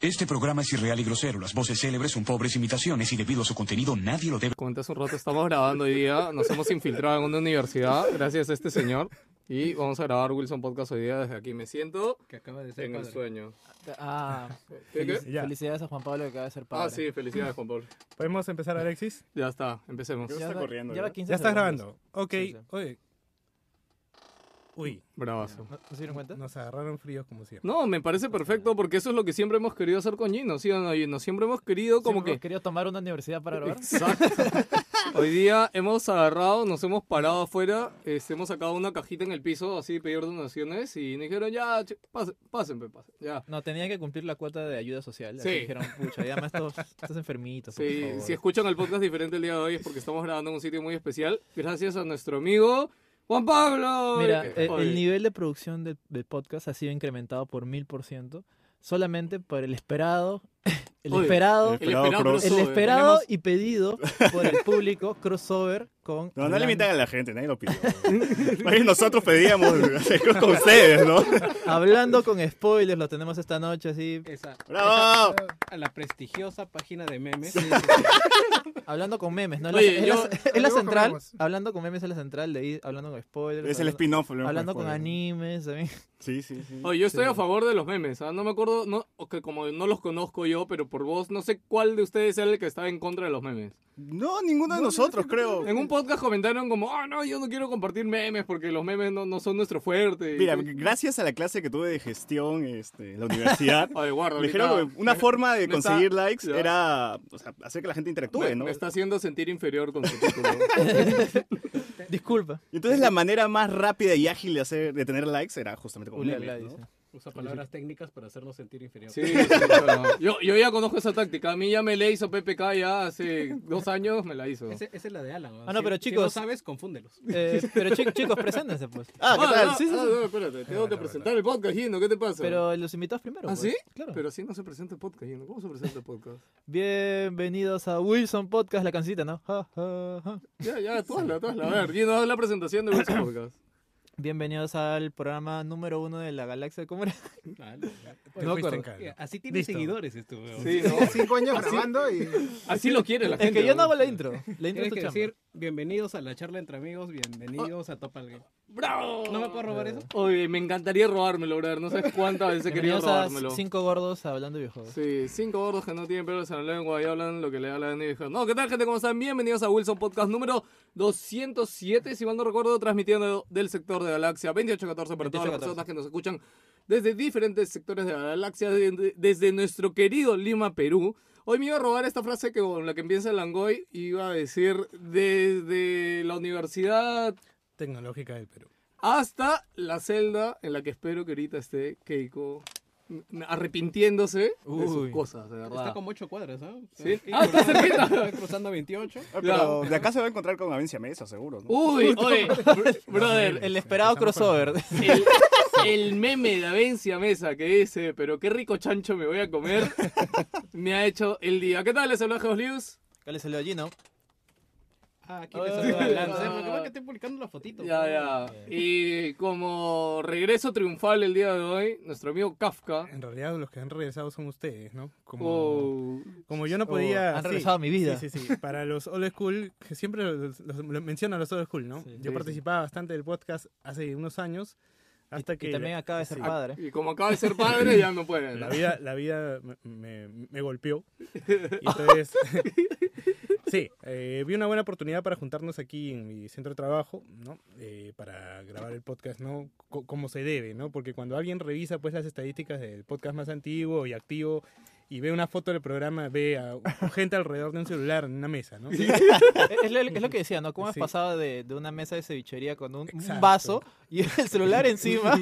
Este programa es irreal y grosero. Las voces célebres son pobres imitaciones y debido a su contenido nadie lo debe. Cuentas un rato, estamos grabando hoy día. Nos hemos infiltrado en una universidad, gracias a este señor. Y vamos a grabar Wilson Podcast hoy día desde aquí. Me siento que acaba de ser en el padre. sueño. Ah, ¿Qué, qué? felici- Ya. felicidades a Juan Pablo que acaba de ser padre. Ah, sí, felicidades, Juan Pablo. ¿Podemos empezar, Alexis? Ya está, empecemos. Ya está va- corriendo, Ya va ¿ya? 15 Ya estás segundos. grabando. Ok, Sí, sí. oye. Uy, Bravazo. ¿No, no se dieron cuenta? nos agarraron fríos como siempre. No, me parece perfecto porque eso es lo que siempre hemos querido hacer con Gino, ¿sí o no, Gino? Siempre hemos querido como Siempre que... hemos querido tomar una universidad para grabar? Exacto. Hoy día hemos agarrado, nos hemos parado afuera, este, hemos sacado una cajita en el piso, así, pedir donaciones, y nos dijeron, ya, ch- pasen, pasen, pe, pasen, ya. No, tenía que cumplir la cuota de ayuda social. Así Sí. Dijeron, pucha, ya más estos, estos enfermitos. por Sí, favor". si escuchan el podcast diferente el día de hoy es porque estamos grabando en un sitio muy especial, gracias a nuestro amigo Juan Pablo. Mira, Eh, eh, oye, el nivel de producción del, del podcast ha sido incrementado por mil por ciento solamente por el esperado, el Oye, esperado, el esperado El el crossover. esperado y pedido por el público crossover con. No, no Mulan. limitan a la gente, nadie lo pidió. Más bien nosotros pedíamos hacerlo con ustedes, ¿no? Hablando con spoilers, lo tenemos esta noche así. Esa, ¡Bravo! esa- a la prestigiosa página de memes. Hablando con memes, ¿no? Es Oye, la- es yo- la, es la luego central. comemos. Hablando con memes es la central, de ahí hablando con spoilers. Es el pues, hablando, spin-off. ¿no? hablando con Spoiler. animes. también. Sí, sí, sí. Oye, yo estoy Sí. a favor de los memes, ¿ah? no me acuerdo, no, o que como no los conozco yo, pero por vos, no sé cuál de ustedes era el que estaba en contra de los memes. No, ninguno de nosotros, creo. En un podcast comentaron como, ah, no, yo no quiero compartir memes porque los memes no, no son nuestro fuerte. Mira, Y- gracias a la clase que tuve de gestión este, en la universidad, Oye, guarda, me ahorita dijeron que una me- forma de me está- conseguir likes ya. era o sea, hacer que la gente interactúe, me- ¿no? me está haciendo sentir inferior con su título. Disculpa. Y Entonces la manera más rápida y ágil de, hacer, de tener likes era justamente con Ulala, memes, ¿no? dice. Usa palabras técnicas para hacernos sentir inferiores. Sí, sí, claro. yo, yo ya conozco esa táctica. A mí ya me la hizo PPK ya hace dos años, me la hizo. Ese- esa es la de Alan. Ah, no, Si- pero Si no chicos- sabes, confúndelos. Eh, pero chi- chicos, preséntense pues. Ah, ¿qué Ah, tal? no, Sí, sí, ah, sí. no, espérate, tengo que presentar el podcast, Gino, ¿qué te pasa? Pero los invitados primero. ¿Ah, pues. sí? Claro. Pero así no se presenta el podcast, Gino. ¿Cómo se presenta el podcast? Bienvenidos a Wilson Podcast, la cancita, ¿no? Ja, ja, ja. Ya, ya, tú hazla, tú hazla. A ver, Gino, haz la presentación de vuestro podcast. Bienvenidos al programa número uno de la galaxia. ¿Cómo era? Ah, No no, ya. Oye, acuerdo. fuiste en cara. Así tiene Listo. seguidores esto. weón. Sí, ¿no? cinco años grabando y Así lo quiere la Es gente. que yo no ¿no? hago la intro. La intro es Tienes tu que chamba. decir, bienvenidos a la charla entre amigos, bienvenidos a Topal Game. ¡Bravo! ¿No me puedo robar eso? Oye, me encantaría robármelo, brother. No sabes cuántas veces he querido Bienvenidos a robármelo. cinco gordos hablando de videojuegos. Sí, cinco gordos que no tienen pelos en la lengua y hablan lo que le hablan y dijeron, no, ¿qué tal gente? ¿Cómo están? Bienvenidos a Wilson Podcast número 207, si mal no recuerdo, transmitiendo del sector de Galaxia 2814 para todas las 2814. personas que nos escuchan desde diferentes sectores de la galaxia, de- de- desde nuestro querido Lima, Perú. Hoy me iba a robar esta frase que con la que empieza el Langoy, iba a decir desde la universidad Tecnológica del Perú. hasta la celda en la que espero que ahorita esté Keiko n- arrepintiéndose de sus Uy. cosas, de verdad. Está como 8 cuadras, ¿no? Sí. Aquí, Ah, está cruzando- cerquita. está Cruzando 28. Ah, Pero de acá se va a encontrar con Avencia Mesa, seguro, ¿no? Uy, oye, br- brother, El esperado crossover. el, el meme de Avencia Mesa que dice, pero qué rico chancho me voy a comer, me ha hecho el día. ¿Qué tal? Les hablo House News. ¿Qué le salió Gino? Ah, aquí Ay, les saluda ay, Lance. ay. Porque veo que estoy publicando la fotito. Ya, ya. Y como regreso triunfal el día de hoy, nuestro amigo Kafka. En realidad los que han regresado son ustedes, ¿no? Como, Oh, como yo no Oh, podía... han sí, regresado a mi vida. Sí, sí, sí. Para los old school, que siempre los, los- los- menciono a los old school, ¿no? Sí. yo Sí, participaba bastante del podcast hace unos años, hasta Y- que... y también acaba de ser sí. padre. y como acaba de ser padre, ya no puede. La ¿no? vida, la vida me, me- me golpeó. Y entonces... sí, eh, vi una buena oportunidad para juntarnos aquí en mi centro de trabajo, ¿no? Eh, para grabar el podcast, ¿no? Co- como se debe, ¿no? Porque cuando alguien revisa pues las estadísticas del podcast más antiguo y activo y ve una foto del programa, ve a gente alrededor de un celular en una mesa, ¿no? Es lo, es lo que decía, ¿no? ¿Cómo has Sí. pasado de, de una mesa de cevichería con un, un Exacto. vaso y el celular encima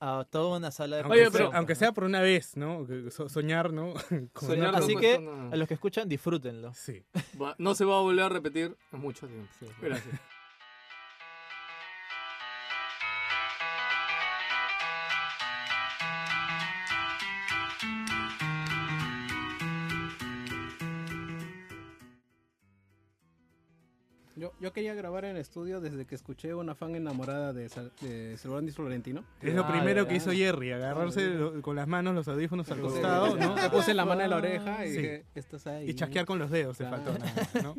a toda una sala de Aunque, Oye, sea, pero- aunque sea por una vez, ¿no? Que so- soñar, ¿no? Con- Soñar no Así cuesta que nada. a los que escuchan, disfrútenlo. Sí. Va- no se va a volver a repetir en mucho tiempo. Gracias. Yo, yo quería grabar en estudio desde que escuché una fan enamorada de, Sal- de Salvandis Florentino. Es lo Ah, primero que ya. hizo Jerry, agarrarse lo- con las manos los audífonos al costado, ¿no? Le puse la mano en la oreja y Sí. dije, estás ahí. Y chasquear con los dedos, te Claro. faltó nada más, ¿no?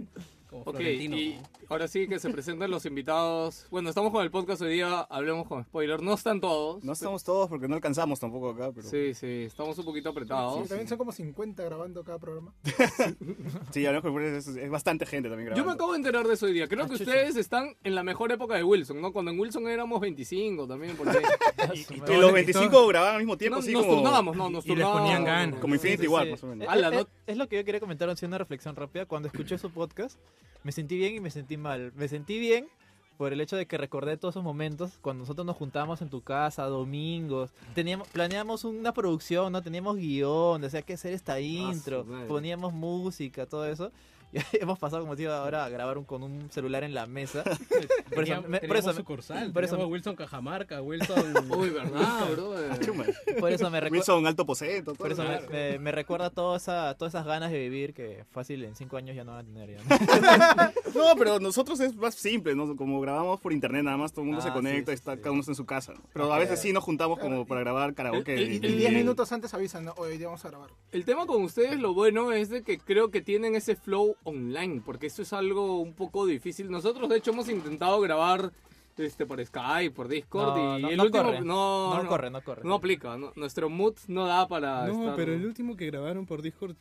Como Ok, Florentino. y ahora sí que se presenten los invitados. Bueno, estamos con el podcast hoy día, hablemos con spoiler. No están todos. No estamos todos porque no alcanzamos tampoco acá, pero... Sí, Sí, sí, estamos un poquito Sí, apretados. también son como 50 grabando cada programa. a lo mejor es, es bastante gente también grabando. Yo me acabo de enterar de eso hoy día. Ah, Creo que ustedes están en la mejor época de Wilson, ¿no? Cuando en Wilson éramos 25 también, por ahí. Y los 25 grababan al mismo tiempo, No, así nos como... turnábamos, no, nos y les turnábamos. ponían ganas. Como Infinity Sí, War, sí. más o menos. Eh, Ah, la eh, not- es lo que yo quería comentar, haciendo una reflexión rápida. Cuando escuché su podcast, me sentí bien y me sentí mal. Me sentí bien por el hecho de que recordé todos esos momentos cuando nosotros nos juntábamos en tu casa, domingos, teníamos, planeamos una producción, no teníamos guión, decía que hacer Ah, esta intro, madre. poníamos música, todo eso. Y hemos pasado, como te digo, ahora a grabar un- con un celular en la mesa. Por eso, Teníamos- me- por teníamos eso, sucursal, por eso- teníamos Wilson Cajamarca, Wilson... Uy, ¿verdad, bro? Chuma. por eso me recuerdo. Wilson, alto posento, todo. Por eso me, Claro. me- me recuerda toda esa, todas esas ganas de vivir que fácil en cinco años ya no van a tener. ya, ¿no? No, pero nosotros es más simple, ¿no? Como grabamos por internet, nada más todo el mundo Ah, se conecta, sí, sí, está sí. cada uno está en su casa. ¿no? Pero a veces sí nos juntamos como para grabar karaoke. Y- y- Y y- 10 minutos antes avisan, ¿no? Oye, hoy día vamos a grabar. El tema con ustedes, lo bueno es de que creo que tienen ese flow online, porque eso es algo un poco difícil. Nosotros, de hecho, hemos intentado grabar este por Skype, por Discord, No, y no- el no último corre. no, No corre, no corre. No aplica, no- nuestro mood no da para No, estar- pero el último que grabaron por Discord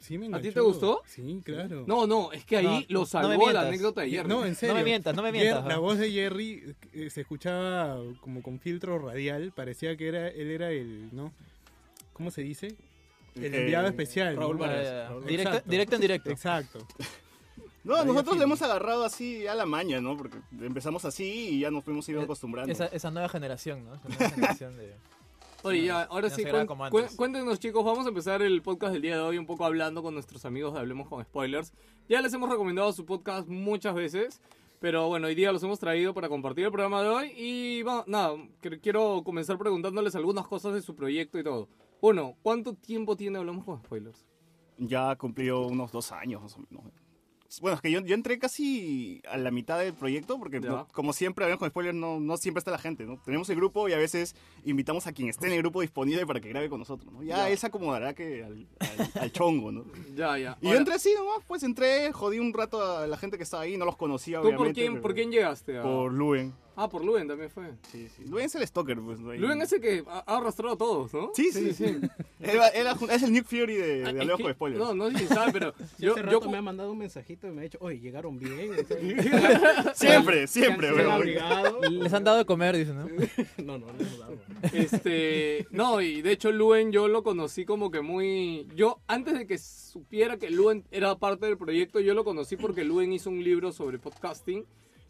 sí me Ah, ¿A ti enganchó. te gustó? Sí, claro. No, no, es que ahí No, lo no me salvó la mientas. anécdota de ayer. No, en serio. No me mientas, no me mientas. Jer- la ¿no? voz de Jerry eh, se escuchaba como con filtro radial, parecía que era él era el, ¿no? ¿Cómo se dice? El Eh, enviado especial. Ah, Raúl ya, ya. Directo, directo en directo. Exacto. No, nosotros le hemos agarrado así a la maña, ¿no? Porque empezamos así y ya nos fuimos ido Eh, acostumbrando. Esa, esa nueva generación, ¿no? Esa nueva generación de... Oye, ya, ahora no sí, se graba cuen- como cuen- antes. cuéntenos chicos, vamos a empezar el podcast del día de hoy un poco hablando con nuestros amigos de Hablemos con Spoilers. Ya les hemos recomendado su podcast muchas veces, pero bueno, hoy día los hemos traído para compartir el programa de hoy y va- nada, que- quiero comenzar preguntándoles algunas cosas de su proyecto y todo. Bueno, ¿cuánto tiempo tiene Hablemos con Spoilers? Ya cumplió unos dos años más o menos. Bueno, es que yo, yo entré casi a la mitad del proyecto porque, Ya. no- como siempre, hablamos con spoilers, no, no siempre está la gente, ¿no? Tenemos el grupo y a veces invitamos a quien esté en el grupo disponible para que grabe con nosotros, ¿no? Ya, Ya. él se acomodará que al, al- al chongo, ¿no? Ya, ya. Y yo Ahora, entré así nomás, pues entré, jodí un rato a la gente que estaba ahí, no los conocía, ¿Tú por obviamente, quién, pero- por quién llegaste? a- Por Luen. Ah, por Luen también fue. Sí, sí. Luen es el stalker, pues. ¿no? Luen es el que ha ha arrastrado a todos, ¿no? Sí, sí, sí. Él va- él ha- es el Nick Fury de, de Ah, es Hablemos que- con Spoilers. No, no sé si sabe, pero Yo, yo, hace yo rato cu- me ha mandado un mensajito y me ha dicho, oye, llegaron bien. Siempre, siempre, güey. weón. Les han dado de comer, dicen, ¿no? No, no, no, no, no, no. Este, no, y de hecho Luen yo lo conocí como que muy... Yo antes de que supiera que Luen era parte del proyecto, yo lo conocí porque Luen hizo un libro sobre podcasting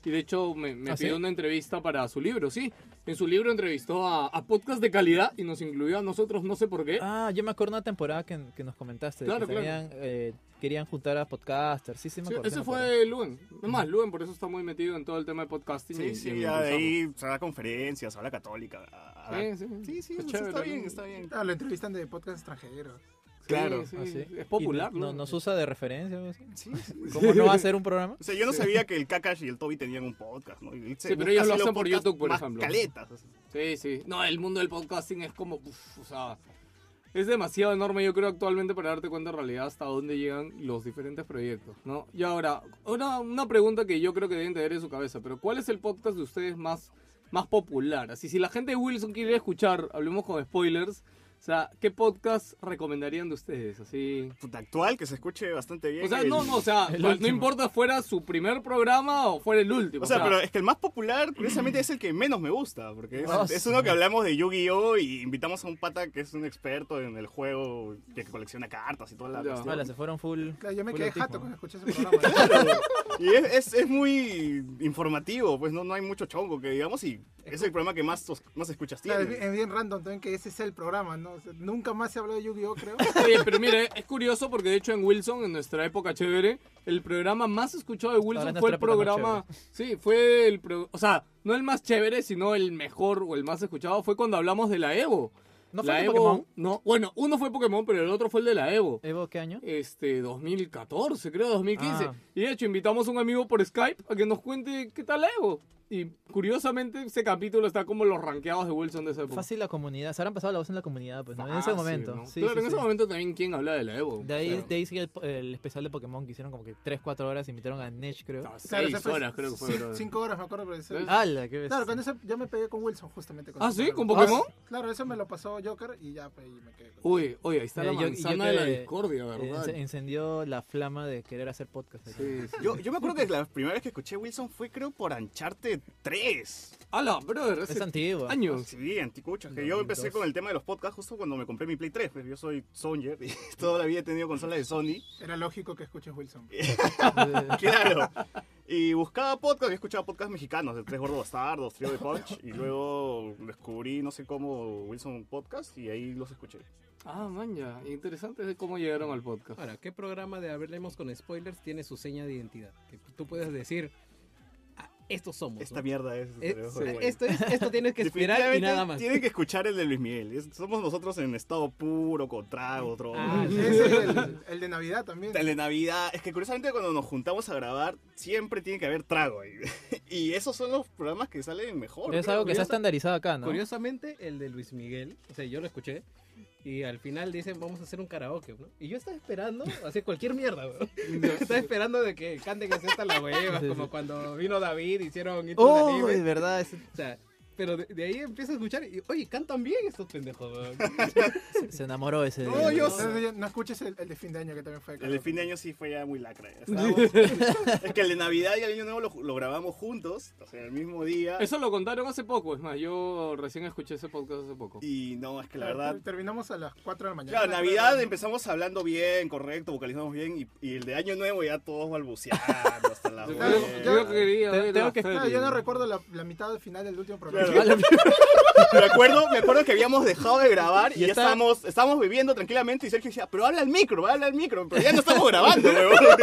y de hecho me, me ¿Ah, pidió sí? una entrevista para su libro, sí. En su libro entrevistó a, a podcast de calidad y nos incluyó a nosotros, no sé por qué. Ah, yo me acuerdo una temporada que, que nos comentaste. de Claro, que claro. tenían, eh, querían juntar a podcasters. Sí, sí, me Sí, acuerdo. sí ese me acuerdo. fue Luen. Es más, Luen por eso está muy metido en todo el tema de podcasting. y- Sí, y sí, en ya de impulsarlo. ahí se da conferencias, a la católica. a- a- Sí, sí, sí, sí, Está eso chévere, está bien, ¿no? está bien. Ah, lo entrevistan de podcast extranjero. Claro. Sí, Ah, sí, sí. Es popular. Y no- Luen. ¿Nos usa de referencia? algo así? Sí, sí. ¿Cómo no va a ser un programa? O sea, yo no sabía que el Kakash y el Toby tenían un podcast, ¿no? Y Sí, se pero busca ellos lo así los hacen por podcasts YouTube, por más ejemplo. Caletas. Sí, sí. No, el mundo del podcasting es como, uf, o sea, es demasiado enorme, yo creo, actualmente para darte cuenta en realidad hasta dónde llegan los diferentes proyectos, ¿no? Y ahora, ahora una pregunta que yo creo que deben tener en su cabeza, pero ¿cuál es el podcast de ustedes más, más popular? Así, si la gente de Wilson quiere escuchar, hablemos con spoilers, o sea, ¿qué podcast recomendarían de ustedes? Así... Puta, actual, que se escuche bastante bien. O sea, el- no, no, o sea, pues, el no último. importa fuera su primer programa o fuera el último. O sea, pero es que el más popular, curiosamente, es el que menos me gusta. Porque es, Ah, es sí. uno que hablamos de Yu-Gi-Oh! y invitamos a un pata que es un experto en el juego, que colecciona cartas y toda la Ya. cuestión. Hola, se fueron full. Claro, yo me full quedé autismo, jato ¿no? cuando escuché ese programa. Claro. Y es, es- es muy informativo, pues no, no hay mucho chongo que digamos y es el programa que más, tos- más escuchas Claro, tiene. es bien- es bien random también que ese es el programa, ¿no? O sea, nunca más se habló de Yu-Gi-Oh, creo. Oye, pero mire, es curioso porque de hecho en Wilson, en nuestra época chévere, el programa más escuchado de Ahora Wilson es fue el nuestra época más programa. Sí, fue el. pro- o sea, no el más chévere, sino el mejor o el más escuchado fue cuando hablamos de la Evo. ¿No fue la de Evo, Pokémon? No, bueno, uno fue Pokémon, pero el otro fue el de la Evo. ¿Evo qué año? Este, 2014, creo, 2015. Ah. Y de hecho, invitamos a un amigo por Skype a que nos cuente qué tal la Evo. Y curiosamente, ese capítulo está como los rankeados de Wilson de esa época. Fácil la comunidad. Se habrán pasado la voz en la comunidad, pues, ¿no? En ese Fácil, momento. Ah, ¿no? Sí, claro, sí, en ese sí. momento también, ¿quién habla de la Evo? De ahí, Claro. de ahí sigue el, el especial de Pokémon que hicieron como que 3, 4 horas. Invitaron a Nesh, creo. Ah, Claro, seis o sea, fue horas creo que fue. cin- brother. Cinco horas, me acuerdo. Pero Ah, eso- ¿Eh? pues, ¡Hala! ¡Qué bestia! Claro, con eso yo me pegué con Wilson, justamente. Con Ah, ese ¿sí? ¿Con programa. Pokémon? Claro, eso me lo pasó Joker y ya pues, y me quedé con Uy, uy, ahí está Eh, la yo- yo manzana de que, la discordia, eh, ¿verdad? enc- encendió la flama de querer hacer podcast. acá. Sí, sí. Yo, yo me acuerdo que la primera vez que escuché Wilson fue creo por Ancharte 3. Ala, brother, Es hace antiguo. años. Ah, Sí, anticuchas. Que yo empecé con el tema de los podcasts justo cuando me compré mi Play 3. Pues yo soy Sonyer y toda la vida he tenido consola de Sony. él. Era lógico que escuches Wilson. Claro. Y buscaba podcast, yo escuchaba podcasts mexicanos, de Tres Gordos Bastardos, Trio de Punch, y luego descubrí, no sé cómo, Wilson Podcast, y ahí los escuché. Ah, man, ya. Interesante de cómo llegaron al podcast. Ahora, ¿qué programa de Hablemos con Spoilers tiene su seña de identidad? Que tú puedes decir, "Ah, estos somos. Esta ¿no? mierda es... Eh, creo, eh, bueno. esto, es, esto tienes que esperar y Definitivamente nada más. Tienen que escuchar el de Luis Miguel. Es- somos nosotros en estado puro, con trago, droga. Ah, sí. Ese es el, el de Navidad también. El de Navidad, es que curiosamente cuando nos juntamos a grabar, siempre tiene que haber trago ahí. Y esos son los programas que salen mejor. Es creo. algo que está estandarizado acá, ¿no? Curiosamente, el de Luis Miguel, o sea, yo lo escuché. Y al final dicen, vamos a hacer un karaoke, ¿no? Y yo estaba esperando, así cualquier mierda, weón. Estaba esperando de que canten así hasta la hueva, Sí, sí. como cuando vino David, hicieron Into the ¡Oh! Anime. De verdad. es- O sea, pero de, de ahí empiezo a escuchar y, oye, cantan bien estos pendejos, weón. se- Se enamoró ese. No, yo- No, no, no, no escuches el, el de fin de año que también fue. El de fin de año sí fue ya muy lacra. ya estábamos- es que el de Navidad y el Año Nuevo lo, lo grabamos juntos, o sea, el mismo día. Eso lo contaron hace poco, es más, yo recién escuché ese podcast hace poco. Y no, es que la Claro, verdad... ter- Terminamos a las 4 de la mañana. Claro, Navidad empezamos hablando bien, correcto, vocalizamos bien, y, y el de Año Nuevo ya todos balbuceando hasta la Yo, Claro, hueva. yo quería Te- ver tengo la que- serie. Claro, yo no recuerdo la, la mitad del final del último programa. Claro. me, acuerdo, me acuerdo que habíamos dejado de grabar y, Y ya está- estábamos, estábamos bebiendo tranquilamente y Sergio decía, pero habla al micro, habla al micro, pero ya no estamos grabando, huevón.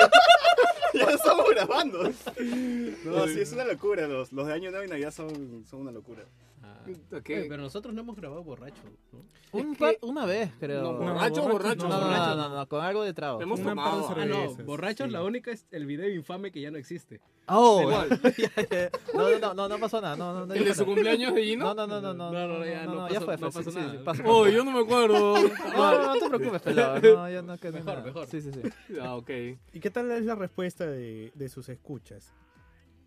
ya no estamos grabando. No, sí, es una locura, los, los de Año Nuevo y Navidad son, son una locura. Ok. Ah, Oye, pero nosotros no hemos grabado borracho. ¿no? Un par- una vez, creo. No, no, borracho, borracho. no, no, no, no, con algo de trago. Hemos Una tomado. pausa. Ah, no, Cervezas, borracho sí. la única es el video infame que ya no existe. Oh, Igual. no, no, no, no, no pasó nada. No, no, no, ¿El de su cumpleaños de Gino? no, no, no, no, no, No, no, no, ya no, no no, ya pasó- fue, no fue, pasó sí, nada. sí, pasó. Oh, yo no me acuerdo. No, no, no te preocupes, pelado. No, yo no creo Mejor, nada. mejor. Sí, sí, sí. Ah, ok. ¿Y qué tal es la respuesta de, de sus escuchas?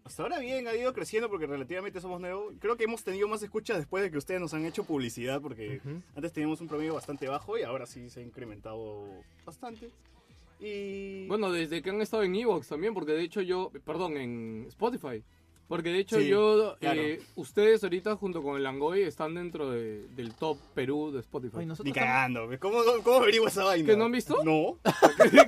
Hasta ahora bien, ha ido creciendo porque relativamente somos nuevos. Creo que hemos tenido más escuchas después de que ustedes nos han hecho publicidad porque antes teníamos un promedio bastante bajo y ahora sí se ha incrementado bastante. Y... Bueno, desde que han estado en Evox también, porque de hecho yo, perdón, en Spotify. Porque de hecho Sí, yo, claro. eh, ustedes ahorita junto con el Langoy están dentro de- del top Perú de Spotify. Oye, nosotros Ni estamos- cagando, güey. ¿cómo, cómo averigua esa vaina? ¿Que no han visto? No. Me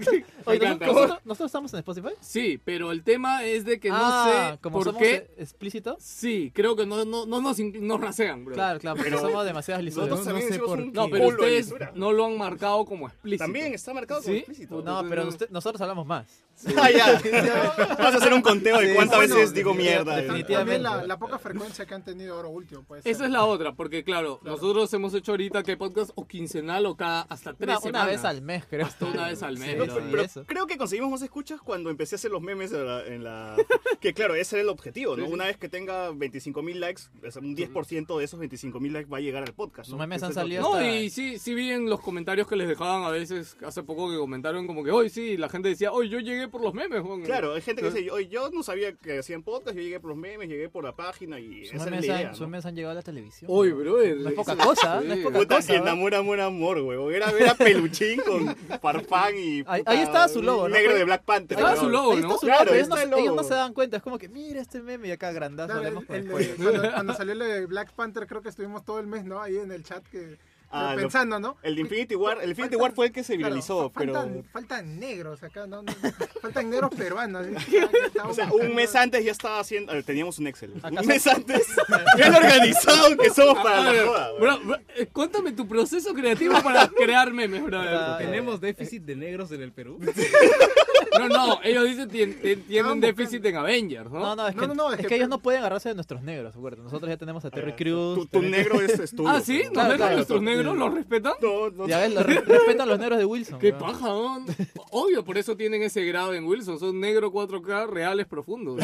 Oye, encanta. nosotros, nosotros- nosotros estamos en Spotify. Sí, pero el tema es de que Ah, no sé como por somos qué. eh, explícitos. Sí, creo que no, no, no nos, in- nos rasean, bro. Claro, claro, porque Pero- somos demasiadas Nosotros lisuras. no también sé hicimos por un qué. No, pero culo de ustedes lisura. no lo han marcado como explícito. También está marcado como ¿Sí? explícito. No, pero usted- nosotros hablamos más. Ah, ya. Vamos a hacer un conteo de Sí, cuántas bueno, veces digo mierda. definitivamente. eh. güey. También la, Definitivamente. la poca frecuencia que han tenido ahora último. pues. Puede ser. Esa es la otra, porque claro, nosotros hemos hecho ahorita que podcast o quincenal o cada hasta tres Una, una semanas. vez al mes, creo. Hasta una vez al mes. Sí, No, Pero pero- y pero eso. creo que conseguimos más escuchas cuando empecé a hacer los memes en la... en la- que claro, ese era el objetivo, ¿no? Sí, sí. Una vez que tenga 25.000 likes, o sea, un 10% de esos 25.000 likes va a llegar al podcast. Sus ¿no? memes Ese han es el salido No, hasta- y sí, sí vi en los comentarios que les dejaban a veces, hace poco que comentaron como que, hoy sí, la gente decía, hoy yo llegué por los memes, weón". Claro, hay gente que dice, "Oye, yo no sabía que hacían podcast, yo llegué por los memes, llegué por la página y Sus esa es la memes han- idea. sus ¿no? memes han llegado a la televisión. Hoy, bro. No es poca cosa, no es poca Puta, cosa, si enamor, amor, amor, huevón. Era ver a Peluchín con Farfán y. Ahí- puta, ahí estaba su logo, ¿no? Negro de Black Panther. Ahí estaba huevón. su logo, Ahí está ¿no? su Claro, pero ahí ellos, no, está el ellos no logo. se dan cuenta. Es como que, mira este meme y acá grandazo. Claro, hablemos el- con el el de- cuello. cuando, cuando salió el de Black Panther, creo que estuvimos todo el mes, ¿no? Ahí en el chat que eh, Ah, lo- pensando, ¿no? El de Infinity War. El Infinity Faltan- War fue el que se Claro, viralizó, fa- faltan, pero. faltan negros acá, ¿no? No, no, faltan negros peruanos. O sea, un mes antes ya estaba haciendo. eh, Teníamos un Excel. Acá Un mes antes. Bien organizado que somos para Ah, la joda, huevón. Bro, bro, eh, cuéntame tu proceso creativo para crear memes, bro. Ah, Tenemos déficit de negros en el Perú. No, no, ellos dicen tien- tien- tienen un Estábamos déficit en Avengers, ¿no? Ah, No, no, es que, No, no, no, es es que que- ellos no pueden agarrarse de nuestros negros, acuérdate. Nosotros ya tenemos a Terry Tu, Crews. tu tenemos- negro es, es tuyo. Ah, ¿sí? Nos Claro, dejan claro, nuestros tu- negros los respetan? No, no. Ya ves, lo re- respetan los negros de Wilson. Qué weón. paja, ¿no? Obvio, por eso tienen ese grado en Wilson. Son negro 4K reales profundos.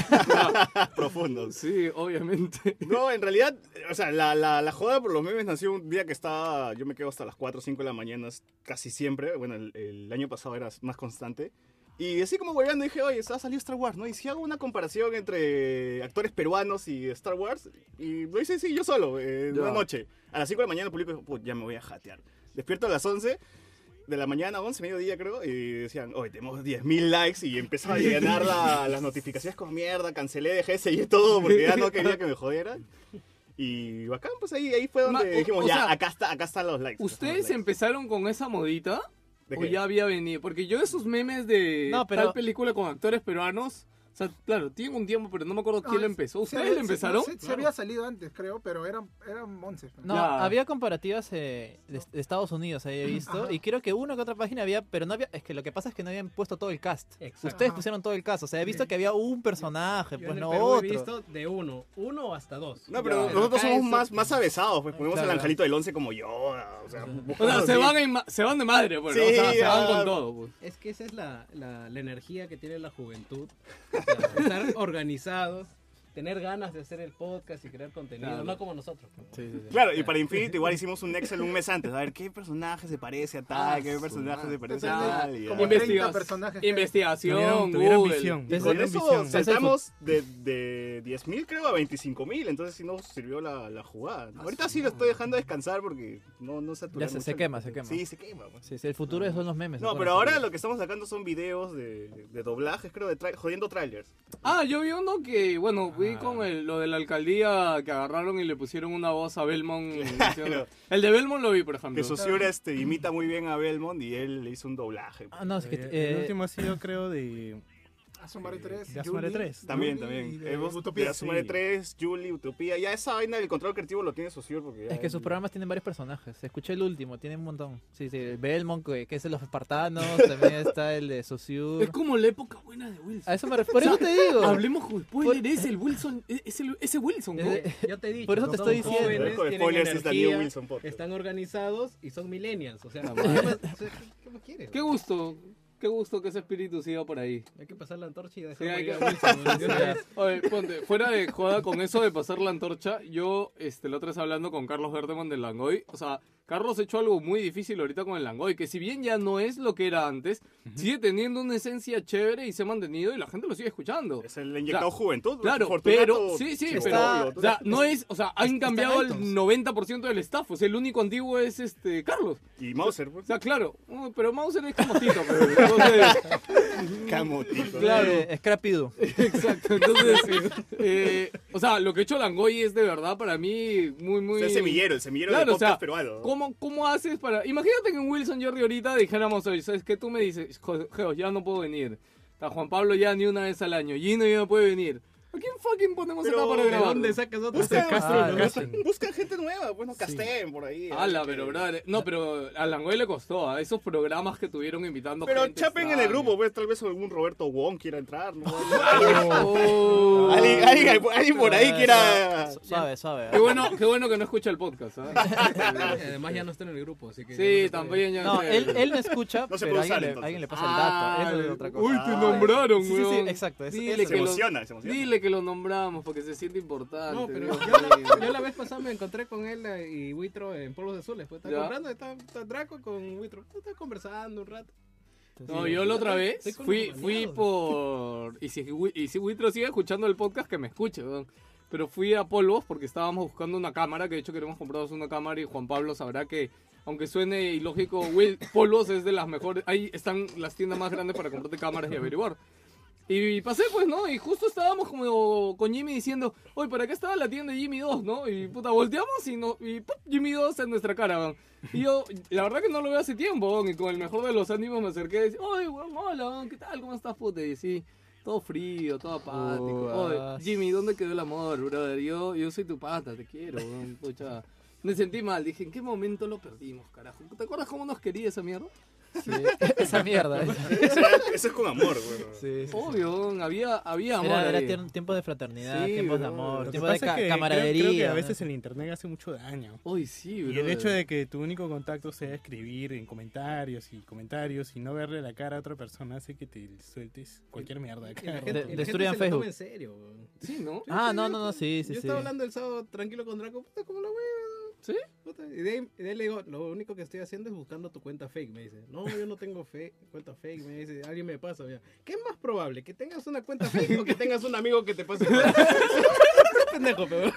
Profundos. Sí, obviamente. No, en realidad, o sea, la, la, la joda por los memes nació un día que estaba, yo me quedo hasta las 4 o 5 de la mañana casi siempre, bueno, el, el año pasado era más constante, y así como hueveando dije, oye, ha salido Star Wars, ¿no? Y si hago una comparación entre actores peruanos y Star Wars, y lo hice sí, yo solo, eh, en Ya. una noche, a las 5 de la mañana el público dijo, "Puh, ya me voy a jatear. Despierto a las 11 de la mañana, 11, mediodía creo, y decían, hoy tenemos 10.000 likes y empezaba a llenar la- las notificaciones con mierda, cancelé, dejé, seguí todo porque ya no quería que me jodieran. Y bacán, pues ahí, ahí fue donde Ma- o- dijimos, o ya, sea, acá, está, acá están los likes. ¿Ustedes en empezaron con esa modita? ¿De ¿O qué? ya había venido? Porque yo esos memes de No, pero- tal película con actores peruanos, o sea, claro, tienen un tiempo, pero no me acuerdo quién lo empezó. ¿Ustedes lo empezaron? Se, había salido antes, creo, pero eran, eran 11. No, Ya. había comparativas eh, de, de Estados Unidos, había visto. Y creo que una que otra página había, pero no había. Es que lo que pasa es que no habían puesto todo el cast. Exacto. Ustedes Ajá. pusieron todo el cast. O sea, he visto que había un personaje, Yo pues en no el Perú otro. he visto de uno, uno o hasta dos. No, pero Ya, nosotros acá somos es- más, más avesados, pues ponemos Claro. el angelito del 11 como yo, o sea, O sea, buscamos se así. van, en ma- se van de madre, pues, ¿no? O Sí, sea, se van ya. con todo. Pues. Es que esa es la, la, la energía que tiene la juventud. O sea, estar organizados, tener ganas de hacer el podcast y crear contenido, Claro. no como nosotros. Claro, y para Infinity igual hicimos un Excel un mes antes, a ver qué personaje se parece a tal, qué personaje se parece a Entonces, tal. y ya. Ah, como 30 Investigas- personajes que- Investigación, Tuvieron, tuvieron Google. visión. Desde- Con tuvieron eso visión. saltamos de, de 10.000 creo a 25.000, entonces sí nos sirvió la, la jugada. Ahorita sí lo estoy dejando descansar porque no, no satura Ya se- mucho se el- quema, se quema. Sí, se quema. pues. Sí, sí, el futuro son los memes. No, acuérdate. pero ahora lo que estamos sacando son videos de, de doblajes, creo, de tra- jodiendo trailers. Ah, yo vi uno que, bueno, vi con el- lo de la alcaldía que agarraron y le pusieron una voz a Belmont. diciendo- El de Belmont lo vi, por ejemplo. Que Sosura este, imita muy bien a Belmont y él le hizo un doblaje. pues. Ah, no, es que. Eh, eh, el último ha sido, creo, de. Asumare 3. de Asumare 3. También, también. Eh, Hemos Ah, Utopía. de Asumare sí. 3, Julie, Utopía. Ya esa vaina del control creativo lo tiene Sosur porque ya Es que sus programas tienen varios personajes. Escuché el último, tienen un montón. Sí, sí, el Belmont, que, que es de los espartanos. también está el de Es Saussure. como la época buena de Wilson. A eso me ref- Por eso te digo. Hablemos con spoiler, es el Wilson, e, es, es el- ese Wilson, ¿no? Eh, Yo te he dicho, Por eso te son estoy diciendo. El jóvenes, arco de tienen spoilers es The New energía, Wilson Podcast. están organizados y son millennials. O sea, ¿qué más- ¿qué más quieres? Qué gusto, qué gusto que ese espíritu siga por ahí. Hay que pasar la antorcha y dejar Sí, hay morir a que- Wilson, ¿no? De una vez. Oye, ponte, fuera de joda con eso de pasar la antorcha, yo este, la otra vez hablando con Carlos Berteman del Langoy, o sea, Carlos ha hecho algo muy difícil ahorita con el Langoy, que si bien ya no es lo que era antes, sigue teniendo una esencia chévere y se ha mantenido y la gente lo sigue escuchando. Es el inyectado juventud. Claro, Fortunato, este, pero sí, sí, Chibolo, pero todo o eso. sea, no es, o sea, han está en cambiado el iTunes. 90% del staff, o sea, el único antiguo es este Carlos. Y Mauser, pues. O sea, claro, uh, pero Mauser es como Tito, pero entonces, Camotito. claro. eh, Scrappy Doo. Exacto, entonces, eh, o sea, lo que ha hecho Langoy es de verdad para mí muy, O muy... sea, el semillero, el semillero Claro, del o sea, podcast peruano. ¿no? ¿Cómo, ¿Cómo haces para...? Imagínate que en Wilson Jerry ahorita dijéramos hoy, ¿sabes qué? Tú me dices, "Jo- Geo, ya no puedo venir. A Juan Pablo ya ni una vez al año. Gino ya no puede venir. ¿A quién fucking ponemos Pero, acá para ¿de ¿De grabar? dónde sacas otro? Busca, Ah, busca- casting. busca gente nueva, bueno, casteen por ahí. a ver Ala, qué- pero brother, no, pero a Langoy le costó, a esos programas que tuvieron invitando Pero gente chapen en el extraña. grupo, pues tal vez algún Roberto Wong quiera entrar. ¿no? Oh. alguien, alguien- alguien por ahí quiera. Suave, suave. Qué bueno, qué bueno que no escucha el podcast, ¿ah? Además ya no está en el grupo, así que... Sí, también ya No, sé. él, él no escucha, No se pero puede alguien, usar, le, entonces. alguien le pasa el dato. Eso es Ah, otra cosa. Uy, te Ah, nombraron, sí, sí, sí, weón. exacto, es- dile, eso. Se que lo, emociona, se emociona. dile que lo nombramos porque se siente importante. No, pero Dios yo la, mío. yo la vez pasada me encontré con él eh, y Buitro en Polvos Azules. Pues estaba Ya. comprando, estaba, estaba Draco con Buitro. Estaba conversando un rato. No, yo la otra vez Estoy con fui, los fui maniados. por... Y si, Wi- y si Witro sigue escuchando el podcast, que me escuche, weón. Pero fui a Polvos porque estábamos buscando una cámara, que de hecho queremos comprarnos una cámara y Juan Pablo sabrá que, aunque suene ilógico, Wil- Polvos es de las mejores... Ahí están las tiendas más grandes para comprarte cámaras y averiguar. Y pasé, pues, ¿no? Y justo estábamos como con Jimmy diciendo, oye, ¿para acá estaba la tienda de Jimmy 2, no? Y puta, volteamos y, no, y ¡pum! Jimmy 2 en nuestra cara, weón. Y yo, la verdad que no lo veo hace tiempo, weón, y con el mejor de los ánimos me acerqué y decía, oye, weón, hola, weón, ¿qué tal? ¿Cómo estás, puta? Y sí, todo frío, todo apático. Oye, ah, Jimmy, ¿dónde quedó el amor, brother? Yo, yo soy tu pata, te quiero, weón, pucha. Me sentí mal, dije, ¿en qué momento lo perdimos, carajo? ¿Te acuerdas cómo nos quería esa mierda? Sí, esa mierda. Eso es- eso es con amor, güey. Sí, sí, sí. Obvio, había, había amor. Era, era ahí. tiemp- tiempos de fraternidad, Sí, tiempos de bro. amor, Lo que tiempos de pasa es ca- que creo- camaradería. Creo, que a ¿no? veces el internet hace mucho daño. Uy, sí, bro. Y el hecho de que tu único contacto sea escribir en comentarios y comentarios y no verle la cara a otra persona hace que te sueltes cualquier mierda. a Y la cada gente- rato. y la gente destruyan se lo toma Facebook. en serio, weón. Sí, ¿no? Ah, no, no, no, sí, sí, Yo sí. estaba hablando el sábado tranquilo con Draco, puta, como la hueva. ¿Sí? Puta, y, de ahí, y de ahí le digo, lo único que estoy haciendo es buscando tu cuenta fake, me dice. No, yo no tengo fe- cuenta fake, me dice. Alguien me pasa, mira. ¿Qué es más probable? ¿Que tengas una cuenta fake o que tengas un amigo que te pase? pendejo, pero.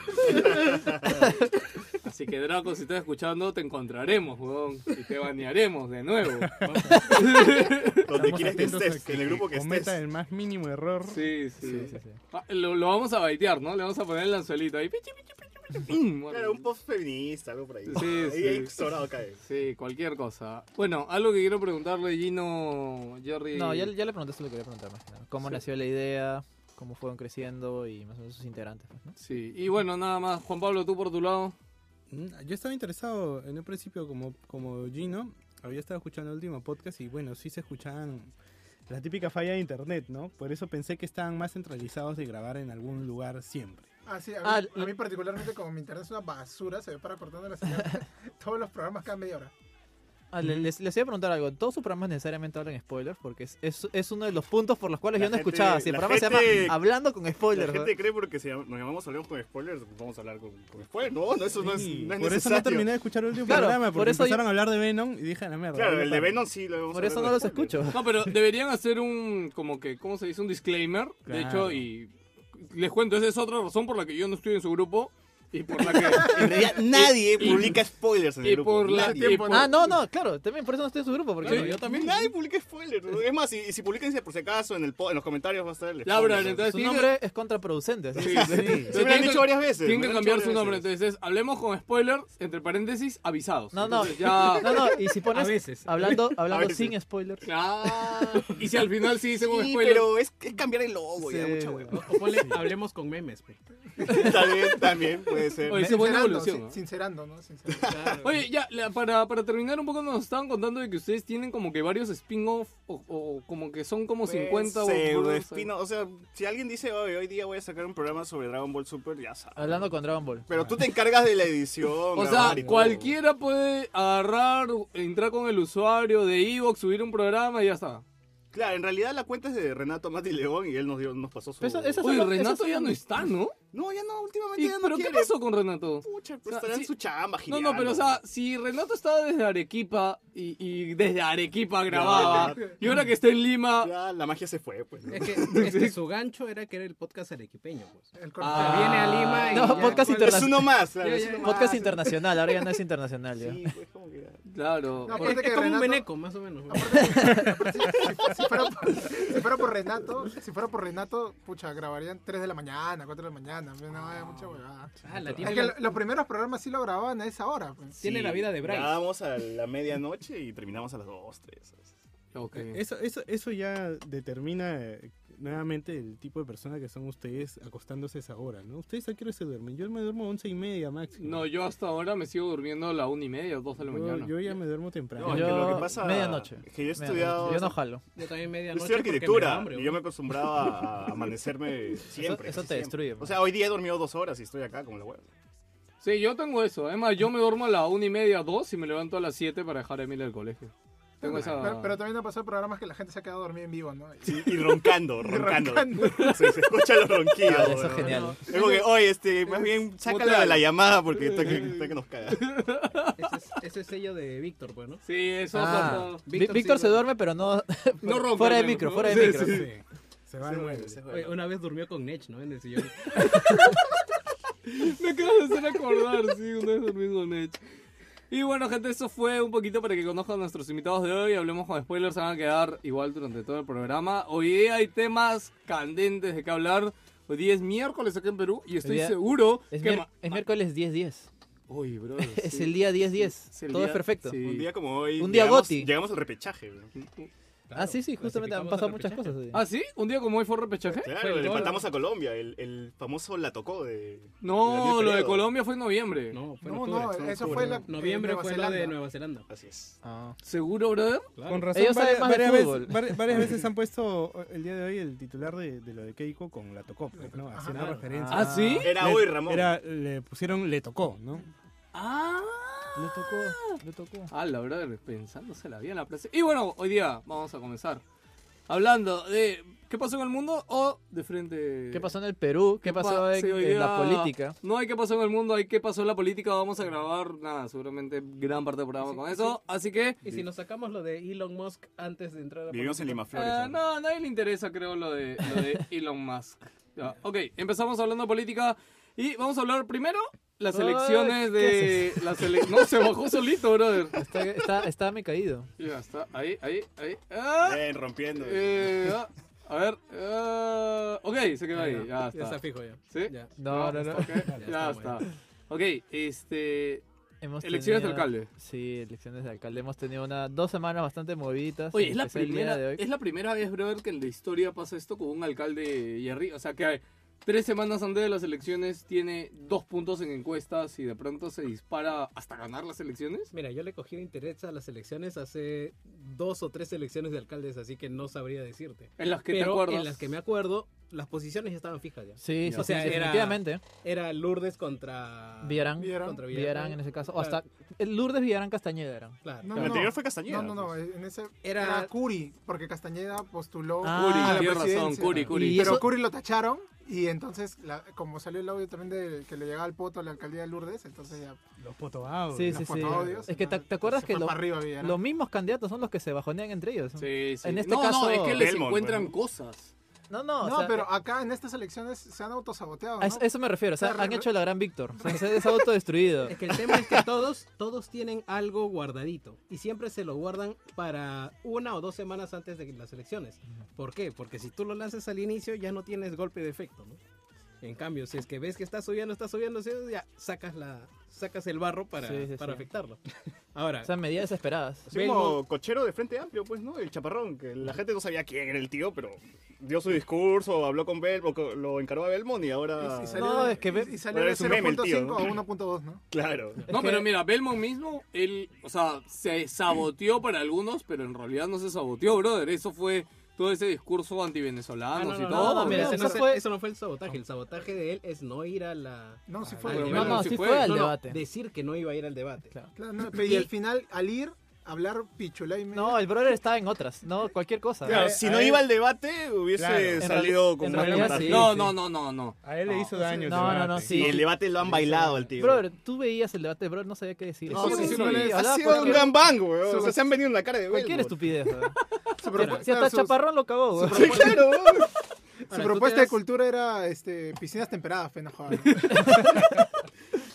Así que Draco, si estás escuchando, te encontraremos, weón. Y te banearemos de nuevo. Donde Estamos quieres que atentos a estés, en el grupo que cometa estés. el más mínimo error. Sí, sí. Sí, sí, sí. Ah, Lo, lo vamos a baitear, ¿no? Le vamos a poner el anzuelito ahí. Pichi, pichi, pichi, pichi. Mm, bueno. Claro, un post feminista, algo por ahí. Sí, ahí, sí. ahí sobrado cae. Sí, cualquier cosa. Bueno, algo que quiero preguntarle, Gino, Jerry. No, ya, ya le preguntaste lo que quería preguntar más que nada. Cómo nació la idea, cómo fueron creciendo y más o menos sus integrantes, pues, ¿no? Sí, y bueno, nada más. Juan Pablo, tú por tu lado. Mm, Yo estaba interesado en un principio como, como Gino. Había estado escuchando el último podcast y bueno, sí se escuchaban la típica falla de internet, ¿no? Por eso pensé que estaban más centralizados de grabar en algún lugar siempre. Ah, sí, a mí, Ah, a lo- mí particularmente como mi internet es una basura, se ve para cortando la señal. todos los programas cada media hora. Ah, le- les, les iba a preguntar algo. Todos sus programas necesariamente hablan spoilers porque es, es, es uno de los puntos por los cuales La yo no gente- escuchaba. Si el la programa se gente- llama Hablando con La spoilers. gente cree porque se llama- nos llamamos Hablemos con spoilers, vamos a hablar con, con spoilers. No, no, eso no es, Sí, no es por eso necesario. no terminé de escuchar el último Claro, programa, por porque eso yo- empezaron a hablar de Venom y dije, a la mierda. Claro, ¿dónde el de paro?". Venom sí lo ¿no? vamos Por a eso no hablar los con spoilers. escucho. No, pero deberían hacer un, como que, ¿cómo se dice? Un disclaimer. De Claro. hecho, y les cuento, esa es otra razón por la que yo no estoy en su grupo y por la que... En realidad nadie publica spoilers en el y grupo. por la... Nadie. y por- Ah, no, no, claro. También por eso no estoy en su grupo. Porque Sí. no, yo también. Nadie publica spoilers. Es más, y, y si publican por si acaso en, el po- en los comentarios va a estar el Ya, bro, spoiler. entonces Su tiene que- nombre es contraproducente. así Sí, sí. que- Entonces Sí, me lo han tienen dicho que- varias veces. Tienen me que lo han cambiar dicho su varias nombre, veces. entonces es, hablemos con spoilers, entre paréntesis, avisados. No, no. Entonces, ya... No, no, y si pones. A veces. Hablando, hablando veces. sin spoilers. Ah, y si al final sí hice un Sí, spoiler. pero es, es cambiar el logo, ya, Sí. mucha hueva. O, o ponle, hablemos con memes, pues. también, también puede ser. Oye, sí, buena Sincerando, evolución. sin- ¿no? Sincerando, ¿no? Sincerando. Oye, ya, la- para, para terminar un poco nos estaban contando de que ustedes tienen como que varios spin-off o, o como que son como 50 o- Pues, pseudo o... espino. O sea, si alguien dice hoy, hoy día voy a sacar un programa sobre Dragon Ball Super, ya sabes. Hablando con Dragon Ball. Pero tú te encargas de la edición. O sea, grabar y todo. cualquiera puede agarrar, entrar con el usuario de Evox, subir un programa y ya está. Claro, en realidad la cuenta es de Renato Mati León y él nos, dio, nos pasó su. Pero eso- eso- Oye, son- Renato son- ya no está, ¿no? No, ya no, últimamente Y- ya no ¿Pero qué quiere. pasó con Renato? Pucha, O sea, pues estará sí- en su chamba, No, no, pero o sea, si Renato estaba desde Arequipa y, y desde Arequipa grababa, ya. y ahora que está en Lima... Ya la magia se fue, pues. ¿no? Es que, es que su gancho era que era el podcast arequipeño, pues. El Ah, Ya viene a Lima y. No, ya- podcast ¿cuál- Es internacional. uno más, claro. Ya, es ya, uno Podcast más. internacional, ahora ya no es internacional. Ya. Sí, pues como que. ya. Claro. No, Es, es Aparte que como un Renato- veneco, más o menos. weón. si, fuera por, si fuera por Renato, si fuera por Renato, pucha, grabarían 3 de la mañana, 4 de la mañana. pues, No, hay mucha huevada. Ah, la Es tiene, que la, lo- los primeros programas sí lo grababan a esa hora. pues. tiene Sí, la vida de Bryce. Grabamos a la medianoche y terminamos a las 2, 3. Ok. Eso, eso, eso ya determina eh, nuevamente el tipo de persona que son ustedes acostándose a esa hora, ¿no? ¿Ustedes a qué hora se duermen? Yo me duermo a once y media máximo. No, yo hasta ahora me sigo durmiendo a la una y media o dos de la yo, mañana. yo ya me duermo temprano. No, es que Yo- lo que pasa- medianoche. es que yo he Mira, estudiado- Yo no jalo. Yo también Yo medianoche. estudié porque me da arquitectura hambre, y weón. yo me acostumbraba a amanecerme siempre. eso te siempre. destruye, O sea, hoy día he dormido dos horas y estoy acá como la hueva. Sí, yo tengo eso. Es más, yo me duermo a la una y media, dos y me levanto a las siete para dejar a Emilia al colegio. Tengo esa. Pero, pero también ha pasado programas que la gente se ha quedado dormida en vivo, ¿no? Y- Sí, y roncando, roncando. Se, se escucha los ronquidos. Ah, eso es weón. genial. Es como que, oye, este, más bien, sácala de la llamada porque está que, está que nos caga. Ese es, ese es sello de Víctor, pues, ¿no? Sí, eso Ah, es Vi- Víctor Víctor sí se duerme, duerme. pero no. No ronca, Fuera de al menos, micro, ¿no? fuera de Sí, micro. sí, sí. Se va al mueble. Oye, una vez durmió con Nech, ¿no? En el sillón. Me acabas de hacer acordar, sí, una vez dormí con Edge. Y bueno, gente, eso fue un poquito para que conozcan a nuestros invitados de hoy. Hablemos con spoilers, se van a quedar igual durante todo el programa. Hoy día hay temas candentes de qué hablar. Hoy día es miércoles acá en Perú y estoy día- seguro Es, que. mier- ma- es miércoles 10-10. Uy, bro. Es sí. el día 10-10. el Todo día- es perfecto. sí. Un día como hoy. Un día llegamos, goti. Llegamos al repechaje. weón. ah, sí, sí, justamente han clasificamos pasado al muchas repechaje. cosas. sí. ¿Ah, sí? ¿Un día como hoy fue repechaje? Claro, le todo. empatamos a Colombia, el, el famoso la tocó de... No, Daniel lo de Peredo. Colombia fue en noviembre. No, fue en No, octubre. no, fue en eso octubre, fue ¿no? la. eh, Noviembre Nueva fue Zelanda. lo de Nueva Zelanda. Así es. Ah. ¿Seguro, brother? Claro. Con razón, Ellos saben varias, más de varias fútbol. veces, varias, varias veces han puesto el día de hoy el titular de, de lo de Keiko con la tocó, pues, ¿no? Haciendo claro. referencia. ¿Ah, sí? Era Le- hoy, Ramón. Era, le pusieron le tocó, ¿no? Ah. Le tocó, le tocó. Ah, la verdad, pensándosela bien la plaza. Y bueno, hoy día vamos a comenzar hablando de qué pasó en el mundo o de frente. ¿Qué pasó en el Perú? ¿Qué pasó pa- en, sí, hoy en día la política? No hay qué pasó en el mundo, hay qué pasó en la política. Vamos a grabar, nada, seguramente gran parte del programa con eso. Así que. eh, Y si nos sacamos lo de Elon Musk antes de entrar a Vivimos en Lima Flores. Eh, ¿no? no, a nadie le interesa, creo, lo de, lo de Elon Musk. Ya, ok, empezamos hablando de política y vamos a hablar primero las Ay, elecciones ¿qué de... Las ele- No, se bajó solito, brother. Está, está, está me caído. Ya está, ahí, ahí, ahí. Ah, Bien, rompiendo. eh, ah, a ver. ah, ok, se quedó ahí, ya Ya está está. fijo ya. ¿Sí? Ya. No, no, está, no. ok, Ya está. Ok, este... Hemos Elecciones de tenido- alcalde. Sí, elecciones de alcalde. Hemos tenido una, dos semanas bastante moviditas. Oye, es la, Empezó el día de primera, hoy. es la primera vez, brother, que en la historia pasa esto con un alcalde y arriba. O sea, que tres semanas antes de las elecciones tiene dos puntos en encuestas y de pronto se dispara hasta ganar las elecciones. Mira, yo le cogí interés a las elecciones hace dos o tres elecciones de alcaldes, así que no sabría decirte. En las que te Pero acuerdas. en las que me acuerdo, las posiciones ya estaban fijas ya. Sí, sí, O sí, sea, era- definitivamente. Era Lourdes contra Villarán. Ah, Villarán. Contra Villarán en ese caso. O hasta Lourdes Villarán Castañeda eran. Claro. No, El no, anterior no. fue Castañeda. No, no, no. pues. En ese Era- era, Curi, porque Castañeda postuló Ah, Curi, a la tienes razón, presidencia. Curi, Curi. Y pero eso- Curi lo tacharon y entonces, la- como salió el audio también del que le llegaba el poto a la alcaldía de Lourdes, entonces ya Los potoados. Sí, los sí, sí. fotoaudios, Es que te, entonces, te acuerdas se que fue lo- para arriba, Villarán. los mismos candidatos son los que se bajonean entre ellos. Sí, sí. En este no, no, caso- es que les Belmont, encuentran bueno. cosas. No, no, o No, sea, Ah, pero acá en estas elecciones se han autosaboteado. a eso, ¿no? eso me refiero. O sea, O sea, han re- hecho la gran Víctor. O sea, se es autodestruido. Es que el tema es que todos, todos tienen algo guardadito y siempre se lo guardan para una o dos semanas antes de las elecciones. ¿Por qué? Porque si tú lo lanzas al inicio ya no tienes golpe de efecto, ¿no? En cambio, si es que ves que está subiendo, está subiendo, sí, ya sacas la, sacas el barro para, Sí, sí, para sí. afectarlo. Ahora, O sea, medidas desesperadas. Así como cochero de Frente Amplio, pues, ¿no? El chaparrón, que la gente no sabía quién era el tío, pero dio su discurso, habló con Belmont, co- lo encaró a Belmont y ahora... Y salió- salió- No, es que y- ve- y salió Ah. Pero de es un meme el tío, 0.5 a ¿no? 1.2, ¿no? Claro. No, que- pero mira, Belmont mismo, él, o sea, se saboteó para algunos, pero en realidad no se saboteó, brother. Eso fue todo ese discurso Ah, anti-venezolanos no, no, y no, todo. no, mira, no, ese no eso fue- fue- eso no fue el sabotaje. El sabotaje de él es no ir a la. No, sí fue. al Pero Ah, No, debate. no, Belmont sí sí fue fue. al No, no, debate. Decir que no iba a ir al debate. Claro. Claro, no, pero y al final, al ir, hablar pichula y medio. No, el brother estaba en otras. No, cualquier cosa. Claro, A si él- no a iba él- al debate, hubiese Claro. En salido con en más realidad puntaje. sí. no, no, no, no, no. A él le pues, hizo daño. no, no, no, sí. Y el debate lo han bailado al tío. Brother, tú veías el debate, brother, no sabía qué decir. No, sí, sí, no le- ha hablaba sido un cualquier, gran bang, güey. O sea, se han venido en la cara de cualquier Belmont. estupidez. weón. Su propu- Si hasta claro, su- Chaparrón lo cagó. weón. Sí, claro. su Ahora, tú propuesta te de das- cultura era este, piscinas temperadas, pena joder.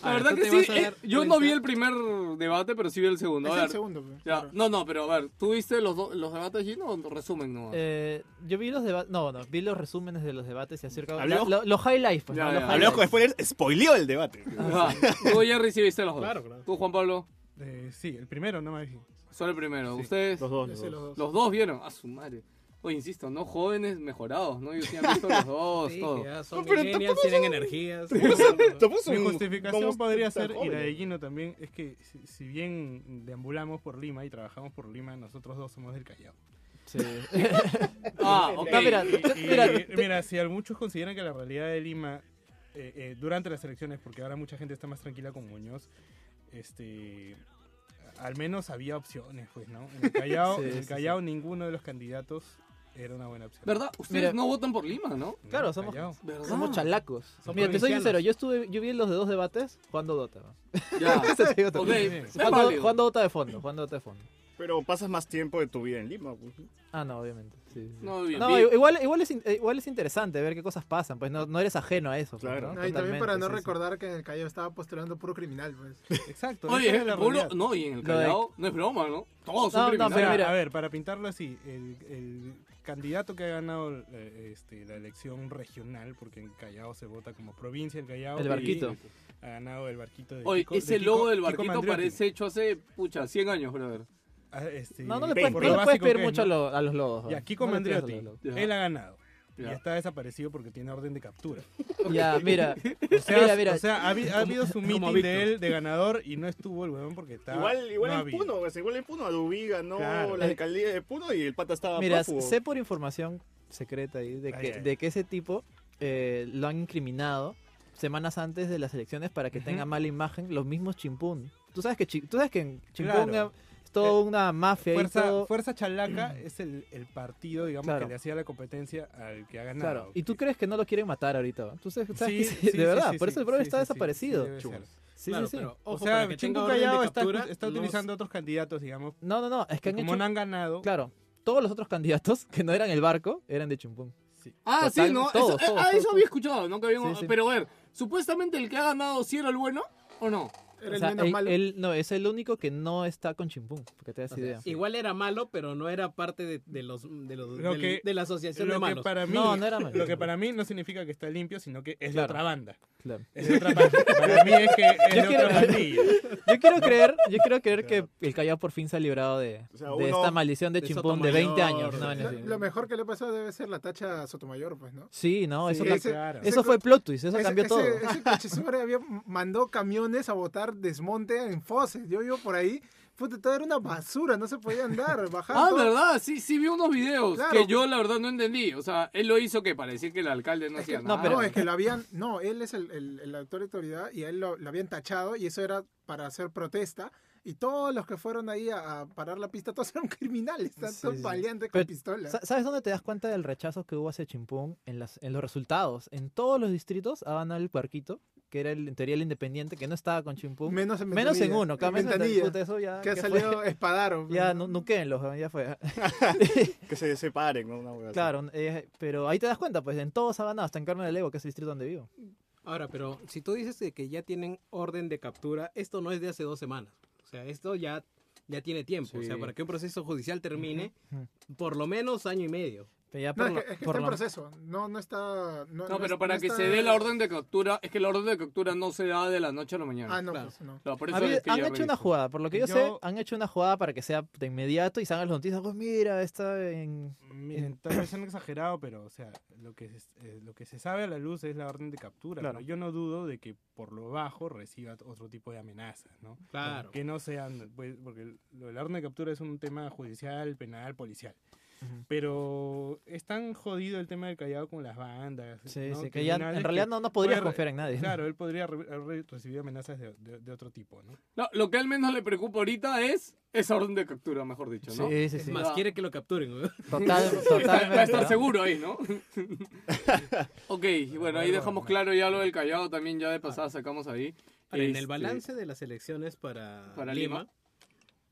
La Ahora, verdad tú que te sí, vas a eh, dar yo no cuenta- vi el primer debate, pero sí vi el segundo. es A ver, el segundo. pues, Ya, claro. no, no, pero a ver, ¿tú viste los, do- los debates Gino o resumen no? Eh, yo vi los debates, no, no, vi los resúmenes de los debates y acerca la- Hablemos- lo- los highlights. Pues, Ya, ¿no? ya. Los Hablamos con highlights. spoilers, spoileó el debate. Ajá. Tú ya recibiste los dos. Claro, claro. Tú, Juan Pablo, Eh, sí, el primero, no me dije. solo el primero. Ustedes, los, Los dos, Yo los sé dos. los dos. dos vieron. A su madre. Oye, insisto, no jóvenes mejorados, ¿no? Yo sí han visto los dos, Sí, todo. ya son No, pero tampoco millennials, tienen son- energías. Te puso Mi un- justificación como- podría tan ser, y la de joven. Gino también, es que si, si bien deambulamos por Lima y trabajamos por Lima, nosotros dos somos del Callao. Sí. Ah, ok. No, mira, te- Y, mira, eh, te- mira, si al- muchos consideran que la realidad de Lima eh, eh, durante las elecciones, porque ahora mucha gente está más tranquila con Muñoz, este, a- al menos había opciones, pues, ¿no? En el Callao, Sí, en el sí, Callao ninguno de los candidatos era una buena opción. ¿Verdad? Ustedes Mira. no votan por Lima, ¿no? No, Claro, somos- Callao. ¿Verdad? Somos chalacos. Son Mira, te soy provincianos. sincero, yo estuve, yo vi los de dos debates jugando Dota. ¿no? Ya. Te digo todo. Ok, es Jugando, válido. jugando Dota de fondo, jugando Dota de fondo. Pero pasas más tiempo de tu vida en Lima. pues. Ah, no, obviamente. sí, sí. No, bien, No, bien. i- igual, igual, es, in- eh, igual es interesante ver qué cosas pasan, pues no, no eres ajeno a eso. pues, Claro. ¿no? No, y también Totalmente, para no sí, sí. recordar que en el Callao estaba postulando puro criminal, pues. Exacto. esa Oye, es la puro, realidad. no, y en el Lo de- Callao, no es broma, ¿no? Todos son No, no, O sea, criminales. pero mira- a ver, para pintarlo así, el, el candidato que ha ganado eh, este, la elección regional, porque en Callao se vota como provincia, el Callao. El y barquito. Ha ganado el barquito de Oye, Kiko- de ese Kiko- logo del Kiko barquito Mandriotti. parece hecho hace, pucha, 100 años, brother. ah, este, No, no le Ve, puedes, por no lo le puedes básico pedir que es, mucho ¿no? a, lo- a los lobos. Ya, ¿no? Kiko No le pidas a los Mandriotti. lobos. Ya. Él ha ganado. Ya. Y está desaparecido porque tiene orden de captura. Ya, mira. O sea, Mira, mira. o sea, ha, habi- ha habido su meeting Víctor. de él de ganador y no estuvo el huevón porque está. Igual, igual no ha en habido. Puno, pues, igual en Puno, Adubi ganó Claro. la alcaldía de Puno y el pata estaba Mira, prófugo. sé por información secreta ahí de Ahí que, está. de que ese tipo eh, lo han incriminado semanas antes de las elecciones para que tenga mala imagen los mismos Chimpún. Tú sabes que, Chi- tú sabes que en Chimpún Claro. eh, es toda Eh, una mafia y Fuerza, todo. Fuerza Chalaca es el, el partido, digamos, Claro. que le hacía la competencia al que ha ganado. Claro, y tú crees que no lo quieren matar ahorita, ¿va? Tú sabes, Sí, sabes que sí, sí, sí, de verdad, sí, por sí, eso el brother sí, está sí, sí, desaparecido. sí, Sí, debe ser. sí, Claro, sí. pero O ojo, sea, para que tenga Chingo orden de Callao está, captura, está no- utilizando otros candidatos, digamos. No, no, no, es que han como hecho, no han ganado, claro, todos los otros candidatos que no eran el barco eran de Chimpún. Ah, Total, sí, ¿no? Eso- todos, eh, todos, ah, todos, eso había escuchado, ¿no? Que había un- Sí, sí. Pero a ver, supuestamente el que ha ganado sí era el bueno, ¿o no? Era o el sea, menos él- malo. él- no, es el único que no está con Chimpún, porque te das idea. Igual era malo, pero no era parte de, de los, de, los, Lo del- que- de la asociación de lo que malos. para mí No, no era malo. lo que para mí no significa que está limpio, sino que es de Claro. otra banda. Claro. Es de otra banda. para mí es que es Yo de quiero- otra bandilla. Yo quiero creer, yo quiero creer que el Callao por fin se ha librado de, O sea, de uno- esta maldición de de chimpón de Sotomayor, 20 años. de- ¿no? Lo, Sí. lo mejor que le pasó debe ser la tacha a Sotomayor, pues, ¿no? Sí, no, eso, Sí, cam- ese- claro. eso fue plot twist, eso cambió todo. Ese, ese cochesumbre había mandó camiones a botar desmonte en foses. Yo vivo por ahí. Puta, todo era una basura, no se podía andar, bajar. Ah, todo. ¿verdad? Sí, sí vi unos videos Claro. que yo la verdad no entendí. O sea, él lo hizo que para decir que el alcalde no hacía no, nada. No, pero- es que lo habían. No, él es el, el, el autor de autoridad y a él lo, lo habían tachado y eso era para hacer protesta. Y todos los que fueron ahí a, a parar la pista, todos eran criminales, tanto sí. valientes con Pero, pistola. Sa- ¿Sabes dónde te das cuenta del rechazo que hubo hacia Chimpún en, las, en los resultados? En todos los distritos ha ganado el Parquito, que era el, en teoría el independiente, que no estaba con Chimpún. Menos en Menos en Ventanilla, uno, claro, en menos en Ventanilla, puta, eso ya. Que ha ¿qué fue? salido Espadaro. Ya, nu- nuquéenlos, ya fue. Que se separen, ¿no? Una hueá así. Claro, eh, pero ahí te das cuenta, pues en todos ha ganado, hasta en Carmen del Evo, que es el distrito donde vivo. Ahora, pero si tú dices de que ya tienen orden de captura, esto no es de hace dos semanas. O sea, esto ya, ya tiene tiempo. O sea, Sí. para que un proceso judicial termine, Ujú. por lo menos año y medio. Pero ya No, por es lo- que, es que por está en lo- proceso. No, no está. No, No, pero para no que está- se dé la orden de captura, es que la orden de captura no se da de la noche a la mañana. Ah, no, Claro. pues, no. No, por eso Había- es que han ya hecho una reviso. jugada, por lo que yo, Yo- sé, han hecho una jugada para que sea de inmediato y salgan las noticias, pues mira, está en... Miren, tal vez han exagerado, pero o sea, lo que, se, eh, lo que se sabe a la luz es la orden de captura. Claro. pero Yo no dudo de que por lo bajo reciba otro tipo de amenazas, ¿no? Claro. Que no sean, pues, porque lo de la orden de captura es un tema judicial, penal, policial. Ujú. Pero es tan jodido el tema del callado con las bandas. Sí, ¿no? sí, que ya Criminales en realidad que- no, no podrías puede- confiar en nadie. Claro, él podría re- haber recibido amenazas de, de- de otro tipo, ¿no? No, lo que al menos le preocupa ahorita es esa orden de captura, mejor dicho, ¿no? Sí, sí, Es sí. más, quiere que lo capturen. ¿no? Total, Está- totalmente. Va a estar ¿no? seguro ahí, ¿no? ok, bueno, ahí Bueno, dejamos bueno. claro ya lo del callado también, ya de pasada Ah. sacamos ahí. Ahora, en Este, el balance de las elecciones para, Para Lima, Lima.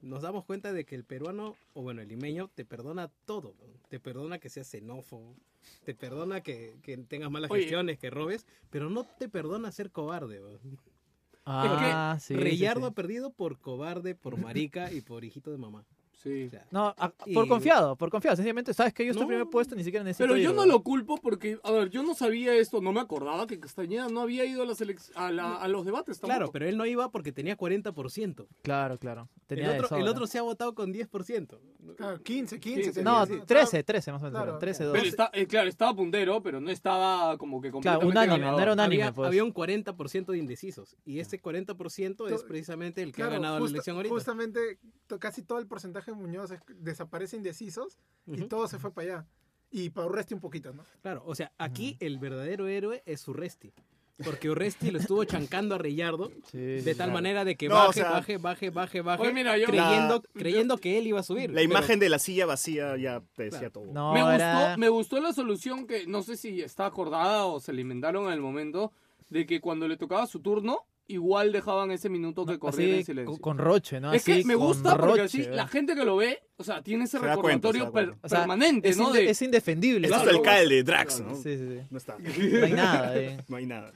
nos damos cuenta de que el peruano, o bueno, el limeño, te perdona todo. ¿no? Te perdona que seas xenófobo, te perdona que, que tengas malas Oye. gestiones, que robes, pero no te perdona ser cobarde. ¿no? Ah, sí, sí, Reyardo sí. ha perdido por cobarde, por marica y por hijito de mamá. Sí. O sea, No, a- Y- Ah, por confiado, por confiado. Sencillamente, sabes que yo estoy ah, No. primer puesto, ni siquiera necesito. Pero yo ir, no ¿verdad? lo culpo porque, a ver, yo no sabía esto, no me acordaba que Castañeda no había ido a, las elec- a, la- a los debates claro, tampoco. pero él no iba porque tenía 40%. Claro, claro. Tenía el, de otro, el sobra. otro se ha votado con 10%. Claro, 15, 15. 15, tenía, No, sí, 13, 13 más o menos. Claro, eran, 13, claro. Pero 12. está, eh, claro, estaba puntero, pero no estaba como que Claro, completamente unánime, ganador. no era unánime. había, pues. había un 40% de indecisos. Y este ese 40% es To- precisamente el que Claro, ha ganado justa- la elección ahorita. Justamente to- casi todo el porcentaje de Muñoz es- desaparece indecisos y Ujú. todo se fue para allá. Y para Urresti un poquito, ¿no? Claro, o sea, aquí el verdadero héroe es Urresti. Porque Urresti lo estuvo chancando a Reyardo Sí, de sí, tal sí. manera de que No, baje, o sea- baje, baje, baje, baje, Oye, mira, yo- creyendo, La- creyendo que él iba a subir. La Pero imagen de la silla vacía ya te decía Claro. todo. No, me, era- gustó, me gustó la solución que no sé si está acordada o se la inventaron en el momento de que cuando le tocaba su turno, igual dejaban ese minuto que corriera así, en silencio. con- Con Roche, ¿no? es que Así, me con gusta porque Roche, así ¿verdad? la gente que lo ve, o sea, tiene ese Se da cuenta, se recordatorio da cuenta. per- O sea, permanente, es, ¿no? inde- De- es indefendible. Este claro. es el alcalde, Drax, ¿no? Sí, sí, sí. No está. No hay nada. eh. No hay nada.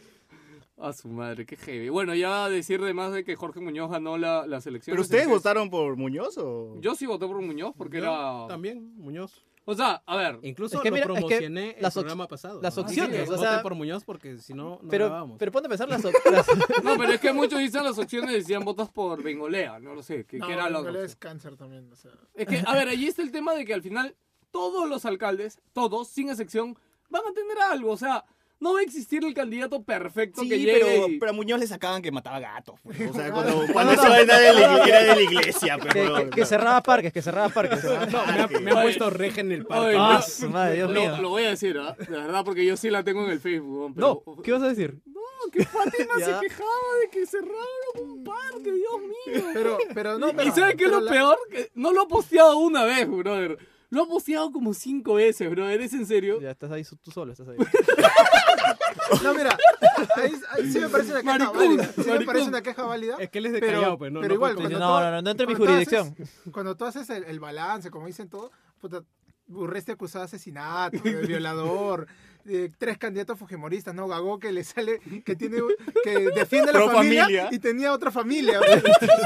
A "Ah, su madre, qué heavy. Bueno, ya decir de más de que Jorge Muñoz ganó la, la selección. ¿Pero ustedes entonces- votaron por Muñoz o...? Yo sí voté por Muñoz porque yo era... También, Muñoz. O sea, a ver. Incluso Es que lo mira, es que promocioné el las oc- programa pasado. las ¿no? opciones, Así que o sea- voten por Muñoz porque si no, no Pero, grabamos. pero ponte a pensar las, op- las- No, pero es que muchos dicen las opciones decían votas por Bengolea, no lo sé, que, que era la otra Bengola opción. es cáncer también, o sea. Es que, a ver, allí está el tema de que al final todos los alcaldes, todos, sin excepción, van a tener algo. O sea, no va a existir el candidato perfecto Sí, que llegue. pero, y- pero a Muñoz le sacaban que mataba gatos. pues. O sea, cuando, cuando esa vaina de la, era de la iglesia. Pero, que, que- que cerraba parques, que cerraba parques. No, Ah, me, ha- me han puesto reja en el Oye, parque. Ah, no, su madre, Dios lo, mío. lo voy a decir, ¿ah? De verdad, porque yo sí la tengo en el Facebook. No, pero- ¿qué vas a decir? No, que Fátima Ya. se quejaba de que cerraron un parque, Dios mío. Pero, pero no, ¿Y pero- sabes qué es lo pero la- peor? Que no lo ha posteado una vez, brother. Lo ha posteado como cinco veces, brother. ¿Es en serio? Ya estás ahí su- tú solo, estás ahí. No, mira, ahí, ahí sí me parece una queja Maricón, válida. Sí me maricón. parece una queja válida. Es que él es de pero, Callao, pues, no- pero no igual, puede cuando No, tú- no, no, no entra en mi cuando tú haces- jurisdicción. cuando tú haces el, el balance, como dicen todo, puta, Urresti acusado de asesinato, de violador, eh, tres candidatos fujimoristas, ¿no? Gagó que le sale, que tiene, que defiende a la Pro familia, familia. y tenía otra familia.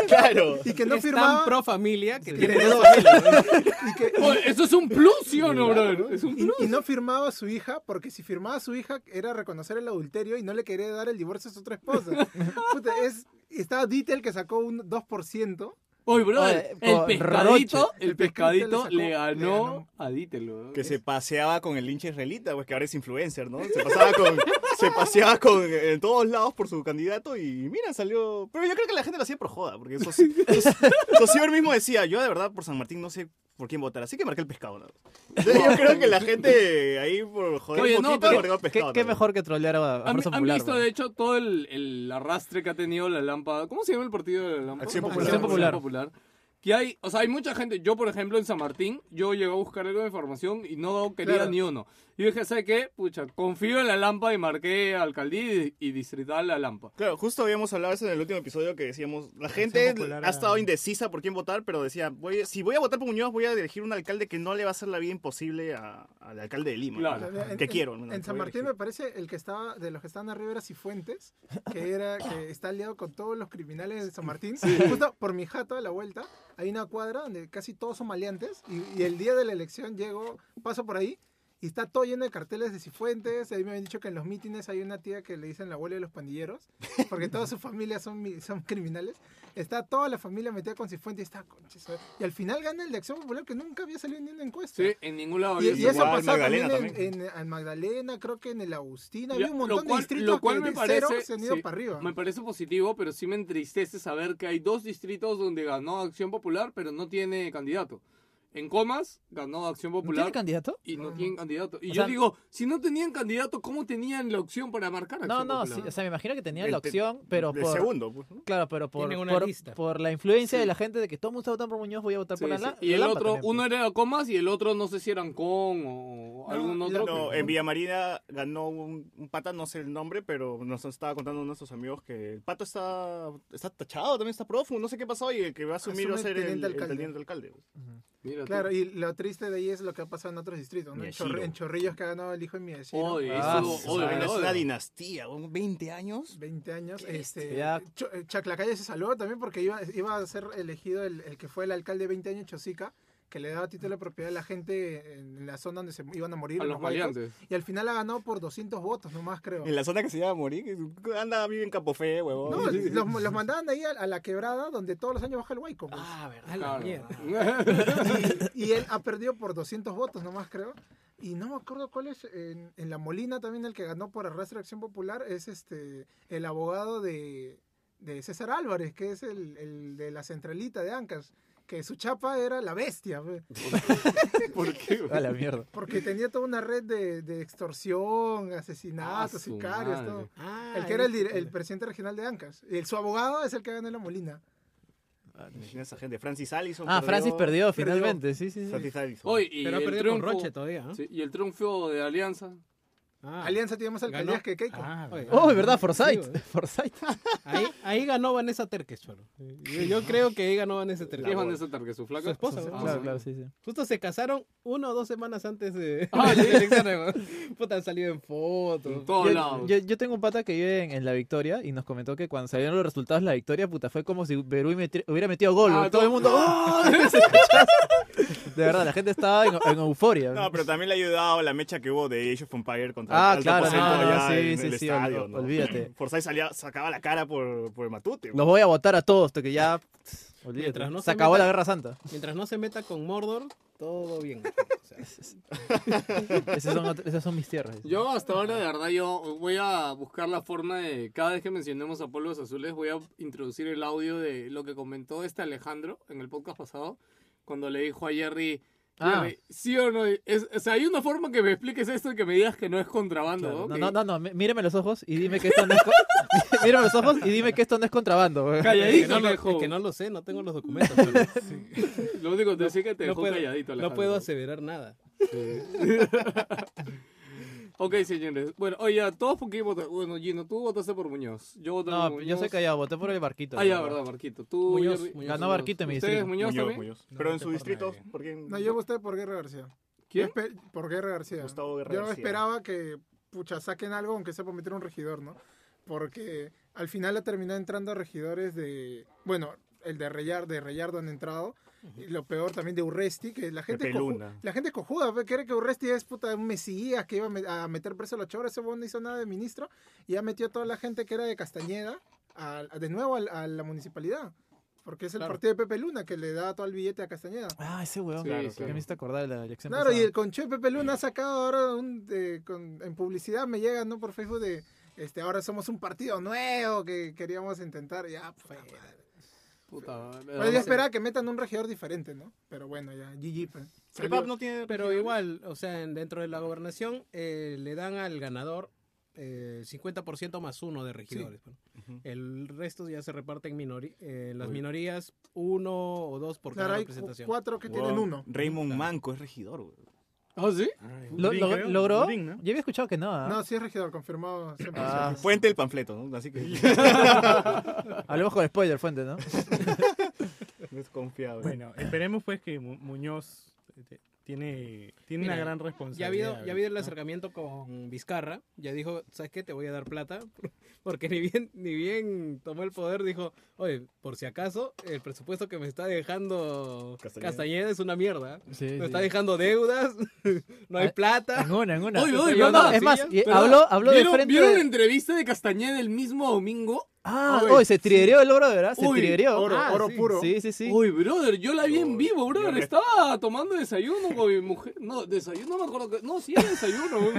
claro. Y que no es firmaba. tan pro familia que tiene Tiene dos. y, que- Oh, eso es un plus, ¿sí o no, brother? Es un plus. y- y no firmaba a su hija, porque si firmaba a su hija era reconocer el adulterio y no le quería dar el divorcio a su otra esposa. Puta, es, estaba Dittel que sacó un 2%. Oye, bro, Oye, el con pescadito, Roche. el El pescadito pescadito le le sacó- le ganó ganó. a Dítelo. Que se paseaba con el hincha israelita, pues que ahora es influencer, ¿no? Se, pasaba con, se paseaba con, eh, en todos lados por su candidato y mira, salió... Pero yo creo que la gente lo hacía por joda, porque eso sí... él mismo decía, yo de verdad por San Martín no sé por quién votar, así que marqué el pescado. ¿no? Entonces yo creo que la gente ahí por joder Oye, un no, poquito pero marcaba ¿Qué, pescado. qué ¿no? mejor que trolear a, a ¿Han, Fuerza han Popular? visto, bro? de hecho, todo el, el arrastre que ha tenido la lámpara? ¿Cómo se llama el partido de la lámpara? Acción Popular. Acción Popular. Popular. Que hay, o sea, hay mucha gente. Yo, por ejemplo, en San Martín, yo llegué a buscar algo de información y no quería Claro. ni uno. Yo dije, ¿sabes qué? Pucha, confío en la lámpara y marqué alcaldía y, y distrital la lámpara. Claro, justo habíamos hablado eso en el último episodio que decíamos, la gente Acción Popular ha a- estado indecisa por quién votar, pero decía, voy, si voy a votar por Muñoz, voy a elegir un alcalde que no le va a hacer la vida imposible a- al alcalde de Lima. Claro. ¿no? O sea, en- Que en- quiero. al En, menos, que San voy a Martín elegir. me parece el que estaba, de los que estaban arriba era Cifuentes, que era, que está aliado con todos los criminales de San Martín. Justo por mi jato a la vuelta, hay una cuadra donde casi todos son maleantes, y, y el día de la elección llego, paso por ahí, y está todo lleno de carteles de Cifuentes, ahí me habían dicho que en los mítines hay una tía que le dicen la abuela de los pandilleros, porque toda su familia son, mi- son criminales, está toda la familia metida con Cifuentes, y está, conche su madre. y al final gana el de Acción Popular, que nunca había salido ni en una encuesta. Sí, en ningún lado. Y, había y sido. eso ha Igual, pasado Magdalena también en, también. en, en Magdalena, creo que en el Agustín. Ya, Había un montón lo cual, de distritos lo cual que me de parece, cero se han ido sí, para arriba. Me parece positivo, pero sí me entristece saber que hay dos distritos donde ganó Acción Popular, pero no tiene candidato. En Comas ganó Acción ¿No tiene Popular candidato? y no tienen candidato. Y O yo sea- digo, si no tenían candidato, ¿cómo tenían la opción para marcar No, Acción no, Ah, Popular? sí, o sea, me imagino que tenía El la Este, te- opción, pero El por, segundo, pues, ¿no? Claro, pero por, Tienen una por, lista. por la influencia de la gente de que todo el mundo está votando por Muñoz, voy a votar Sí, por la sí. la- Y el Lampa otro, también. pues. uno era Comas y el otro no sé si eran Con o algún otro. No, que- en Villamarina ganó un, un pata, no sé el nombre, pero nos estaba contando uno de nuestros amigos que el pato está, está tachado, también está prófugo, no sé qué pasó y el que va a asumir Asume va a ser el el, teniente el alcalde. teniente alcalde. Mira tú. Claro, y lo triste de ahí es lo que ha pasado en otros distritos. ¿no? En, Miyashiro. Chorri- en Chorrillos que ha ganado el hijo de mi vecino. Oye, Ah, eso, sí, O oye, sea, es brother. una dinastía, un 20 años. 20 años. Este, Ya. Cho- eh, Chaclacalle se salvó también porque iba, iba a ser elegido el, el que fue el alcalde de 20 años, Chosica, que le daba título de propiedad a la gente en la zona donde se iban a morir. A en los bancos. maleantes. Y al final ha ganado por 200 votos nomás, creo. En la zona que se llama Morín, que anda vive en Capofe, huevón. No, los, los mandaban ahí a, a la quebrada donde todos los años baja el huayco. pues. Ah, verdad. Claro. y, y él ha perdido por 200 votos nomás, creo. Y no me acuerdo cuál es. En, en La Molina también el que ganó por arrastre de Acción Popular es este el abogado de, de César Álvarez, que es el, el de la centralita de Ancash. Que su chapa era la bestia, pe, ¿Por qué? güey? A la mierda. porque tenía toda una red de, de extorsión, Ah, asesinatos, su sicarios, madre. todo. Ah, El que era el, dir- el presidente regional de Ancash. El, su abogado es el que ganó en La Molina. Imagina esa gente. Francis Allison. Ah, Francis perdió finalmente, sí, sí, sí. Francis Allison. Oye, y Pero ha el perdido triunfo, con Roche todavía. ¿eh? Sí, y el triunfo de Alianza. Ah, Alianza tiene más alcaldías Ganó. que Keiko. Ah, Oye, Oh, ¿verdad? Sí, Forsyth. güey. Forsyth. ahí, ahí ganó Vanessa Terques, cholo. Yo, yo creo que ahí ganó Vanessa Terques. ¿Qué es Vanessa Tarque? ¿Su flaca? Su esposa, Ah, ¿no? Claro, sí. claro, sí, sí. Justo se casaron una o dos semanas antes de, Ah, de sí. las elecciones, weón. Puta, han salido en fotos. En todos Yo, lados. yo- yo tengo un pata que vive en, en La Victoria y nos comentó que cuando salieron los resultados de La Victoria, puta, fue como si Perú meti- hubiera metido gol. Ah, güey. todo el todo- mundo... ¡oh! de verdad, la gente estaba en, en euforia. No, pero también le ha ayudado la mecha que hubo de Age of Empire contra Ah, Alto claro, Pacento no, no, allá sí, en sí, el sí, estadio, ol- ¿no? olvídate. Forsyth salía, sacaba la cara por, por el Matute. Los voy a votar a todos, que ya... pff, Olvídate. Mientras no se se acabó meta- la Guerra Santa. Mientras no se meta con Mordor, todo bien. O sea, Esas son, ot- esas son mis tierras. Yo hasta ahora, de verdad, yo voy a buscar la forma de, cada vez que mencionemos a Polvos Azules, voy a introducir el audio de lo que comentó este Alejandro en el podcast pasado, cuando le dijo a Jerry, Ah. Jerry, sí o no, Es- o sea, hay una forma que me expliques esto y que me digas que no es contrabando, ¿no? Claro, No, Que- no, no, no, mí- míreme los ojos y dime que esto no es con- míreme los ojos y dime que esto no es contrabando. güey. es que Calladito no, lo, te dejó. es que no lo sé, no tengo los documentos. cholo. Lo único que te decía es que te no, dejó puedo, calladito, no Alejandro. puedo aseverar nada. Ok, señores. Bueno, oye, a todos porque votaron. Bueno, Gino, tú votaste por Muñoz. Yo voté por No, pues, Muñoz. yo sé callado, voté por el barquito. Ah, ya, verdad, Marquito. Tú, Muñoz, Jerry- Muñoz. Ganó barquito en mi ¿Ustedes, distrito. Muñoz, también? Pero en voté su por distrito, nadie. ¿por qué? No, yo voté por Guerra García. ¿Quién? Yo espe- por Guerra García. Gustavo Guerra Yo García. esperaba que, pucha, saquen algo, aunque sea por meter un regidor, ¿no? Porque al final ha terminado entrando regidores de. Bueno, el de Reyar, de Reyardo han entrado. Y lo peor también de Urresti, que la gente. coju- Peluna. la gente cojuda, ve, cree que Urresti es puta un mesías que iba a me- a meter preso a los chores. Ese huevón no hizo nada de ministro. Y ha metido a toda la gente que era de Castañeda a- a- de nuevo al- a, la municipalidad. Porque es el Claro. partido de Pepe Luna que le da todo el billete a Castañeda. Ah, ese weón. Sí, claro, claro. Me hiciste acordar de la elección. Claro, y pasada. el concho de Pepe Luna ha sacado ahora un, de- con- en publicidad, me llega, ¿no? Por Facebook de, este, ahora somos un partido nuevo que queríamos intentar, ya, pues. Puta, me da Bueno, yo más- esperaba que metan un regidor diferente, ¿no? Pero bueno, ya, GG, pues. El Salió. PAP no tiene... Pero igual, o sea, en- dentro de la gobernación eh, le dan al ganador eh, 50% más uno de regidores. pues, ¿no? Ujú. El resto ya se reparte en minori- eh, las minorías, uno o dos por Claro, cada hay representación. cu- cuatro que Wow. tienen uno. Raymond Manco es regidor, güey. ¿Ah, sí? Lo- Udrín, lo- creo. ¿Logró? Udrín, ¿no? Yo había escuchado que no. ¿ah? No, sí es regidor, confirmado. 100%. Ah, Fuente el panfleto, ¿no? Así que Hablemos con spoiler, fuente, ¿no? es confiable. Bueno, esperemos pues que Mu- Muñoz eh, te- tiene, tiene Mira, una gran Ya ha responsabilidad. habido, ya ha habido el acercamiento con Vizcarra. Ya dijo, ¿sabes qué? Te voy a dar plata. Porque ni bien, ni bien tomó el poder, dijo, oye, por si acaso, el presupuesto que me está dejando Castañeda. Castañeda, es una mierda. Sí, Me sí. está dejando deudas, no hay Ah, plata. En una, en una. Oye, No, oye, no, ¿verdad? es más, ¿Sí? y- ¿Verdad? habló, habló de ¿Vieron, frente. ¿vieron de- la entrevista de Castañeda el mismo domingo? Ah, Oye, oye, se tridereó el oro, ¿verdad? Se Uy, tridereó. oro, Ah, oro sí, puro. Sí, sí, sí. Uy, brother, yo la vi en vivo, brother. yo- Estaba tomando desayuno con mi mujer. No, desayuno, no me acuerdo. Que... No, sí era desayuno. güey.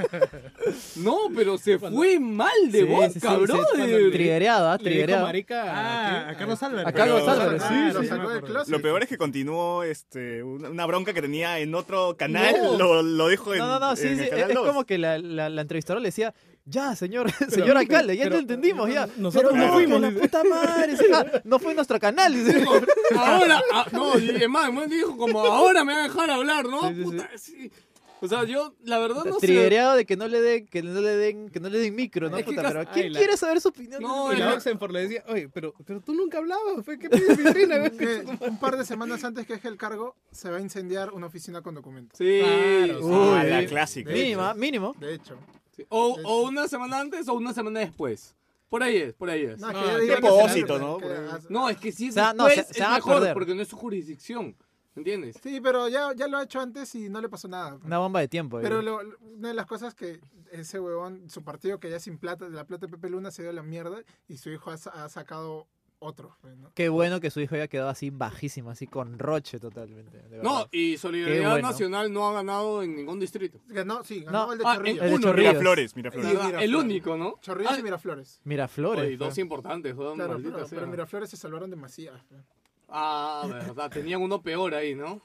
no, pero se fue mal de Sí, boca, sí, sí, sí, brother. Tridereado, ah, Le dijo tridereado. marica Ah, ¿qué? a Carlos Álvarez. A Carlos Pero- Álvarez, Ah, sí, lo sí. sacó del closet. Lo peor es que continuó este, una, una bronca que tenía en otro canal, lo, lo dijo en, No, no, no, sí, en sí. el Es, canal es 2. como que la, la, la entrevistadora le decía, ya, señor, señor alcalde, ya pero- lo entendimos, ya. nosotros Pero no que fuimos, la dice. puta madre, dice, "Ah, no fue nuestro canal. dice. Ahora, ah, no, y es más, el man dijo como ahora me va a dejar hablar, ¿no? Sí, sí, sí. Puta, sí. O sea, yo, la verdad, no sé. Tridereado de que no le den, que no le den, que no le den micro, ¿no? Es que Puta, cas- pero ay, ¿quién la- quiere saber su opinión? No, Y el- la Oxenford le decía, oye, pero, pero tú nunca hablabas, fue que pides vitrina, güey? Que un par de semanas antes que deje el cargo, se va a incendiar una oficina con documentos. Sí. Claro, sí. Ah, Uy, la eh, clásica. Mínima, mínimo. De hecho. Sí. O, o una semana antes o una semana después. Por ahí es, por ahí es. No, No, es que No, ya qué digo que propósito, se- ¿no? que- es que si es O sea, no, después se- es se van a mejor perder. porque no es su jurisdicción. ¿Entiendes? Sí, pero ya, ya lo ha hecho antes y no le pasó nada. Una bomba de tiempo. Pero eh. lo- lo- una de las cosas que ese huevón, su partido que ya sin plata, la plata de Pepe Luna se dio a la mierda y su hijo ha, sa- ha sacado otro. pues, ¿no? Qué bueno que su hijo haya quedado así bajísimo, así con roche totalmente. de No, verdad. y Solidaridad bueno. Nacional no ha ganado en ningún distrito. Ganó, sí, ganó No, el de ah, Chorrillos. el de uno, Chorrillos. Miraflores, Miraflores. Mira, Ah, Miraflores. el único, ¿no? Chorrillos Ah, y Miraflores. Miraflores. oye, dos fue. importantes, joder, Claro, maldita pero, sea. pero Miraflores se salvaron de Macías. pues. Ah, verdad, tenían uno peor ahí, ¿no?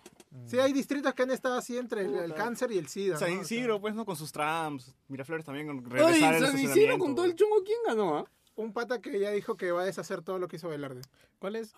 Sí, hay distritos que han estado así entre el, el cáncer y el SIDA. San ¿no? O sea, Isidro, pues, ¿no? Con sus trams. Miraflores también con Oye, regresar al San Isidro con todo el chungo, ¿quién ganó? ah? un pata que ya dijo que va a deshacer todo lo que hizo Velarde. ¿Cuál es,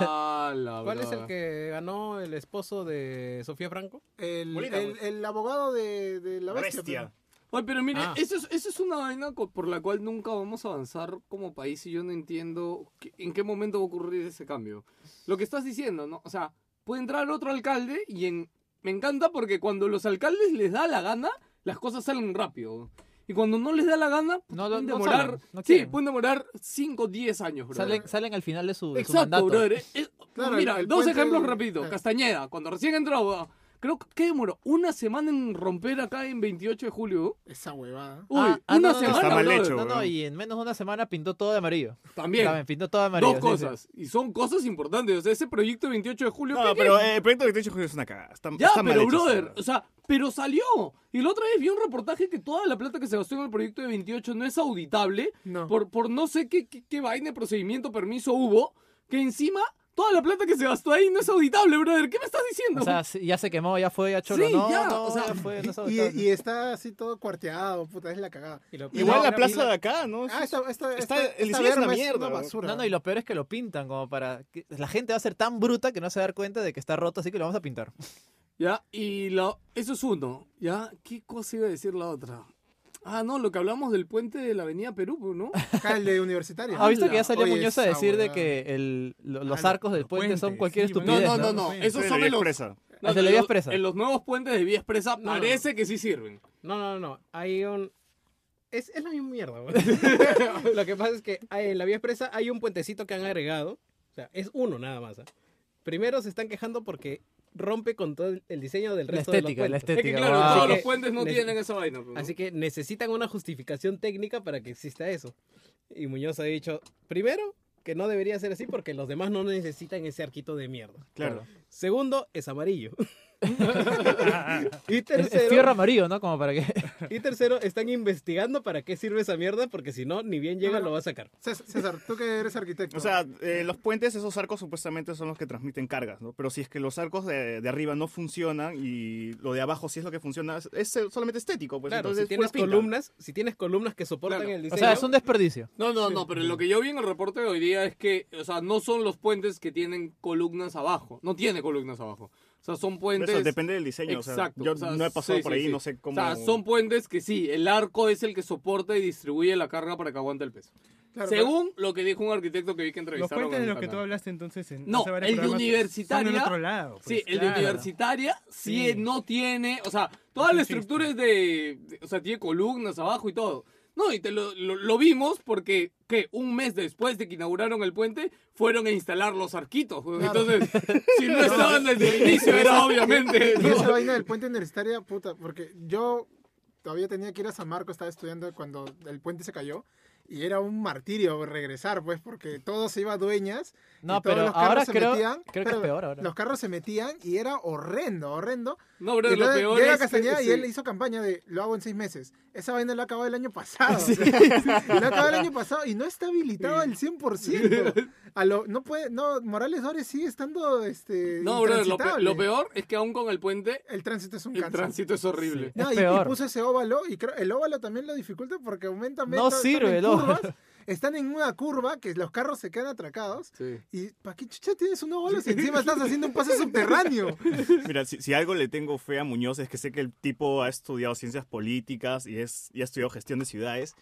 Ah, la cuál es el brava. que ganó el esposo de Sofía Franco? El, Molina, el- pues. el abogado de, de la La bestia. bestia. pues. Oye, pero mire, Ah. eso, es, eso es una vaina co- por la cual nunca vamos a avanzar como país y yo no entiendo qué- en qué momento va a ocurrir ese cambio. Lo que estás diciendo, ¿no? O sea, puede entrar otro alcalde y en... me encanta porque cuando los alcaldes les da la gana, las cosas salen rápido. Y cuando no les da la gana, No, pueden no- no demorar... salen, no sí, pues. quieren. pueden demorar 5 o 10 años, bro. Salen, salen al final de su, de su Exacto, mandato. brother. Eh, eh, Claro, mira, el- el dos puente- ejemplos rapidito. eh. Ah. Castañeda, cuando recién entró, ah, creo que ¿qué demoró una semana en romper acá en 28 de julio. Esa huevada. Uy, Ah, ah, una no, no, no, semana. Está mal brother. hecho. No, no, weón. y en menos de una semana pintó todo de amarillo. También. También pintó todo de amarillo. Dos sí, sí. cosas. Y son cosas importantes. O sea, ese proyecto de 28 de julio. No, ¿qué pero tiene? eh, el proyecto de 28 de julio es una cagada. Está, ya, está mal pero hecho, brother. está- O sea, pero salió. Y la otra vez vi un reportaje que toda la plata que se gastó en el proyecto de 28 no es auditable. No. Por, por no sé qué, qué, qué vaina de procedimiento, permiso hubo. Que encima. Toda la plata que se gastó ahí no es auditable, brother. ¿Qué me estás diciendo? O sea, sí, ya se quemó, ya fue, ya cholo. Sí, no, ya, no, o sea, ya fue, no sabe Y, todo. y está así todo cuarteado, puta, es la cagada. Igual no, la no, plaza no. de acá, ¿no? Ah, esta, Está- esta, esta, el diseño es una verma mierda, una weón. basura. No, no, y lo peor es que lo pintan como para... que la gente va a ser tan bruta que no se va a dar cuenta de que está roto, así que lo vamos a pintar. Ya, y la, eso es uno. Ya, ¿qué cosa iba a decir la otra? Ah, no, lo que hablamos del puente de la Avenida Perú, pues, ¿no? Acá el de universitario. ¿Has visto Ah, que ya salió Oye, Muñoz a esa decir de huevada. que el- lo- los Ah, arcos del los puente son puentes, cualquier sí, estupidez? no, no, ¿no? no, Sí. esos Sí, son la en los, expresa. no, El de en la vía los- expresa. En los nuevos puentes de vía expresa No. parece que sí sirven. No, no, no. Hay un. Es, es la misma mierda, güey. Lo que pasa es que hay- en la vía expresa hay un puentecito que han agregado. O sea, es uno nada más. ¿ah? Primero se están quejando porque rompe con todo el- el diseño del La resto estética, de la los puentes. Es que Estética, claro, wow. todos Así los que puentes no neces- tienen esa vaina. pues, ¿no? Así que necesitan una justificación técnica para que exista eso. Y Muñoz ha dicho, primero, que no debería ser así porque los demás no necesitan ese arquito de mierda. Claro. Segundo, es amarillo. y Es, tercero, es fierro amarillo, ¿no? Como para que... Y tercero, están investigando para qué sirve esa mierda, porque si no, ni bien llega, No. lo va a sacar. César, César, tú que eres arquitecto. O sea, eh, los puentes, esos arcos supuestamente son los que transmiten cargas, ¿no? Pero si es que los arcos de, de arriba no funcionan y lo de abajo sí es lo que funciona, es, es solamente estético, pues claro, entonces si tienes puras pintas. columnas, si tienes columnas que soportan Claro. el O diseño. sea, es un desperdicio. No, no, no, pero lo que yo vi en el reporte de hoy día es que, o sea, no son los puentes que tienen columnas abajo. No tiene columnas abajo. O sea, son Pero puentes... Eso depende del diseño, o sea, Exacto, yo o sea, no he pasado sí, por sí, ahí, sí. no sé O cómo... sea, son puentes que sí, el arco es el que soporta y distribuye la carga para que aguante el peso. Claro, Según lo que dijo un arquitecto que vi que Los entrevistaron. puentes de en los que tú canal. hablaste entonces en No, hace varios el de programas universitaria- son del otro lado. pues. Sí, el de Claro. universitaria sí, Sí. no tiene, o sea, toda Es un la estructura es de, de- o sea, tiene columnas abajo y todo. No, y te lo, lo- lo vimos porque, que Un mes después de que inauguraron el puente, fueron a instalar los arquitos. güey. Claro. Entonces, si no estaban desde el inicio, era obviamente... Y ¿no? esa vaina del puente universitaria, puta, porque yo todavía tenía que ir a San Marco, estaba estudiando cuando el puente se cayó. Y era un martirio regresar, pues, porque todo se iba a dueñas. y No, todos pero los carros ahora se creo, metían. creo que es Espérame, peor ahora. Los carros se metían y era horrendo, horrendo. No, pero Y lo entonces peor llega es que- Castañeda y sí. él le hizo campaña de lo hago en seis meses. Esa vaina lo acabó el año pasado. Lo acabó el año pasado y no está habilitado al 100%. A lo, no puede, no, Morales Dores sigue estando este, No, brother, lo, pe- intransitable. lo peor es que aún con el puente, El tránsito es un el cáncer. tránsito es horrible. No, Es y, y peor. puso ese óvalo y creo, el óvalo también lo dificulta porque aumenta No metros, están sirve en el óvalo. curvas, Están en una curva que los carros se quedan atracados. Sí. ¿Y para qué chucha tienes un óvalo si encima estás haciendo un pase subterráneo? Mira, si, si algo le tengo fe a Muñoz es que sé que el tipo ha estudiado ciencias políticas y, es, y ha estudiado gestión de ciudades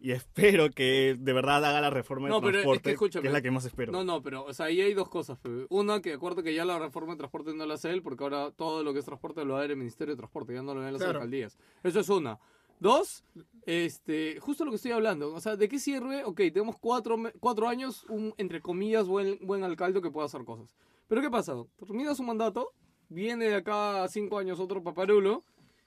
y espero que de verdad haga la reforma No, del pero es que transporte, escúchame. que es la que más espero. No, no, pero o sea, ahí hay dos cosas. pe. Una, que acuerdo que ya la reforma de transporte no la hace él, porque ahora todo lo que es transporte lo va a ver el Ministerio de Transporte, ya no lo ven las Claro. alcaldías. Eso es una. Dos, este, justo lo que estoy hablando. O sea, ¿de qué sirve? Ok, tenemos cuatro, me- cuatro años, un, entre comillas, buen, buen alcalde que pueda hacer cosas. Pero ¿qué pasa? Termina su mandato, viene de acá a cinco años otro paparulo,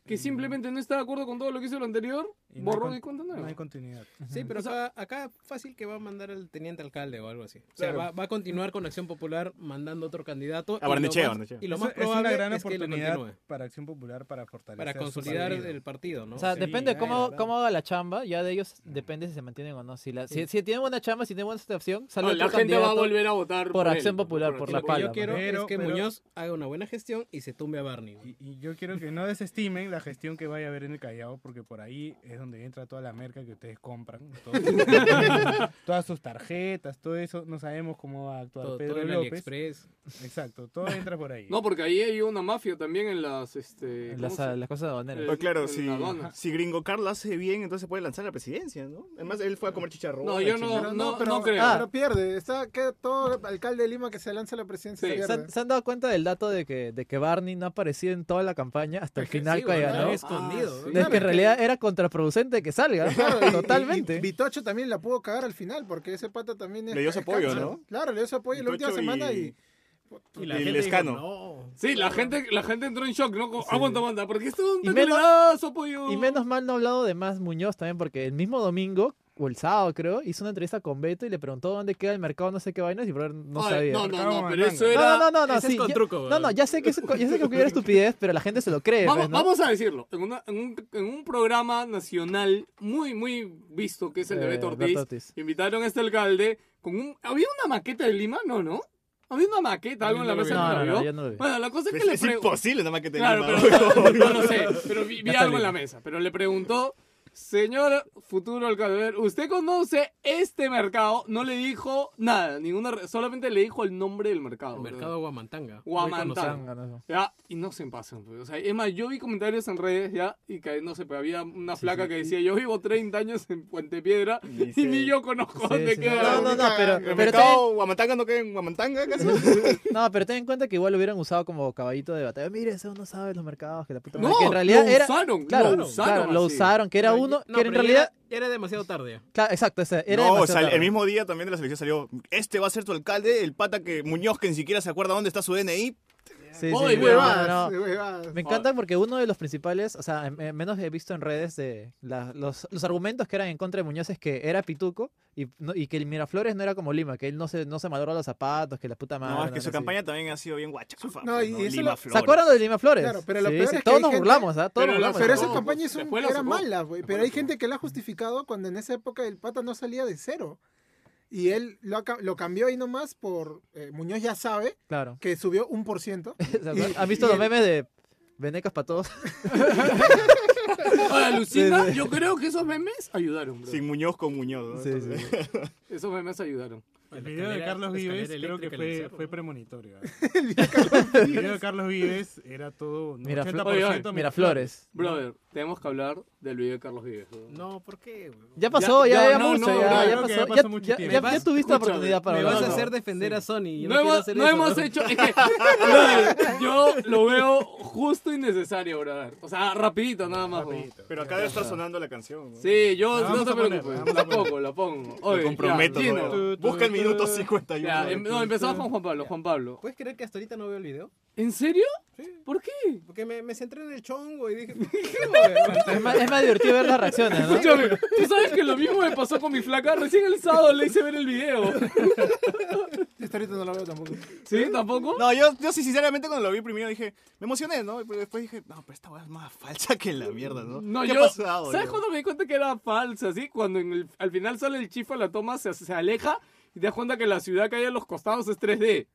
que simplemente no está de acuerdo con todo lo que hizo lo anterior, Y no hay borrón con- y cuenta No nueva. hay continuidad. Sí, pero acá, acá fácil que va a mandar el teniente alcalde o algo así. O sea, va, va a continuar con Acción Popular mandando otro candidato. A y lo Barnechea, más- Barnechea. Y lo más Eso es probable una es, gran que lo oportunidad continúe. para Acción Popular para fortalecer Para su consolidar partido. el partido, ¿no? O sea, Sí, depende ya, cómo, ya. cómo haga la chamba, ya de ellos depende si se mantienen o no. Si, la, si, si tienen buena chamba, si tienen buena situación, sale No, Ah, la otro gente va a candidato. volver a votar por Acción Popular, por la Lo que pala, yo quiero pero- es que pero- Muñoz haga una buena gestión y se tumbe a Barney. Y, y yo quiero que no desestimen la la gestión que vaya a haber en el Callao, porque por ahí es donde entra toda la merca que ustedes compran. todo- todas sus tarjetas, todo eso. No sabemos cómo va a actuar Todo, Pedro todo en López. AliExpress. Exacto, todo entra por ahí. No, porque ahí hay una mafia también en las... Este, ¿cómo Las, se- las cosas aduaneras. Pero Pues claro, en si, Pues la aduana. si Gringo Carl la hace bien, entonces se puede lanzar a la presidencia, ¿no? Además, él fue a comer chicharrón. No, la yo no- chingada. Pero no, pero, no creo. pero pierde. Está que todo alcalde de Lima que se lanza a la presidencia Sí, ¿Se, pierde. han- se han dado cuenta del dato de que, de que Barney no ha aparecido en toda la campaña hasta el final Sí, cuando bueno, ganó? es escondido. Ah, ¿no? sí. Es que en realidad era contraproducente que salga, Claro, y- y- y totalmente. Vitocho también la pudo cagar al final porque ese pata también es- Le dio su es apoyo, cancha. ¿no? Claro, le dio su apoyo la última Vitocho y- semana y Y la Y el gente dijo, escano. no. Sí, la gente, la gente entró en shock, ¿no? Como, Aguanta, aguanta, porque este Y hombre le menos- da su apoyo. Y menos mal no ha hablado de más Muñoz también, porque el mismo domingo, o el sábado creo, hizo una entrevista con Beto y le preguntó dónde queda el mercado, no sé qué vainas, y por no Ay, sabía. No, no, no, Mercado pero eso Mandanga. era... no, no, no, no, ese es sí, con ya- truco, no, weón. no, ya sé que es, ya sé que cualquier estupidez, pero la gente se lo cree. Vamos, pues, ¿no? vamos a decirlo, en, una- en un, en un programa nacional muy, muy visto, que es el de Eh, Beto Ortiz, Beto Ortiz. invitaron a este alcalde con un... ¿Había una maqueta de Lima? No, ¿no? ¿Había una maqueta? ¿Algo en la No, mesa? no, que la no, vio? yo no lo vi. Bueno, la cosa es que Pues Es, le es preguntó... imposible nada más que te Claro, diga, pero weón. no lo sé, pero vi, vi Ya está algo en la libre. mesa. Pero le preguntó, señor futuro alcalde, ¿usted conoce este mercado? No le dijo nada, ninguna, re- solamente le dijo el nombre del mercado. El ¿verdad? mercado Guamantanga. Guamantanga. Tanga, no sé. Ya, y no se pasan, pues. O sea, es más, yo vi comentarios en redes ya, y que no sé, pues, había una flaca que decía, yo vivo 30 años en Puente Piedra Ni y sé. ni yo conozco Sí, dónde sí, queda. No, no, no, pero, El pero mercado Guamantanga no queda en Guamantanga, casi. ten, no, pero ten en cuenta que igual lo hubieran usado como caballito de batalla. Mire, ese uno sabe los mercados, que la puta madre. No, que en realidad lo era, usaron, claro, lo usaron claro, lo así. usaron, que era Pero- uno, no, que en pero ya realidad, era- Ya era demasiado tarde. ya. claro, exacto, ese, era no, demasiado sal- tarde. el mismo día también de la selección salió, este va a ser tu alcalde, el pata que Muñoz que ni siquiera se acuerda dónde está su DNI. Sí, sí, Oy, sí, huevadas, no, no. huevadas. Me encanta porque uno de los principales, o sea, em- em- menos he visto en redes de la- los, los argumentos que eran en contra de Muñoz es que era pituco y, no- y que el Miraflores no era como Lima, que él no se, no se malogró los zapatos, que la puta madre. No, es no que su sé. campaña también ha sido bien guachafa. No, pues, y eso Lima lo- Flores. ¿Se acuerdan de Lima Flores? Claro, pero lo Sí, peor sí, es que todos hay nos gente- burlamos, ¿ah? Todos pero nos la- burlamos. Pero esa esa no, campaña es un, después la era sacó. mala, güey. Después Pero la hay sacó. gente que la ha justificado cuando en esa época el pata no salía de cero. Y él lo, ha ca- lo cambió ahí nomás por eh, Muñoz ya sabe Claro. que subió un por ciento. ¿Se acuerdan? ¿Han visto los memes de Venecas para todos? Ahora, Lucina, yo creo que esos memes ayudaron, bro. Sin Muñoz con Muñoz. ¿no? Sí, sí, Entonces, sí. Esos memes ayudaron. El La video de escalera- Carlos escalera Vives creo que eléctrica en el fue, cerro, fue ¿no? premonitorio. ¿eh? el video de Carlos Vives era todo ¿no? Mira, 80% Oye, oye, Miraflores. Brother, tenemos que hablar del video de Carlos Vives. bro. No, ¿por qué? güey? Ya pasó, ya, Ya- ya, ya, no, mucho, no, no, ya, ya creo que pasó. ya Ya, pasó mucho ya- tiempo. ya- Me ya vas- tuviste la escúchame, oportunidad para Me hablar. vas a no. hacer defender a Sony. Yo No, no, quiero hemos, hacer no eso, hemos ¿no? hecho. Es que, brother, yo lo veo justo y necesario, brother. O sea, rapidito nada más. bro. Pero acá debe estar sonando la canción. ¿no? Sí, yo no La vamos te a poner, preocupes. La la vamos a poner. pongo, la pongo. Te Oye, comprometo. ya, Gino. ¿no? Busca el minuto 51. Ya, em- no, empezamos con Juan Pablo. Juan Pablo. ¿Puedes creer que hasta ahorita no veo el video? ¿En serio? Sí. ¿Ah? ¿Por qué? Porque me, me centré en el chongo y dije, ¿qué güey? Es más, es más divertido ver las reacciones, ¿no? Escúchame, tú sabes que lo mismo me pasó con mi flaca. Recién el sábado le hice ver el video. Esta ahorita no la veo tampoco. ¿Sí? ¿Tampoco? No, yo, yo sí, sinceramente, cuando lo vi primero dije, me emocioné, ¿no? Pero después dije, no, pero esta weá es más falsa que la mierda, ¿no? No, ¿Qué yo. ha pasado? ¿Sabes yo? cuando me di cuenta que era falsa? ¿sí? Cuando en el- al final sale el chifo a la toma, se, se aleja y te das cuenta que la ciudad que hay a los costados es 3D.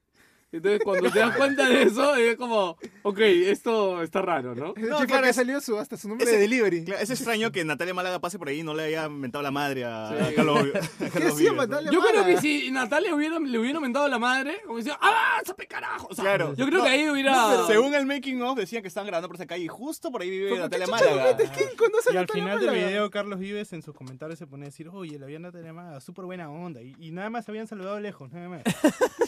Entonces, cuando te das cuenta de eso, es como, ok, esto está raro, ¿no? Ese No, chico claro, que ha es- salido su, hasta su nombre ese- de delivery. Claro, es extraño que Natalia Málaga pase por ahí y no le haya mentado la madre a, Sí. a Carlos. a ¿Qué Carlos hacía Vives, ¿no? mandarle Yo creo mala? que si Natalia hubiera, le hubiera mentado a la madre, como decía, ¡avanza, pe carajo! O sea, Claro. Yo creo No, que ahí hubiera. Según el making of, decían que estaban grabando por esa calle y justo por ahí vive Natalia Málaga. Obviamente, ¿Quién conoce a Ah, Y al Natalia final del Málaga? video, Carlos Vives en sus comentarios se pone a decir, oye, la había Natalia Málaga, súper buena onda. Y, y nada más se habían saludado lejos, nada más.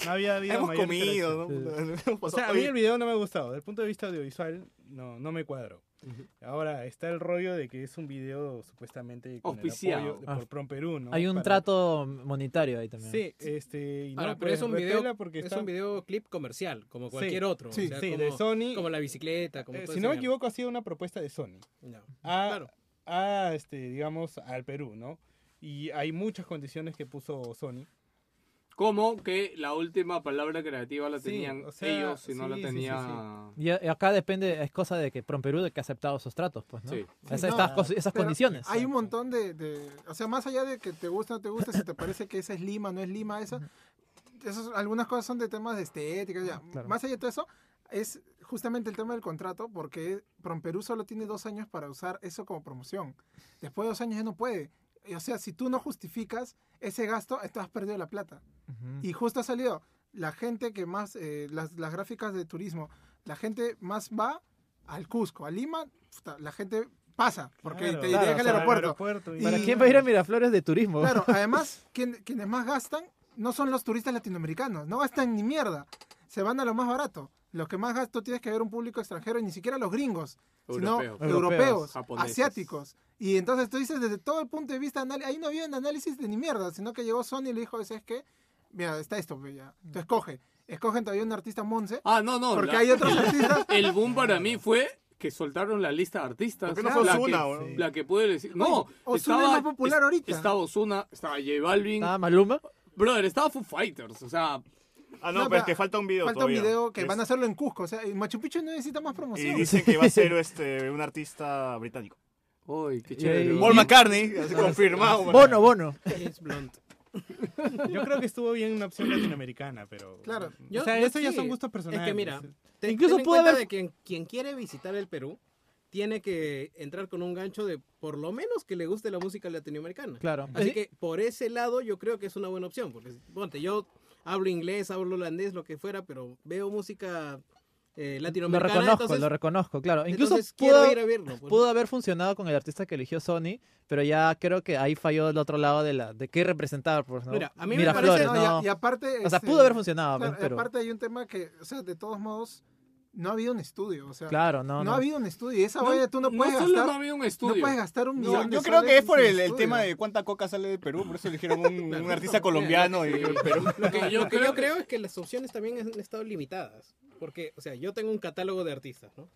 No había habido Hemos mayor interacción. comido, ¿no? Hemos O pasado- sea, a mí Oye, el video no me ha gustado. Desde el punto de vista audiovisual, no, no me cuadro. Ahora está el rollo de que es un video supuestamente con el Auspiciado. apoyo de- por Prom Perú, ¿no? Hay un Para- trato monetario ahí también. Sí, este. y no, Ahora, pero pues, es un repela video, porque es está- un videoclip comercial, como Sí. cualquier otro. Sí, sí, como, de Sony. Como la bicicleta, como eh, todo si ese no me mierda. equivoco, ha sido una propuesta de Sony. No. A, Claro. a, este, digamos, al Perú, ¿no? Y hay muchas condiciones que puso Sony. Como que la última palabra creativa la Sí, tenían o sea, ellos y no sí, la sí, sí, tenía. Y a- acá depende, es cosa de que Perú de que ha aceptado esos tratos, pues, ¿no? Sí. Esas, Sí, no, estas cos- esas Pero condiciones. Hay un montón de, de- O sea, más allá de que te gusta o no te gusta, si te parece que esa es Lima, no es Lima, esa. esas- algunas cosas son de temas de estética, ya. Claro. Más allá de todo eso, es justamente el tema del contrato, porque Promperú solo tiene dos años para usar eso como promoción. Después de dos años ya no puede. Y, O sea, si tú no justificas ese gasto, esto has perdido la plata. Ujú. Y justo ha salido la gente que más, eh, las, las gráficas de turismo, la gente más va al Cusco, a Lima, puta, la gente pasa, porque te Claro, llega al o sea, aeropuerto. aeropuerto y- Y- ¿Para quién va a ir a Miraflores de turismo? Claro, además, quien- quienes más gastan no son los turistas latinoamericanos, no gastan ni mierda, se van a lo más barato. Los que más gasto tienes que ver un público extranjero, y ni siquiera los gringos, Europeos. sino europeos, Japoneses. asiáticos. Y entonces tú dices, desde todo el punto de vista, anal- ahí no había un análisis de ni mierda, sino que llegó Sony y le dijo, ¿sabes qué? Mira, está esto, pues, ya. Tú escoge. Escogen todavía un artista Monse, Ah, no, no. porque la- hay otros artistas. El boom para mí fue que soltaron la lista de artistas. ¿Por qué no fue La Ozuna, que- weón? La que puede decir. No, Ozuna estaba- es más popular es- ahorita. Estaba Ozuna, estaba J Balvin. ¿Nada, Maluma? Brother, estaba Foo Fighters. O sea, Ah, no, No, pero pero es que falta un video Falta todavía. un video que Es- van a hacerlo en Cusco, o sea, en Machu Picchu no necesita más Y promoción. dicen que va a ser este, un artista británico. Ah, uy, qué Y- chévere. Paul McCartney, así confirmado. weón. Bono, Bono. James Blunt. Yo creo que estuvo bien una opción latinoamericana, pero. Claro. o sea, eso ya son gustos personales. Es que mira, te, pues, Incluso ten en puede cuenta haber- de que quien quiere visitar el Perú tiene que entrar con un gancho de por lo menos que le guste la música latinoamericana. Claro. Eh, Así que por ese lado yo creo que es una buena opción, porque ponte, yo hablo inglés, hablo holandés, lo que fuera, pero veo música eh, Lo latinoamericana, reconozco, entonces, lo reconozco, claro. Incluso entonces pudo, quiero ir a verlo. pues. pudo haber funcionado con el artista que eligió Sony, pero ya creo que ahí falló el otro lado de la de qué representar. Pues, ¿no? Mira, a mí me Miraflores, parece- No, y a- no. Y, aparte. O sea, este, pudo haber funcionado, claro, pues, pero... y aparte hay un tema que, o sea, de todos modos, no ha habido un estudio. O sea, Claro, no, no, no. ha habido un estudio. Y esa No, vaina Ah, tú no puedes solo no gastar. había un No estudio. puedes gastar un millón No, de yo creo que soles es por sin el, el estudio. tema de cuánta coca sale de Perú, por eso eligieron un, un artista colombiano. Y, Perú. Eh, Lo que yo Lo que creo yo creo es que las opciones también han estado limitadas. Porque, o sea, yo tengo un catálogo de artistas, ¿no?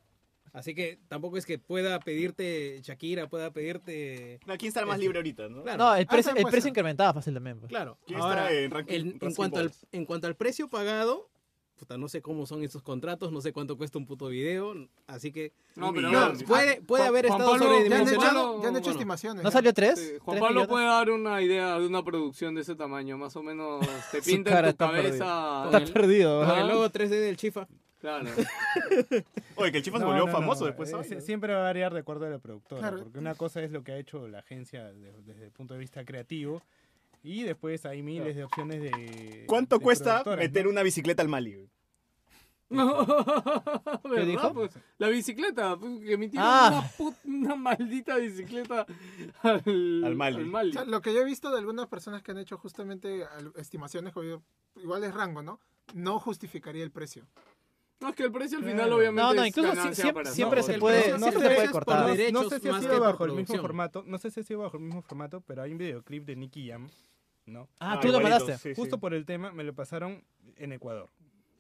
Así que tampoco es que pueda pedirte Shakira, pueda pedirte... No, ¿Quién está más libre ahorita? ¿no? Claro, No, el Ah, precio, también el puede precio ser. incrementaba fácil también. pues. claro. ¿Quién Ahora, está en ranking? el- en, ranking cuanto al, Forbes? en cuanto al precio pagado, puta, no sé cómo son esos contratos, no sé cuánto cuesta un puto video, así que... No, Un pero millón. bueno, Puede, puede Juan- haber Juan estado Pablo- Ya han hecho, Bueno, sobredimensionado. ya han hecho bueno. estimaciones. ¿No ya. salió tres? Ah, Sí, Juan ¿Tres Pablo millones? puede dar una idea de una producción de ese tamaño, más o menos te Su pinta cara en tu está cabeza. Está con el- perdido. Con ¿verdad? el logo 3D del Chifa. Claro. Oye, que el chifa se No, volvió no, no, famoso después. eh, ¿sabes? sie- siempre va a variar de acuerdo a la productora. Claro. Porque una cosa es lo que ha hecho la agencia de- desde el punto de vista creativo. Y después hay miles de opciones de. ¿Cuánto de cuesta productoras, meter ¿no? una bicicleta al Mali? güey? ¿Verdad? dijo? Pues, la bicicleta, pues, que me tiraron Ah. una, put- una maldita bicicleta al, Al Mali. O sea, lo que yo he visto de algunas personas que han hecho justamente al- estimaciones, como yo- igual es rango, ¿no? No justificaría el precio. No, es que el precio al final Claro. obviamente No, no, es incluso ganancia siem- para siempre todos. se El puede- precio- no se sé- puede cortar. No, por derechos no sé si ha más sido que bajo por el mismo producción. formato. No sé si ha sido bajo el mismo formato, pero hay un videoclip de Nicky Jam. ¿no? Ah, Ah, tú lo igualito, mandaste. sí, Justo sí. por el tema me lo pasaron en Ecuador.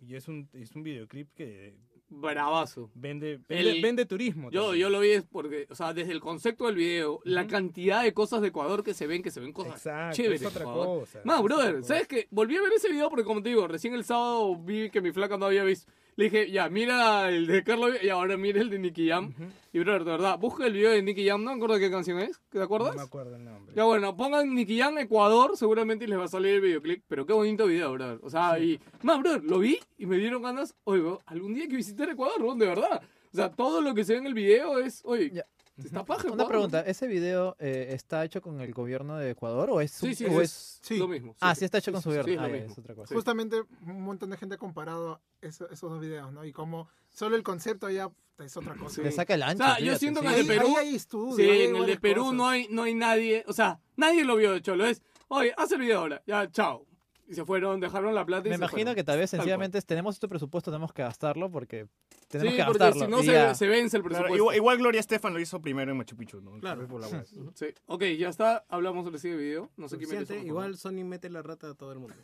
Y es un, es un videoclip que Bravazo. vende, vende, El- vende turismo. Yo, también. yo lo vi es porque, o sea, desde el concepto del video, la cantidad de cosas de Ecuador que se ven, que se ven cosas Exacto, chéveres. es otra por favor. cosa, Más, es otra brother, cosa. ¿sabes qué? Volví a ver ese video porque, como te digo, recién el sábado vi que mi flaca no había visto. Le dije, ya, mira el de Carlos y ahora mira el de Nicky Jam. Y, brother, de verdad, busca el video de Nicky Jam, no me acuerdo qué canción es, ¿te acuerdas? No me acuerdo el nombre. Ya bueno, pongan Nicky Jam Ecuador, seguramente les va a salir el videoclip, pero qué bonito video, brother. O sea, y más, brother, lo vi y me dieron ganas, oye, bro, algún día hay que visitar Ecuador, bro, de verdad. O sea, todo lo que se ve en el video es, oye, Ya. está paja, Una Ecuador, pregunta, ¿no? ¿ese video eh, está hecho con el gobierno de Ecuador o es... Sí, sí, o es, es- sí. lo mismo. Ah, sí está Sí, hecho con su sí, sí, gobierno. es lo Ah, ya, mismo. es otra cosa. Sí. Justamente un montón de gente ha comparado eso- esos dos videos, ¿no? Y como solo el concepto ya es otra cosa. Le saca el ancho. O sea, yo olvídate, siento sí. que- En el de Perú- hay estudio, Sí, hay en el de varias Perú cosas. no hay, no hay nadie, o sea, nadie lo vio de cholo, es, oye, haz el video ahora, ya, chao. Y se fueron, dejaron la plata y Me se imagino fueron. que tal vez Tal cual. sencillamente tenemos este presupuesto, tenemos que gastarlo porque tenemos Sí, que porque gastarlo. si no y se, ya. se vence el Claro, presupuesto. igual, igual Gloria Estefan lo hizo primero en Machu Picchu, ¿no? Claro. Por la web. Sí, ok, ya está, hablamos del siguiente video, no sé quién me Suficiente, Igual Sony mete la rata a todo el mundo.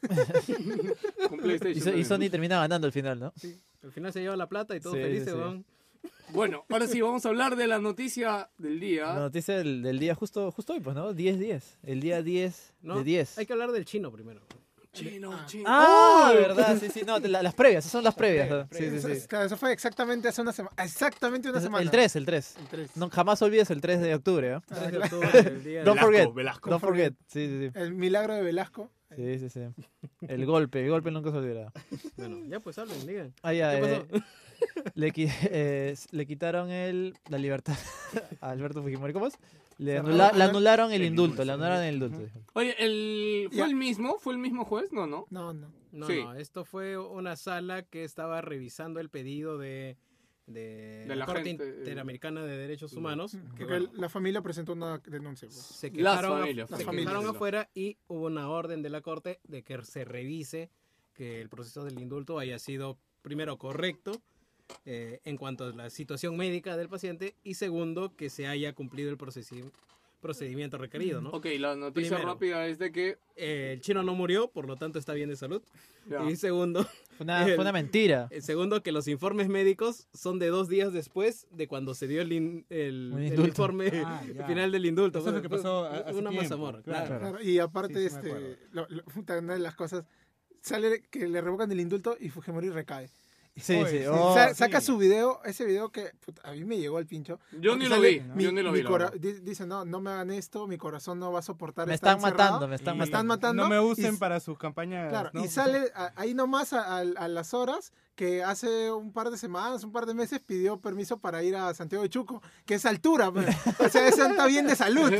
Con Y, PlayStation so- y también. Sony termina ganando al final, ¿no? Al final se lleva la plata y todos Sí, felices, sí. weón. Bueno, ahora sí, vamos a hablar de la noticia del día. La noticia del, del día justo, justo hoy, pues, ¿no? 10-10. El día 10 No, de 10. Hay que hablar del chino primero. Chino, chino. Ah, verdad, sí, sí. No, la- las previas, esas son las previas. ¿no? Sí, sí, Eso, sí. es- claro, eso fue exactamente hace una semana. Exactamente una semana. El 3, el 3. El 3. No, jamás olvides el 3 de octubre, ¿eh? Tres de octubre, el día de- Don't Velasco, forget. Velasco. Don't forget. Sí, sí, sí. El milagro de Velasco. Sí, sí, sí. El golpe, el golpe nunca se olvidará. Bueno, ya pues hablen, digan. Ah, ya, ¿Qué eh, le, qui- eh, s- le quitaron el, la libertad a Alberto Fujimori. ¿Cómo es? Le, anula- le anularon el indulto, le anularon el indulto. Oye, el, ¿fue Ya. el mismo? ¿Fue el mismo juez? No, no. No, no. No, Sí. no, esto fue una sala que estaba revisando el pedido de, de, De la Corte gente, eh. Interamericana de Derechos Humanos. Que, Porque bueno, la familia presentó una denuncia. pues. se Las quejaron, af- familias, se las quejaron familias. afuera y hubo una orden de la Corte de que se revise que el proceso del indulto haya sido, primero, correcto eh, en cuanto a la situación médica del paciente y, segundo, que se haya cumplido el procesi- procedimiento requerido, ¿no? Ok, la noticia Primero. rápida es de que... Eh, el chino no murió, por lo tanto está bien de salud. ya. Y segundo, Fue una, fue una mentira. El Eh, segundo, que los informes médicos son de dos días después de cuando se dio el, in- el- Un el indulto. informe Ah, ya. final del indulto. Eso es lo que Fue- pasó fue hace Una tiempo, mazamorra, claro. claro. Claro, y Sí, aparte, sí me este, lo- lo- puta, una de las cosas, sale que le revocan el indulto y Fujimori recae. Sí, Oye, sí. sí, oh, Sa- sí. Saca su video, ese video que puta, a mí me llegó al pincho. Yo Porque ni lo sale vi, yo mi- ni lo mi vi. la cora- verdad. di- dice, no, no me hagan esto, mi corazón no va a soportar me estar están encerrado". matando, me están Y Me están matando. matando. No me usen y- para sus campañas. Claro, ¿no? y sale a- ahí nomás a, a- a las horas que hace un par de semanas, un par de meses pidió permiso para ir a Santiago de Chuco, que es altura, pues. o sea, ese está bien de salud.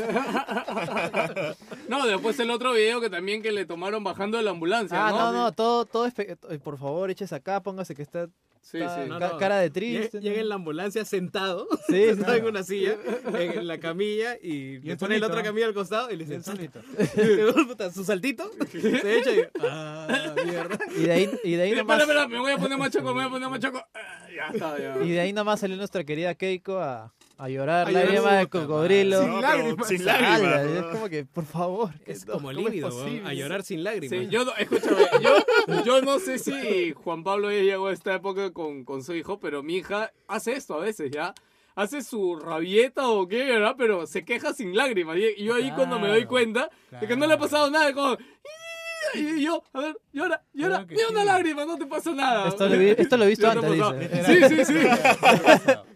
No, después el otro video que también que le tomaron bajando de la ambulancia, Ah, ¿no? no, no, todo, todo. espe- eh, Por favor, échese acá, póngase que está, Sí, sí. está No, ca- no. cara de Lle- triste. Llega en la ambulancia sentado, Sí, sí. sentado en una silla, en la camilla, y, le él pone solito, la otra ¿no? camilla al costado y le Y dice, él "Salta". solito. Puta, su saltito, se echa y... Ah, mierda. Y de ahí, y de ahí Espera, nomás, espera, me voy a poner machaco, me voy a poner machaco. Ah, ya está, ya. y de ahí nomás salió nuestra querida Keiko a, a llorar, A la llorar, lágrima de puta madre. cocodrilo. Sin lágrimas. Sin Ala, es lágrimas. como que, por favor. Es que no, como el ¿cómo es líbido, weón, posible? a llorar sin lágrimas. Sí, yo no, escúchame, yo, yo no sé si Juan Pablo ya llegó a esta época con, con su hijo, pero mi hija hace esto a veces, ¿ya? Hace su rabieta o qué, ¿verdad? Pero se queja sin lágrimas. Y y yo ahí cuando me doy Claro, cuenta de que no le ha pasado nada, es como... Y yo, a ver, llora, llora, Claro que ni una sí. lágrima, no te pasa nada. Esto lo, vi- esto lo he visto Ya te antes, ha dice. pasado. Sí, sí, sí.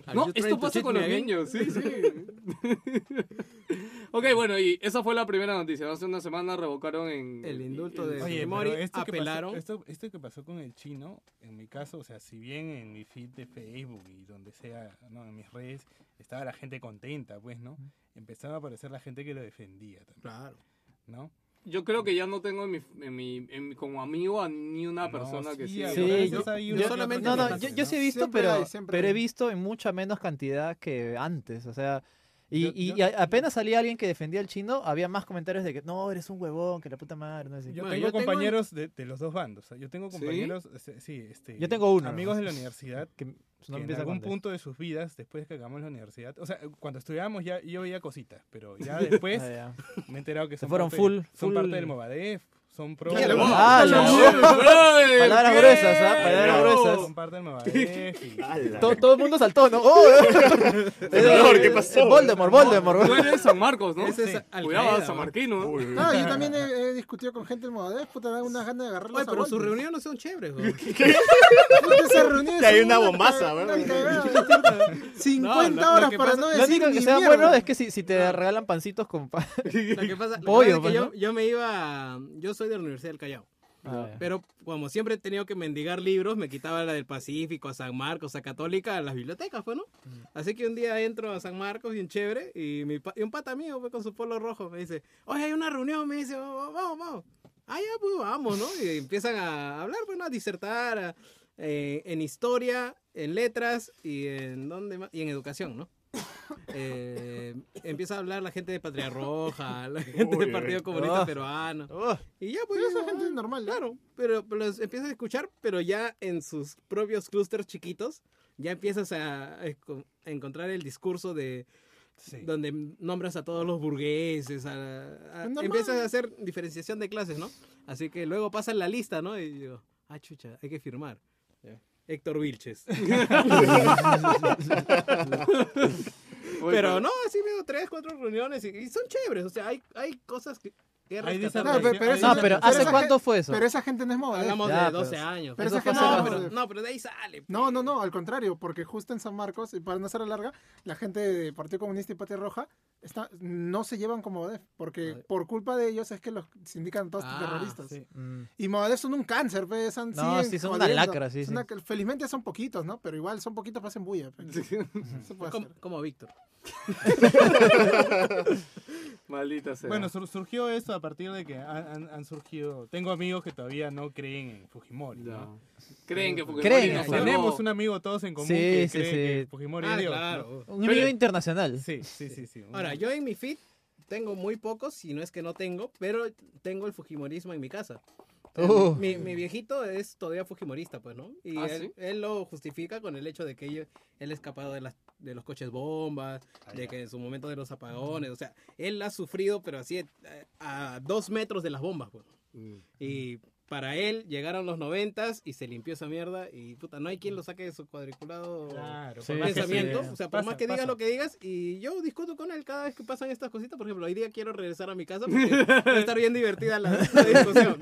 Are No, you trying esto to pasa cheat con me los again? niños, sí, sí. ok, bueno, y esa fue la primera noticia. Hace una semana revocaron en... El indulto de- Oye, Fujimori pero esto apelaron. Que pasó, esto, esto que pasó con el chino, en mi caso, o sea, si bien en mi feed de Facebook y donde sea, ¿no? en mis redes, estaba la gente contenta, pues, ¿no? Empezaba a aparecer la gente que lo defendía también, Claro. ¿no? Yo creo que ya no tengo en mi, en mi, en mi- como amigo a ni una No, persona que sí. Sí, a veces yo- hay yo una- solamente- No, no, Bastante, yo, yo sí he visto, Siempre pero, hay, siempre pero he hay. visto en mucha menos cantidad que antes. O sea, y, Yo- y- yo- y a- apenas salía alguien que defendía al chino, había más comentarios de que no, eres un huevón, que la puta madre. No sé. Yo Bueno, tengo yo tengo- compañeros de, de los dos bandos. o sea, Yo tengo ¿Sí? compañeros, este, sí, este, Yo tengo uno, Amigos ¿no? de la universidad. que su nombre que en empieza con algún D. punto de sus vidas, después que acabamos la universidad, o sea, cuando estudiábamos ya yo veía cositas, pero ya después Ah, ya. me he enterado que Se son fueron parte de- full- son full- parte del Movadef, son pro. Ya, la son boca. Ah, la boca. Palabras gruesas, ¿ah? Palabras No. gruesas. son parte del Movadef. y- Ala. todo, todo el mundo saltó, ¿no? ¡Oh! Temblor, ¿qué pasó? Voldemort, Voldemort. Tú eres San Marcos, ¿no? Ese es Al Cuidado, Qaeda, San weón. Marquino. ¿no? Uy, No, yo también he, he discutido con gente del Modés, puta, da unas ganas de agarrarlos Oye, a pero sus golpes. reuniones son chéveres, weón. Puta, esas reuniones Que hay son una una bombaza, caga- ¿verdad? una cagada. No, 50 lo- lo horas que para pasa- no Lo decir único que ni sea mierda. bueno es que si, si te regalan pancitos con pan. Lo que pasa, lo que Pollo, pasa es que pues, yo, ¿no? Ah, yo me iba. a- Yo soy de la Universidad del Callao. Pero como siempre he tenido que mendigar libros, me quitaba la del Pacífico, a San Marcos, a Católica, a las bibliotecas, fue, ¿no? Mm. Así que un día entro a San Marcos, bien chévere, y, mi pa- y un pata mío fue con su polo rojo, me dice, oye, hay una reunión, me dice, vamos, vamos, vamos. Ah, ya, pues vamos, ¿no? Y empiezan a hablar, bueno, a disertar a- eh, en historia, en letras y en, ¿dónde más? y en educación, ¿no? Eh, empieza a hablar la gente de Patria Roja, la gente Uy, del Partido Comunista Ah. Peruano. Oh, Y ya, pues Pero esa ya, gente es normal. ¿eh? ¿no? Claro, pero pero los empiezas a escuchar, pero ya en sus propios clústeres chiquitos, ya empiezas a, a esco- a encontrar el discurso de Sí. donde nombras a todos los burgueses, Pues a- a- Normal. empiezas a hacer diferenciación de clases, ¿no? Así que luego pasan la lista, ¿no? Y digo, ah, chucha, hay que firmar. Héctor Vilches. Oye, pero no, así veo tres, cuatro reuniones y, y son chéveres. O sea, hay, hay cosas que, que Ahí dice- rescatar. No, pe- pero, Ahí esa- No, sí, pero pero ¿hace esa cuánto gente- fue eso? Pero esa gente no es Modés. Hablamos Ya, de pero- 12 años. pues. pero Eso esa fue gente- hace- no, pero- pero- no, pero de ahí sale. Pues No, no, no, al contrario, porque justo en San Marcos, y para no ser larga, la gente de Partido Comunista y Patria Roja está- no se llevan con Movadef, porque por culpa de ellos es que los sindican todos Ah, terroristas. sí. Mm. Y Movadef son un cáncer, ¿ves? No, sí, son una lacra, sí, sí. felizmente son poquitos, ¿no? Pero igual son poquitos para hacer bulla. pe. Se puede Pues, Como, hacer. como Víctor. Maldita sea. Bueno, sur- surgió eso a partir de que han, han- han surgido. Tengo amigos que todavía no creen en Fujimori. Ya. ¿no? Creen que Fujimori Creen, nos ¿no? salvó. Tenemos un amigo todos en común Sí, que sí, cree sí. que Fujimori Ah, es Dios. ¿no? claro. Un amigo internacional. Sí, sí, sí, sí. Ahora, yo en mi feed tengo muy pocos, si no es que no tengo, pero tengo el fujimorismo en mi casa. O sea, Oh. mi, mi viejito es todavía fujimorista, pues, ¿no? Y Ah, él, ¿sí? él lo justifica con el hecho de que ello- él, ha escapado de, las, de los coches bombas, Ah, de que en su momento de los apagones, o sea, él ha sufrido, pero así, eh, a dos metros de las bombas, pues. Mm. Y para él llegaron los noventas y se limpió esa mierda y, puta, no hay quien lo saque de su cuadriculado Claro, Sí, por más que pensamiento. sea, O sea, por pasa, más que digas pasa. lo que digas, y yo discuto con él cada vez que pasan estas cositas. Por ejemplo, hoy día quiero regresar a mi casa porque va a estar bien divertida la, la discusión.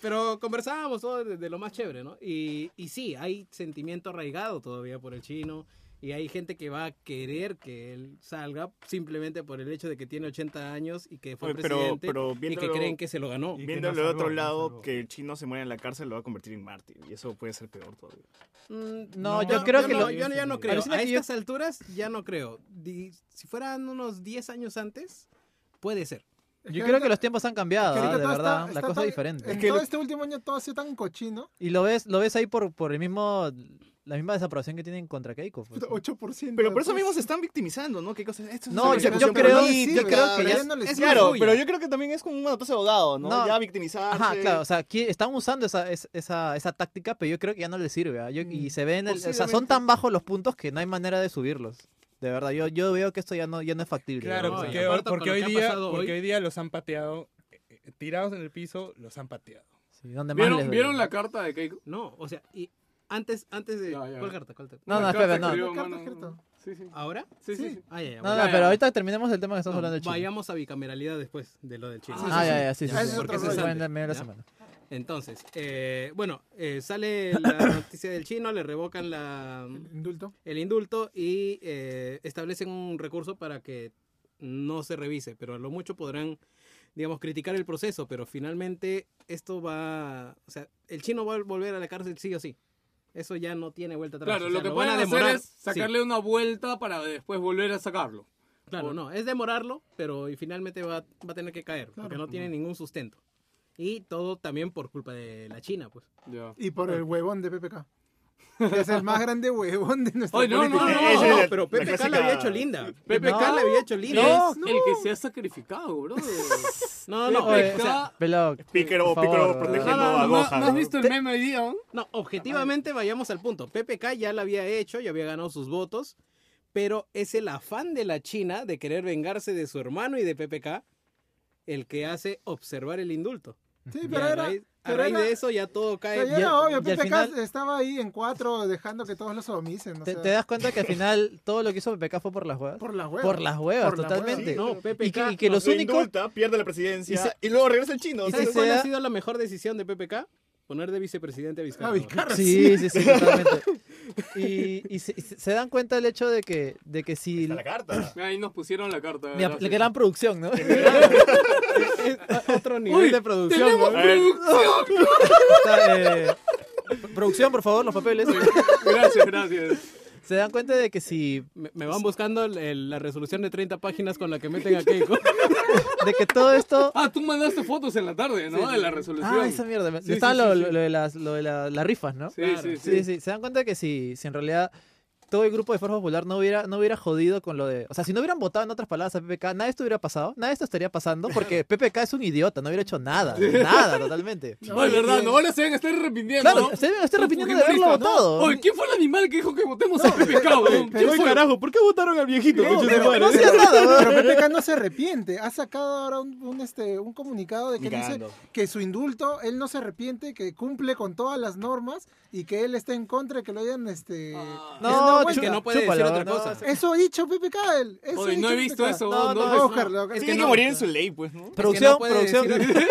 Pero conversábamos todo de, de lo más chévere, ¿no? Y, y sí, hay sentimiento arraigado todavía por el chino. Y hay gente que va a querer que él salga simplemente por el hecho de que tiene 80 años y que fue Oye, pero- presidente pero y que viéndolo- creen que se lo ganó. Y que Viéndolo nos del salvó, otro nos lado, salvó. que el chino se muera en la cárcel lo va a convertir en mártir. Y eso puede ser peor todavía. No, No, yo creo que no, lo- yo ya no creo. Alucina A que yo- estas alturas ya no creo. Di- si fueran unos 10 años antes, puede ser. Yo Es creo ahorita- que los tiempos han cambiado, es que ¿ah? ahorita de todo está- verdad, está la cosa tan- es diferente. En Es que todo lo- este último año todo ha sido tan cochino. Y lo ves, lo ves ahí por, por el mismo, la misma desaprobación que tienen contra Keiko. pues. 8%. Pero por eso mismo se están victimimando, ¿no? ¿Qué cosa? Esto es No, una yo- yo victimización, creo- pero no yo decirlo, creo que pero ya- es- no les es sirve. claro, suya. pero yo creo que también es como un manotazo de ahogado, ¿no? No. Ya victimizarse. Ajá, claro, o sea, aquí están usando esa, es- esa, esa táctica, pero yo creo que ya no les sirve. ¿ah? Yo- Mm, y se ven, el- o sea, son Posiblemente. tan bajos los puntos que no hay manera de subirlos. De verdad, yo, yo veo que esto ya no, ya no es factible. Claro, pues, ¿no? No, porque, y aparte porque con lo hoy que ha día, pasado porque hoy- hoy día los han pateado, eh, eh, tirados en el piso, los han pateado. Sí, donde más les ¿Vieron, duele. ¿Vieron la carta de Keiko? No, o sea, y antes, antes de. Ya, ya. ¿Cuál carta? ¿Cuál carta? No, no, La espera, carta no. que No, escribió La carta, Manu- carta. Sí, sí. ¿Ahora? Sí, sí, sí. Ah, ya, ya, no, bueno. Ya, pero ya. ahorita terminemos el tema que No, estamos hablando de Chile. Vayamos a bicameralidad después de lo del Chile. Ah, ya, ya, sí, sí. Ah, sí, ese es porque otro se rollo. va en la media de la Ya. semana. Entonces, eh, bueno, eh, sale la noticia del chino, le revocan la, Indulto. el indulto y eh, establecen un recurso para que no se revise, pero a lo mucho podrán, digamos, criticar el proceso, pero finalmente esto va, o sea, el chino va a volver a la cárcel sí o sí. Eso ya no tiene vuelta atrás. Claro, O sea, lo que van pueden a hacer demorar. es sacarle una vuelta para después volver a sacarlo. Sí, claro, no, es demorarlo, pero y finalmente va, va a tener que caer, porque no tiene ningún sustento. Y todo también por culpa de la China, pues. Ya. Y por el huevón de PPK. Que es el más grande huevón de nuestra Oye, no, no, política. no, Esa es la- pero la PPK la, clásica- había hecho linda. PPK No. la había hecho linda. No, Es el que se ha sacrificado, bro. No, no, Oye, Eh, o sea, Pelado. Pícaro, Por favor, pícaro protegiendo no, a Gohan. has visto el meme hoy día? ¿no? No, objetivamente vayamos al punto. PPK ya la había hecho, ya había ganado sus votos, pero es el afán de la China de querer vengarse de su hermano y de PPK el que hace observar el indulto. Sí, Y pero a era. raíz, a pero raíz era- de eso ya todo o cae. sea, ya Y- era obvio, y al PPK final- estaba ahí en cuatro dejando que todos los sodomicen. o ¿Te, sea, te das cuenta que al final todo lo que hizo PPK fue por las huevas? por las huevas. Por las huevas, Por las totalmente. huevas. No, PPK. Y que, y que los Lo únicos. indulta, pierde la presidencia Y y, se- luego regresa el chino. y ¿sabes? ¿Sabes Sí, cuál sea- ha sido la mejor decisión de PPK? Poner de vicepresidente a Vizcarra. Ah, Vizcarra, sí. Sí, sí, sí, totalmente. Y, y se, y se- se dan cuenta del hecho de que, de que si. Está la carta. Ahí nos pusieron la carta. Mira, gracias. la gran producción, ¿no? Otro nivel Uy, de producción. tenemos- ¿no? A ver, Está, eh, producción, por favor, los papeles. Gracias, gracias. Se dan cuenta de que si. Me, me van buscando el- el- la resolución de 30 páginas con la que meten a Keiko. de que todo esto. Ah, tú mandaste fotos en la tarde, ¿no? de la resolución. Ah, esa mierda. me- Sí, Estaba sí, lo, sí, lo- sí. lo de, las, lo de la- las rifas, ¿no? Sí, Claro. sí, sí, Sí, sí, se dan cuenta que si, si en realidad todo el grupo de Fuerza Popular no hubiera, no hubiera jodido con lo de... O sea, si no hubieran votado en otras palabras a PPK, nada de esto hubiera pasado, nada de esto estaría pasando, porque PPK es un idiota, no hubiera hecho nada, nada totalmente. No, es verdad, no, ahora se deben estar arrepintiendo. Claro, ¿no? se deben estar Un arrepintiendo de haberlo fujimorista. votado. Oye, ¿quién fue el animal que dijo que votemos a PPK, weón? pero- ¿Quién fue? carajo, ¿por qué votaron al viejito? No, Concha de pero, madre. no hacía nada, pero PPK no se arrepiente. Ha sacado ahora un, un, este, un comunicado de que Ni él dice cagando. que su indulto, él no se arrepiente, que cumple con todas las normas y que él está en contra de que lo hayan... Este, Ah. le hayan dado No, vuelta. que no puede Chúpalo, decir otra no, cosa. sí. Eso ha dicho PPK. Él, eso Oye, ha no dicho he visto PPK. eso. No, no, no, Voy a no. buscarlo, acá. Tiene que morir en su ley, pues, ¿no? Producción, no puede producción. decir-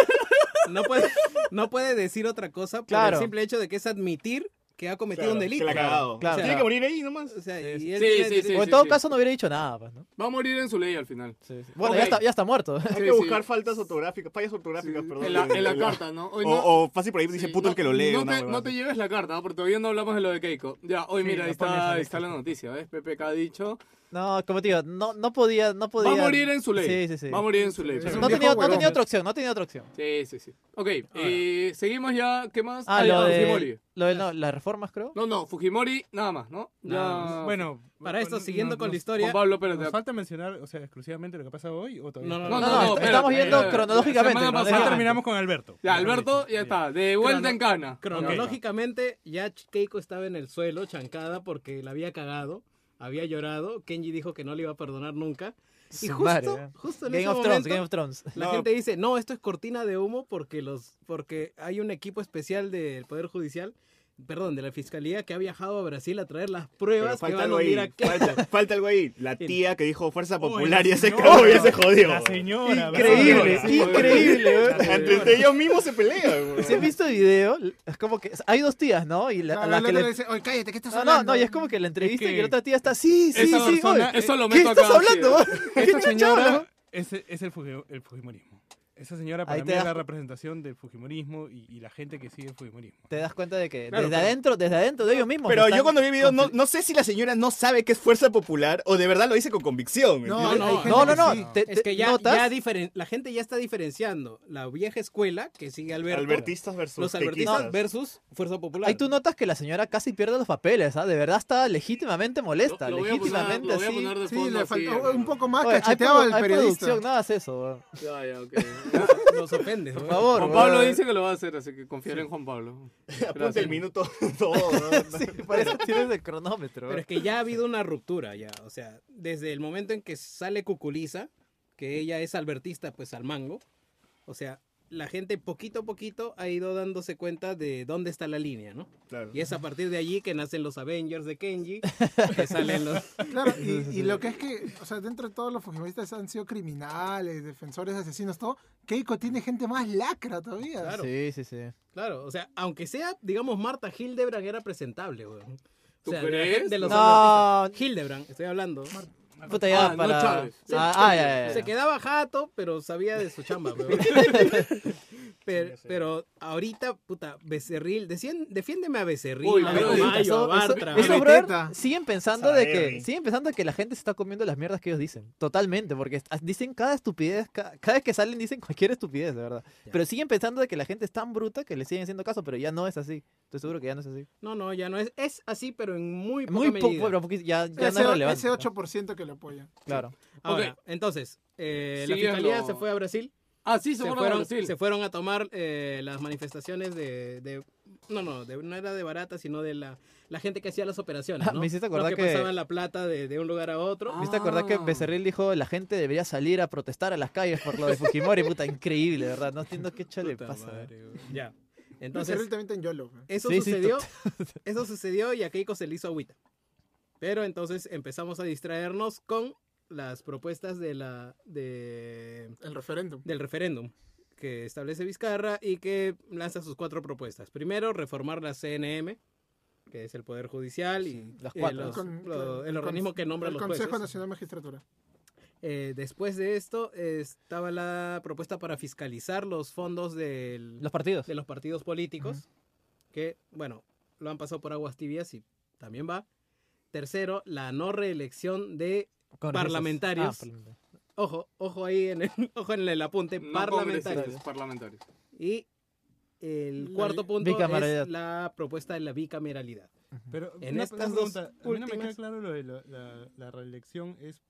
no puede, no puede decir otra cosa por Claro. el simple hecho de que es admitir que ha cometido Claro, un que delito. la ha cagado. Claro. Tiene que morir ahí nomás. O sea, Sí, y él sí, tiene- sí, sí. o en todo caso no hubiera dicho nada, pues, ¿no? Va a morir en su ley al final. Bueno, Ok. ya, está, ya está muerto. Hay Sí, que sí. buscar faltas ortográficas, fallas ortográficas, Sí, perdón. en la, en la en carta, ¿no? Hoy no- O, o fácil por ahí dice sí, puto no- el que lo lee. No una te, huevada no te así. lleves la carta, ¿no? porque todavía no hablamos de lo de Keiko. Ya, hoy Sí, mira, ahí la pones está, ahí. ahí está la noticia, ¿ves? PPK ha dicho. No, como te digo, no, no podía, no podía. Va a morir en su ley. Sí, sí, sí. Va a morir en su ley. Sí, pero- No viejo tenía, no huevón. tenía otra opción, no tenía otra opción. Sí, sí, sí. Ok, eh, seguimos ya. ¿Qué más? Ah, Ah, lo ya, de, Fujimori. lo de no, las reformas, creo. No, no, Fujimori, nada más, ¿no? Nada Ya. Bueno, pues, Para esto, siguiendo con la historia, Juan Pablo Pérez. ¿Nos de- falta mencionar, o sea, exclusivamente lo que ha pasado hoy o todavía? No, no, No, está? no, no, no, est- espera, estamos espera, yendo espera. cronológicamente. Semana ¿no? pasada Ya Déjame. terminamos con Alberto. Ya, Alberto, ya está, de vuelta en cana. Cronológicamente, ya Ch- Keiko estaba en el suelo, chancada, porque la había cagado, había llorado. Kenji dijo que no le iba a perdonar nunca. Y Su madre, justo, ¿eh? justo en Game ese of Thrones, momento, Game of Thrones. la No. gente dice, no, esto es cortina de humo porque, los, porque hay un equipo especial del Poder Judicial, perdón, de la Fiscalía, que ha viajado a Brasil a traer las Pero pruebas que falta van a algo unir ahí. a Keiko. Falta, falta algo ahí. La Sí. tía que dijo fuerza Oye, pues, popular ya se señora, cagó, ya se jodió. La señora. Increíble, la sí. señora. increíble. ¿eh? Entre entre ellos mismos se pelean. güey. Si has visto el video, es como que hay dos tías, ¿no? Y la, a Claro, la el que otro le- le dice, oye, cállate, ¿qué estás No, no, hablando? no, y es como que la entrevista Es que y la otra tía está, sí, sí, Esa sí, persona, oye, eso lo ¿Qué meto acá. estás hablando? sí. ¿Qué Esta chucha hablas? señora es, es el, fuji- el fujimorismo. Esa señora para Ahí mí te es das- la representación del fujimorismo y, y la gente que sigue el fujimorismo. Te das cuenta de que Claro, desde pero- adentro, desde adentro de ellos mismos. Pero están yo cuando vi el video, no, confli- no sé si la señora no sabe que es fuerza popular o de verdad lo dice con convicción. ¿me No, entiendes? no, hay No, gente No, no, que no, sí. te, Es te que ya, notas- ya diferen- la gente ya está diferenciando la vieja escuela que sigue Alberto, Albertistas versus los albertistas pequistas. versus Fuerza Popular. Ahí tú notas que la señora casi pierde los papeles, ¿ah? De verdad está legítimamente molesta, Lo- lo voy a poner- legítimamente lo voy a así. poner de Sí, fondo le así, eh. faltó hermano. un poco más Oye, hay, Ah, cacheteaba produ- al hay periodista. producción, no hagas eso, weón. Ya, ya, ok. Nos ofendes, por ¿no? favor. Juan weón. Pablo dice que lo va a hacer, así que confiar en Juan Pablo. Apunta el Gracias. minuto todo. ¿no? Por eso tienes el cronómetro. Pero weón. es que ya ha habido una ruptura ya, o sea, desde el momento en que sale Cuculiza, que ella es albertista pues al mango, o sea, la gente poquito a poquito ha ido dándose cuenta de dónde está la línea, ¿no? Claro. Y es a partir de allí que nacen los Avengers de Kenji, que salen los... Claro, y, y lo que es que, o sea, dentro de todos los fujimoristas han sido criminales, defensores, asesinos, todo, Keiko tiene gente más lacra todavía. Claro. Sí, sí, sí. Claro, o sea, aunque sea, digamos, Marta Hildebrand era presentable, weón. O ¿Tú sea, de la crees? gente- De los No. albertistas. Hildebrand, estoy hablando. Puta, ya Ah, no para... Chávez. ah, ah, ya, ya, ya. Se quedaba jato, pero sabía de su chamba, weón. pero, pero ahorita, puta, Becerril, decían- defiéndeme a Becerril, Uy, a pero Bengomayo, eso- a eso- Bartra. esos Beteta. brother siguen pensando de que Saberri. siguen pensando que la gente se está comiendo las mierdas que ellos dicen totalmente porque est- dicen cada estupidez ca- cada, vez que salen dicen cualquier estupidez de verdad Ya. pero siguen pensando de que la gente es tan bruta que le siguen haciendo caso pero ya no es así estoy seguro que ya no es así No, no, ya no es. Es así, pero en muy poca muy poco medida. pero poqui- ya, ya no ese, es relevante ese 8% que lo apoya. claro Ahora, entonces, eh, la Siguiendo. fiscalía se fue a Brasil. Ah, sí, se, Se, fueron, a fueron, Brasil. se fueron a tomar eh, las manifestaciones de, de- No, no, de- no era de barata, sino de la, la gente que hacía las operaciones. Ah, ¿no? me hiciste Los acordar que, que- pasaban la plata de, de un lugar a otro. Ah. ¿Viste acordar que Becerril dijo la gente debería salir a protestar a las calles por lo de Fujimori? Puta, increíble, ¿verdad? No entiendo qué chale Puta pasa. ¿eh? madre, weón. ya. Entonces, Entonces, él también está en YOLO. güey. Eso Sí, sí, sucedió, eso sucedió y a Keiko se le hizo agüita. Pero entonces empezamos a distraernos con las propuestas de la, de, El referéndum. del referéndum que establece Vizcarra y que lanza sus cuatro propuestas. Primero, reformar la CNM, que es el Poder Judicial y las eh, cuatro. los- Con- lo- con- el organismo que nombra a el los Consejo jueces. Nacional de Magistratura. Eh, después de esto eh, estaba la propuesta para fiscalizar los fondos del, Los partidos. de los partidos políticos, que, bueno, lo han pasado por aguas tibias y también va. Tercero, la no reelección de, Congresistas. parlamentarios. Ah, parlamentarios. ojo, ojo ahí en el, ojo en el apunte, No parlamentarios. congresistas, parlamentarios. Y el La cuarto bi- punto es bicameralidad. la propuesta de la bicameralidad. Pero En una, estas una dos pregunta, a mí no me queda últimas- claro lo de la, la- la reelección es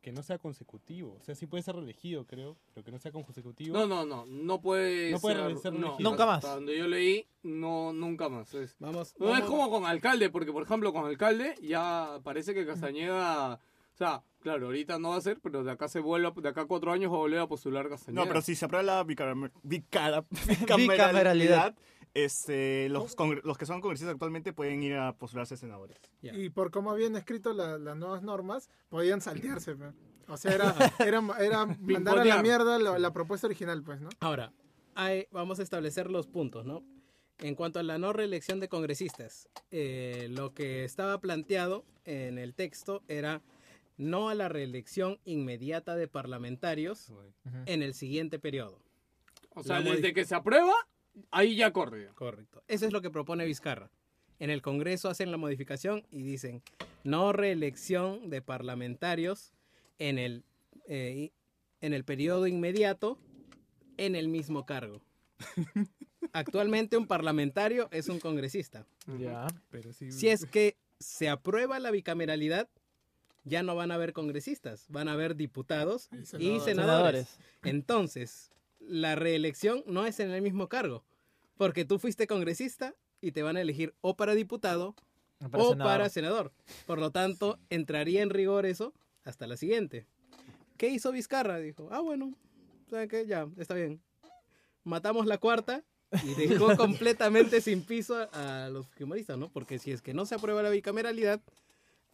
que no sea consecutivo. O sea, sí puede ser reelegido, creo, pero que no sea consecutivo. No, no, no, no puede No puede ser no, elegido. Nunca más. Hasta donde yo leí, no, nunca más. Es- Vamos. No es vamos- como con alcalde, porque por ejemplo con alcalde ya parece que Castañeda, o sea, claro, ahorita no va a ser, pero de acá se vuelve, a- de acá a cuatro años va a volver a postular Castañeda. No, pero si se aprueba la bicamer- bicara- Bicameralidad. bicameralidad, este, los, congre- los que son congresistas actualmente pueden ir a postularse a senadores. Ya. Y por cómo habían escrito la- las nuevas normas, podían saltearse. güey. O sea, era, era, era mandar a la Pimponear. mierda lo- la propuesta original, pues, ¿no? Ahora, hay- vamos a establecer los puntos, ¿no? en cuanto a la no reelección de congresistas, eh, lo que estaba planteado en el texto era no a la reelección inmediata de parlamentarios Ujú. en el siguiente periodo. O sea, La desde modific- que se aprueba, ahí ya corre. Correcto. Eso es lo que propone Vizcarra. En el Congreso hacen la modificación y dicen no reelección de parlamentarios en el, eh, en el periodo inmediato en el mismo cargo. Actualmente un parlamentario es un congresista. Ya. Pero sí, Si es que se aprueba la bicameralidad, ya no van a haber congresistas, van a haber diputados y senadores. Senadores. Entonces, la reelección no es en el mismo cargo, porque tú fuiste congresista y te van a elegir o para diputado O o para senador. Por lo tanto, entraría en rigor eso hasta la siguiente. ¿Qué hizo Vizcarra? Dijo, ah, bueno, ¿saben qué? Ya, está bien. Matamos la cuarta y dejó completamente sin piso a, a los fujimoristas, ¿no? Porque si es que no se aprueba la bicameralidad,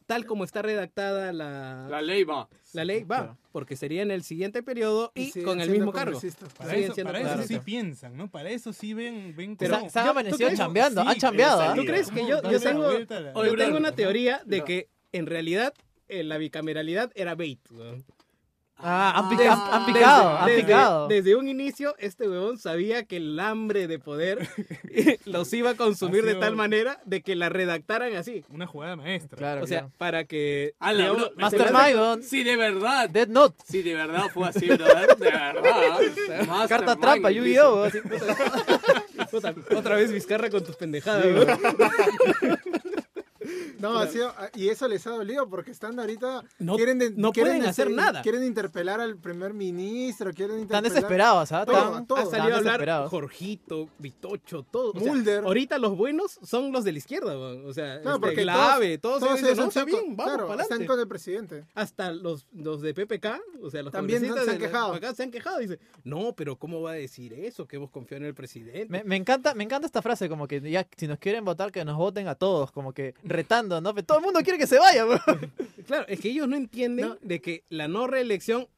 tal como está redactada Ah. la, La la, ley va. ley, va, claro. porque sería en el siguiente periodo y, siguen con el siendo mismo cargo. congresistas. Para siguen eso, siendo para eso sí congresistas. piensan, ¿no? Para eso sí ven, ven Pero cómo- se han Yo- amanecido ¿tú crees? chambeando, Sí, han chambeado, pero ¿ah? sí. ¿Tú crees que yo, Darle yo la tengo, vuelta a la- yo tengo una teoría de No. que en realidad eh, la bicameralidad era bait. weón. Ah, han, pica- Desde- han- han picado, han desde- picado. Desde un inicio, este huevón sabía que el hambre de poder los iba a consumir Ha de sido- tal manera de que la redactaran así. Una jugada maestra. Claro, O sea, claro. para que... A la digamos, bro- Mastermind, weón. Sí, de verdad. Dead Note. Sí, de verdad fue así, brother. De verdad. Mastermind, Carta trampa, Yu-Gi-Oh! weón, así. puta, otra vez Vizcarra con tus pendejadas, huevón. No, ha sido- ah, y eso les ha dolido porque están ahorita. No- quieren de- no quieren pueden hacer este, nada. Quieren interpelar al primer ministro, quieren Están interpelar. desesperados, ¿ah? Todo, Están- todo. Ha salido a hablar desesperados. Jorgito, Vitocho, todo. O sea, Mulder. ahorita los buenos son los de la izquierda, huevón. O sea, Claro, este, porque la todos- AVE, todos, Todos ellos, ellos no, han está sido con- bien, vamos, claro, pa'lante. están con el presidente. hasta los, los de PPK, o sea, los También se han congresistas de la- quejado. acá se han quejado. Dice, no, pero ¿cómo va a decir eso? Que hemos confiado en el presidente. Me, me encanta, me encanta esta frase, como que ya, si nos quieren votar, que nos voten a todos, como que retando, ¿no? Pero todo el mundo quiere que se vaya, weón. Claro, es que ellos no entienden de que la no reelección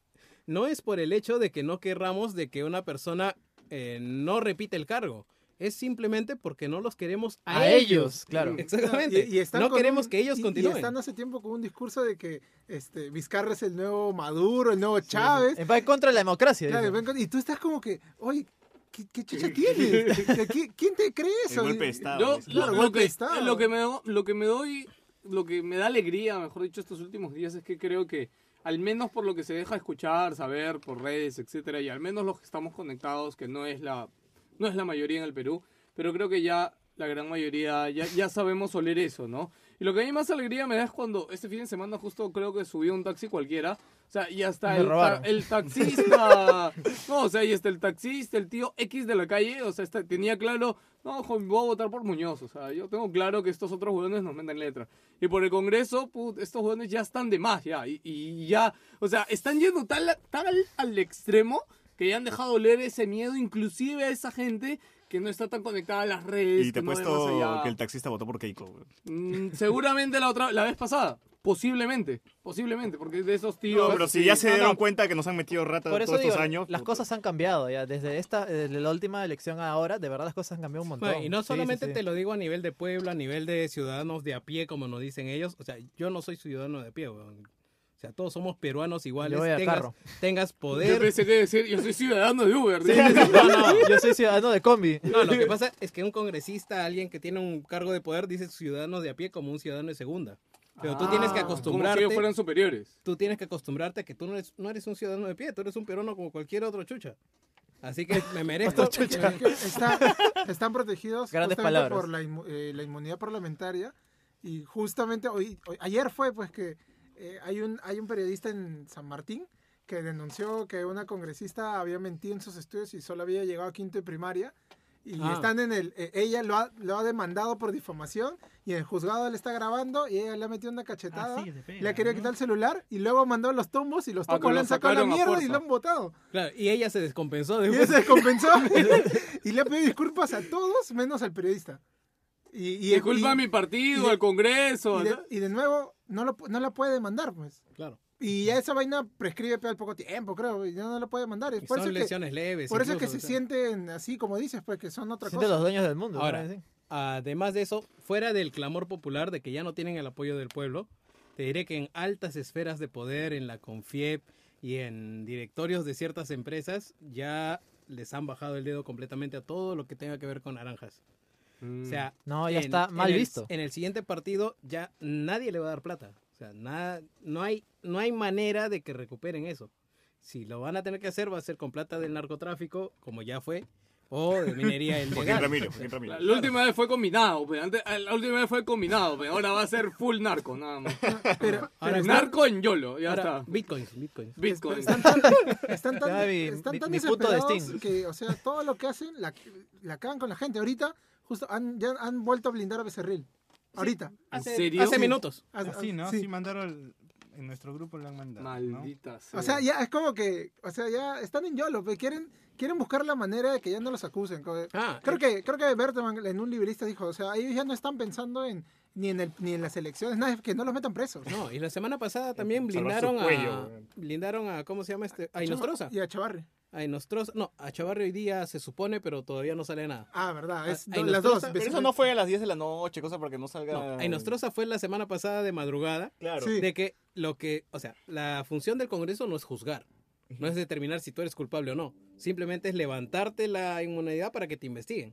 no es por el hecho de que no querramos de que una persona eh, no repite el cargo. Es simplemente porque no los queremos a, A ellos, claro. Exactamente. Y- y están no con queremos un- que ellos y- continúen. Y están hace tiempo con un discurso de que este, Vizcarra es el nuevo Maduro, el nuevo Chávez. Va en contra de la democracia. Claro, dice. ven con- y tú estás como que, oye, ¿qué, qué chucha tienes? O sea, ¿qué- ¿Quién te cree El eso? golpe de Y- Estado. Yo, dice. Claro, lo, lo golpe de que, estado. lo, que me, do- lo que me doy, lo que me da alegría, mejor dicho, estos últimos días es que creo que, al menos por lo que se deja escuchar, saber por redes, etcétera, y al menos los que estamos conectados, que no es la, no es la mayoría en el Perú, pero creo que ya la gran mayoría ya, ya sabemos oler eso, ¿no? Y lo que a mí más alegría me da es cuando este fin de semana justo creo que subí un taxi cualquiera, o sea, y hasta Me el, ta- robaron. el taxista, no, o sea, y hasta el taxista, el tío X de la calle, o sea, está- tenía claro, no, jo, voy a votar por Muñoz, o sea, yo tengo claro que estos otros jóvenes nos meten letra. Y por el Congreso, put, estos jóvenes ya están de más, ya, y, y ya, o sea, están yendo tal, tal al extremo que ya han dejado leer ese miedo, inclusive a esa gente que no está tan conectada a las redes. Y te que he no ve más allá. puesto que el taxista votó por Keiko. güey. Mm, seguramente la otra, la vez pasada, posiblemente, posiblemente, porque de esos tíos. No, pero si ya se no, dieron no. cuenta que nos han metido rata Por eso todos estos digo, años. las puta. cosas han cambiado ya. Desde esta, desde la última elección a ahora, de verdad las cosas han cambiado un montón. Bueno, Pues, y no Sí, sí, solamente sí. te lo digo a nivel de pueblo, a nivel de ciudadanos de a pie, como nos dicen ellos. O sea, yo no soy ciudadano de a pie, weón. O sea, todos somos peruanos iguales. Yo voy a tengas, carro. tengas Yo poder. pensé que iba a decir, yo soy ciudadano de Uber. Sí, dije. sí, sí. No, no, yo soy ciudadano de combi. No, lo que pasa es que un congresista, alguien que tiene un cargo de poder, dice ciudadano de a pie como un ciudadano de segunda. Pero tú Ah, tienes que Como si acostumbrarte. ellos fueran superiores. Tú tienes que acostumbrarte a que tú no eres, no eres un ciudadano de pie, tú eres un peruano como cualquier otro chucha. Así que me merezco. Es que está- están protegidos Grandes justamente palabras. por la, inmu- eh, la inmunidad parlamentaria y justamente hoy, hoy- ayer fue pues que eh, hay un hay un periodista en San Martín que denunció que una congresista había mentido en sus estudios y solo había llegado a quinto de primaria y Ah. están en el eh, ella lo ha, lo ha demandado por difamación y el juzgado le está grabando y ella le ha metido una cachetada le ha querido quitar el celular y luego ha mandado los tumbos y los Ah, que tumbos lo le han sacado la sacaron a mierda y fuerza. lo han votado Claro, y ella se descompensó y de él se descompensó y le ha pedido disculpas a todos menos al periodista. Y, y- Disculpa a y- mi partido, y de- al Congreso. y de, ¿no? y de nuevo, no, lo, pu- no la puede demandar, pues. Claro. Y ya esa vaina prescribe pe, al poco tiempo, creo. y Ya no la puede mandar. y Y por eso son es que- lesiones leves. por eso es que incluso, se o sea. sienten así, como dices, pues que son otra Siente los cosa. dueños del mundo. Ahora, ¿no? Sí. Además de eso, fuera del clamor popular de que ya no tienen el apoyo del pueblo, te diré que en altas esferas de poder, en la CONFIEP y en directorios de ciertas empresas, ya les han bajado el dedo completamente a todo lo que tenga que ver con naranjas. O sea, No, ya está mal el- visto. en el siguiente partido ya nadie le va a dar plata. O sea, nada, no, hay, no hay manera de que recuperen eso. Si lo van a tener que hacer, va a ser con plata del narcotráfico, como ya fue, o de minería Joaquín ilegal. Ramírez, Joaquín La, Ramírez. la última vez fue combinado, pe. Antes- eh, la última vez fue combinado, pe. ahora va a ser full narco, nada más. Pero, Ahora está- narco en YOLO, ya Ahora, está. Bitcoins, bitcoins. Bitcoin. están tan, están tan, Ya, mi- están mi- tan mi puto desesperados destino. que, o sea, todo lo que hacen la, la cagan con la gente. Ahorita, justo, han, ya han vuelto a blindar a Becerril. Ahorita. Hace, serio? hace Sí. minutos. As- Así, ¿no? sí. Sí, mandaron. En nuestro grupo lo han mandado. ¿no? Maldita sea. O sea, ya es como que, o sea, ya están en YOLO, pe, quieren, quieren buscar la manera de que ya no los acusen. co- Ah, Creo que, creo que Berteman en un librista dijo, o sea, ellos ya no están pensando en ni en el, ni en las elecciones, nada, es que no los metan presos. No, y la semana pasada también Salvar su blindaron a. cuello. Blindaron a. ¿Cómo se llama este? A Inostrosa. Y a Chavarri. A Inostrosa. No, a Chavarri hoy día se supone, pero todavía no sale nada. Ah, verdad, es Ah, do- y las los dos. Troza, Pero eso Becerril. no fue a las 10 de la noche, cosa para que no salga. No, a Inostrosa fue la semana pasada de madrugada. Claro. Sí. De que lo que. O sea, la función del Congreso no es juzgar. No es determinar si tú eres culpable o no. Simplemente es levantarte la inmunidad para que te investiguen.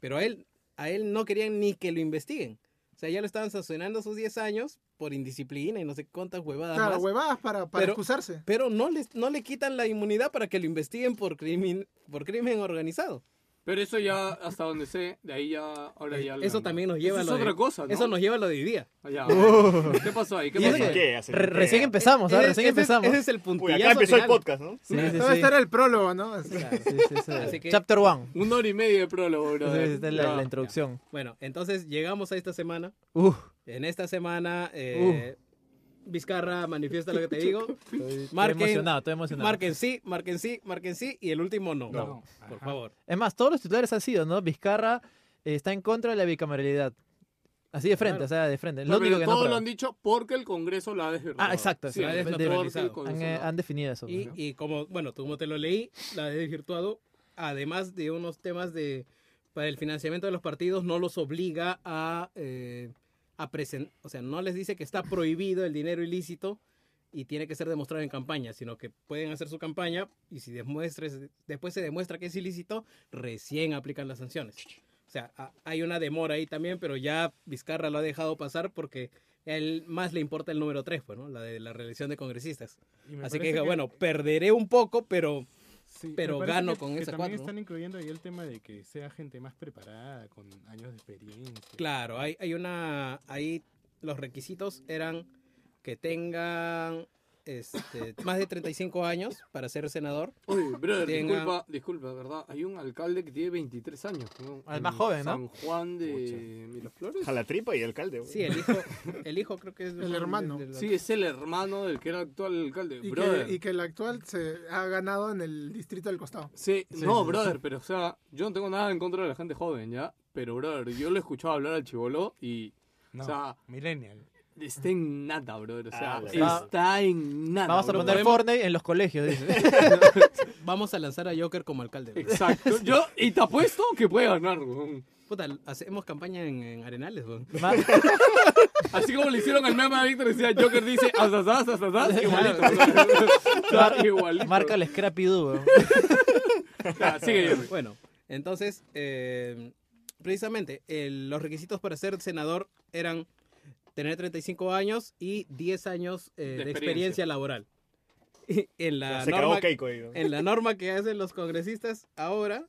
Pero a él, a él no querían ni que lo investiguen. O sea, ya lo estaban sancionando a sus 10 años por indisciplina y no sé cuántas huevadas Claro, más. huevadas para, para Pero- excusarse. Pero no, les, no le quitan la inmunidad para que lo investiguen por crimen, por crimen organizado. Pero eso ya, hasta donde sé, de ahí ya, ahora ya... lo- Eh, Eso también nos Eso lleva a es lo otra de, cosa, ¿no? Eso nos lleva a lo de hoy día. Ah, ya. ¿Qué pasó ahí? ¿Qué Y pasó eso- ¿Hace ahí? qué? ¿Hace Re- qué? recién empezamos, ¿ah? "Eh, Ese- recién ese es- empezamos. Ese es el Uy, puntillazo acá empezó el final. podcast, ¿no? Sí, sí, Todo sí. esto este era el prólogo, ¿no? Así. Claro, sí, sí, sí. Así que- Chapter 1. Una hora y media de prólogo, bro. es la, la introducción. Bueno, entonces llegamos a esta semana. Uf, En esta semana, eh, Uh. Vizcarra manifiesta lo que te digo. estoy, estoy Marquen- emocionado, estoy emocionado. Marquen sí, marquen sí, marquen sí y el último no. No. Por Ajá. favor. Es más, todos los titulares han sido, ¿no? Vizcarra eh, está en contra de la bicameralidad. Así de frente, Claro. o sea, de frente. Es Pero Lo único que no todos lo aprueba. han dicho porque el Congreso la ha desvirtuado. Ah, exacto, Sí, sí, la ha de- desnaturalizado. de- Porque el han, eh, Congreso no. han definido eso. Y, ¿no? y como, bueno, tú como te lo leí, la he desvirtuado, además de unos temas de para el financiamiento de los partidos, no los obliga a, eh, a presentar, o sea, no les dice que está prohibido el dinero ilícito y tiene que ser demostrado en campaña, sino que pueden hacer su campaña y si demuestres, después se demuestra que es ilícito, recién aplican las sanciones. O sea, a- hay una demora ahí también, pero ya Vizcarra lo ha dejado pasar porque a él más le importa el número 3, ¿no? la de la reelección de congresistas. Y me Así que, parece dije, bueno, perderé un poco, pero sí, me pero parece gano que- con que esa También cuatro, ¿no? están incluyendo ahí el tema de que sea gente más preparada, con años de experiencia. claro, hay, hay una. Ahí los requisitos eran que tengan este, más de 35 años para ser senador. Oye, brother, Tenga- disculpa, disculpa, ¿verdad? Hay un alcalde que tiene 23 años. ¿no? Ah, el En más joven, ¿no? San Juan de Miraflores. Jalatripa y alcalde. güey. Sí, el hijo, el hijo creo que es. El hermano. del- del- Sí, es el hermano del que era actual alcalde. Y que, brother. y que el actual se ha ganado en el distrito del costado. Sí, no, brother, pero o sea, yo no tengo nada en contra de la gente joven, ¿ya? Pero, brother, yo lo he escuchado hablar al chivolo y No, o sea- millennial. está en nada, brother. O sea, Ah, la verdad. está en nada. Vamos a bro. poner Podemos- Fortnite en los colegios, dice. Vamos a lanzar a Joker como alcalde. güey. Exacto. Yo, y te apuesto que puede ganar, weón. Puta, hacemos campaña en, en Arenales, güey. Ma- Así como le hicieron al meme a Víctor, decía Joker dice, hasta zas, hasta zas, igualito. Está igualito. Marca el Scrappy Doo, weón. Ya, sigue, Jerry. Bueno, entonces, eh, precisamente, el- los requisitos para ser senador eran tener 35 años y 10 años eh, de, De experiencia. experiencia. laboral. Y en, la Se norma, cagó Keiko ahí, ¿no? en la norma que hacen los congresistas ahora,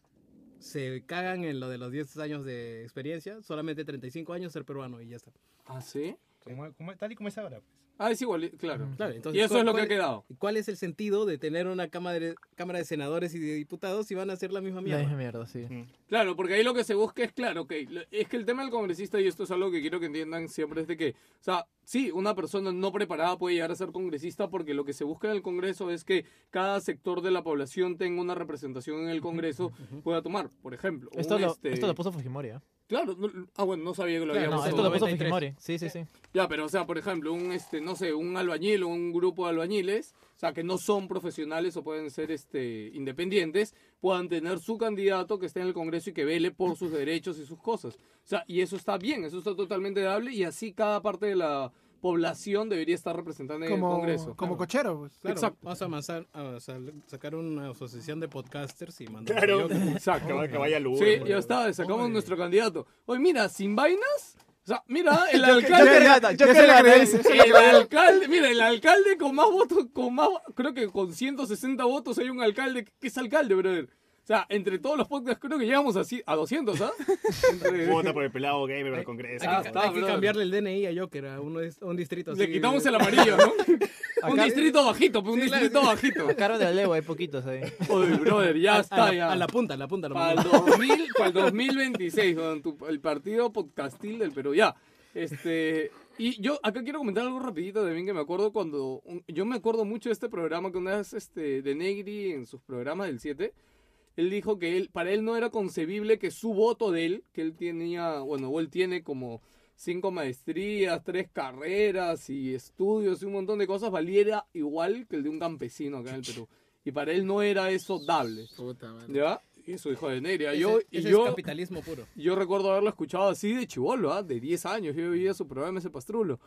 se cagan en lo de los 10 años de experiencia, solamente 35 años ser peruano y ya está. ¿Ah, sí? Como- como- tal y como es ahora. pues. Ah, es igualito, claro. Claro, entonces, Y eso ¿cuál- es lo que cuál- ha quedado. ¿Cuál es el sentido de tener una cámara de, cámara de senadores y de diputados si van a hacer la misma La mierda? misma mierda, sí. Claro, porque ahí lo que se busca es, claro, ok, lo- es que el tema del congresista, y esto es algo que quiero que entiendan siempre, es de que, o sea, sí, una persona no preparada puede llegar a ser congresista porque lo que se busca en el Congreso es que cada sector de la población tenga una representación en el Congreso, pueda tomar, por ejemplo. un, Esto, lo, este, esto lo puso Fujimori, ¿ah? Claro, no- ah, bueno, no sabía que lo Claro, habíamos No, puso esto lo puso 93. Fujimori. Sí, sí, sí. Ya, pero o sea, por ejemplo, un este, no sé, un albañil o un grupo de albañiles, o sea, que no son profesionales o pueden ser este independientes, puedan tener su candidato que esté en el Congreso y que vele por sus derechos y sus cosas. O sea, y eso está bien, eso está totalmente dable y así cada parte de la población debería estar representada en el Como, Congreso. como cochero, pues. Claro, Exacto. vamos a, avanzar- a sal- sacar una asociación de podcasters y mandar. Claro. Exacto. Que, va- que vaya al Uber, Sí, por ya favor. está, sacamos nuestro candidato. Hoy mira, sin vainas, o sea, mira, el alcalde Joker gana, Joker se la gana, creí, dice. se la El creí. alcalde, mira, el alcalde con más votos, con más, creo que con 160 votos hay un alcalde que es alcalde, brother. O sea, entre todos los podcasts creo que llegamos así a 200, ¿ah? Entre- Vota por el pelado gamer para el Congreso. Ah, por está. favor. Hay que brother. cambiarle el DNI a Joker a, uno de- a un distrito. Le así. quitamos el amarillo, ¿no? un Acá- distrito bajito, pues, un distrito bajito. Caro de la legua, hay poquitos ahí. Oye, brother, ya a, está, la, ya. a la punta, a la punta. Lo Para el, mandamos. 2000, para el 2026, weón, tu- el partido podcastil del Perú, ya. Este, y yo acá quiero comentar algo rapidito también que me acuerdo cuando, un- yo me acuerdo mucho de este programa que una vez este, de Negri en sus programas del 7, él dijo que él, para él no era concebible que su voto de él, que él tenía, bueno, o él tiene como cinco maestrías, tres carreras y estudios y un montón de cosas, valiera igual que el de un campesino acá en el Perú. Y para él no era eso dable. Puta madre. ¿Ya? Y su hijo de Neria. Ese- Yo, y ese es yo, capitalismo puro. yo recuerdo haberlo escuchado así de chivolo, ¿ah? de 10 años. Yo veía su programa ese pastrulo.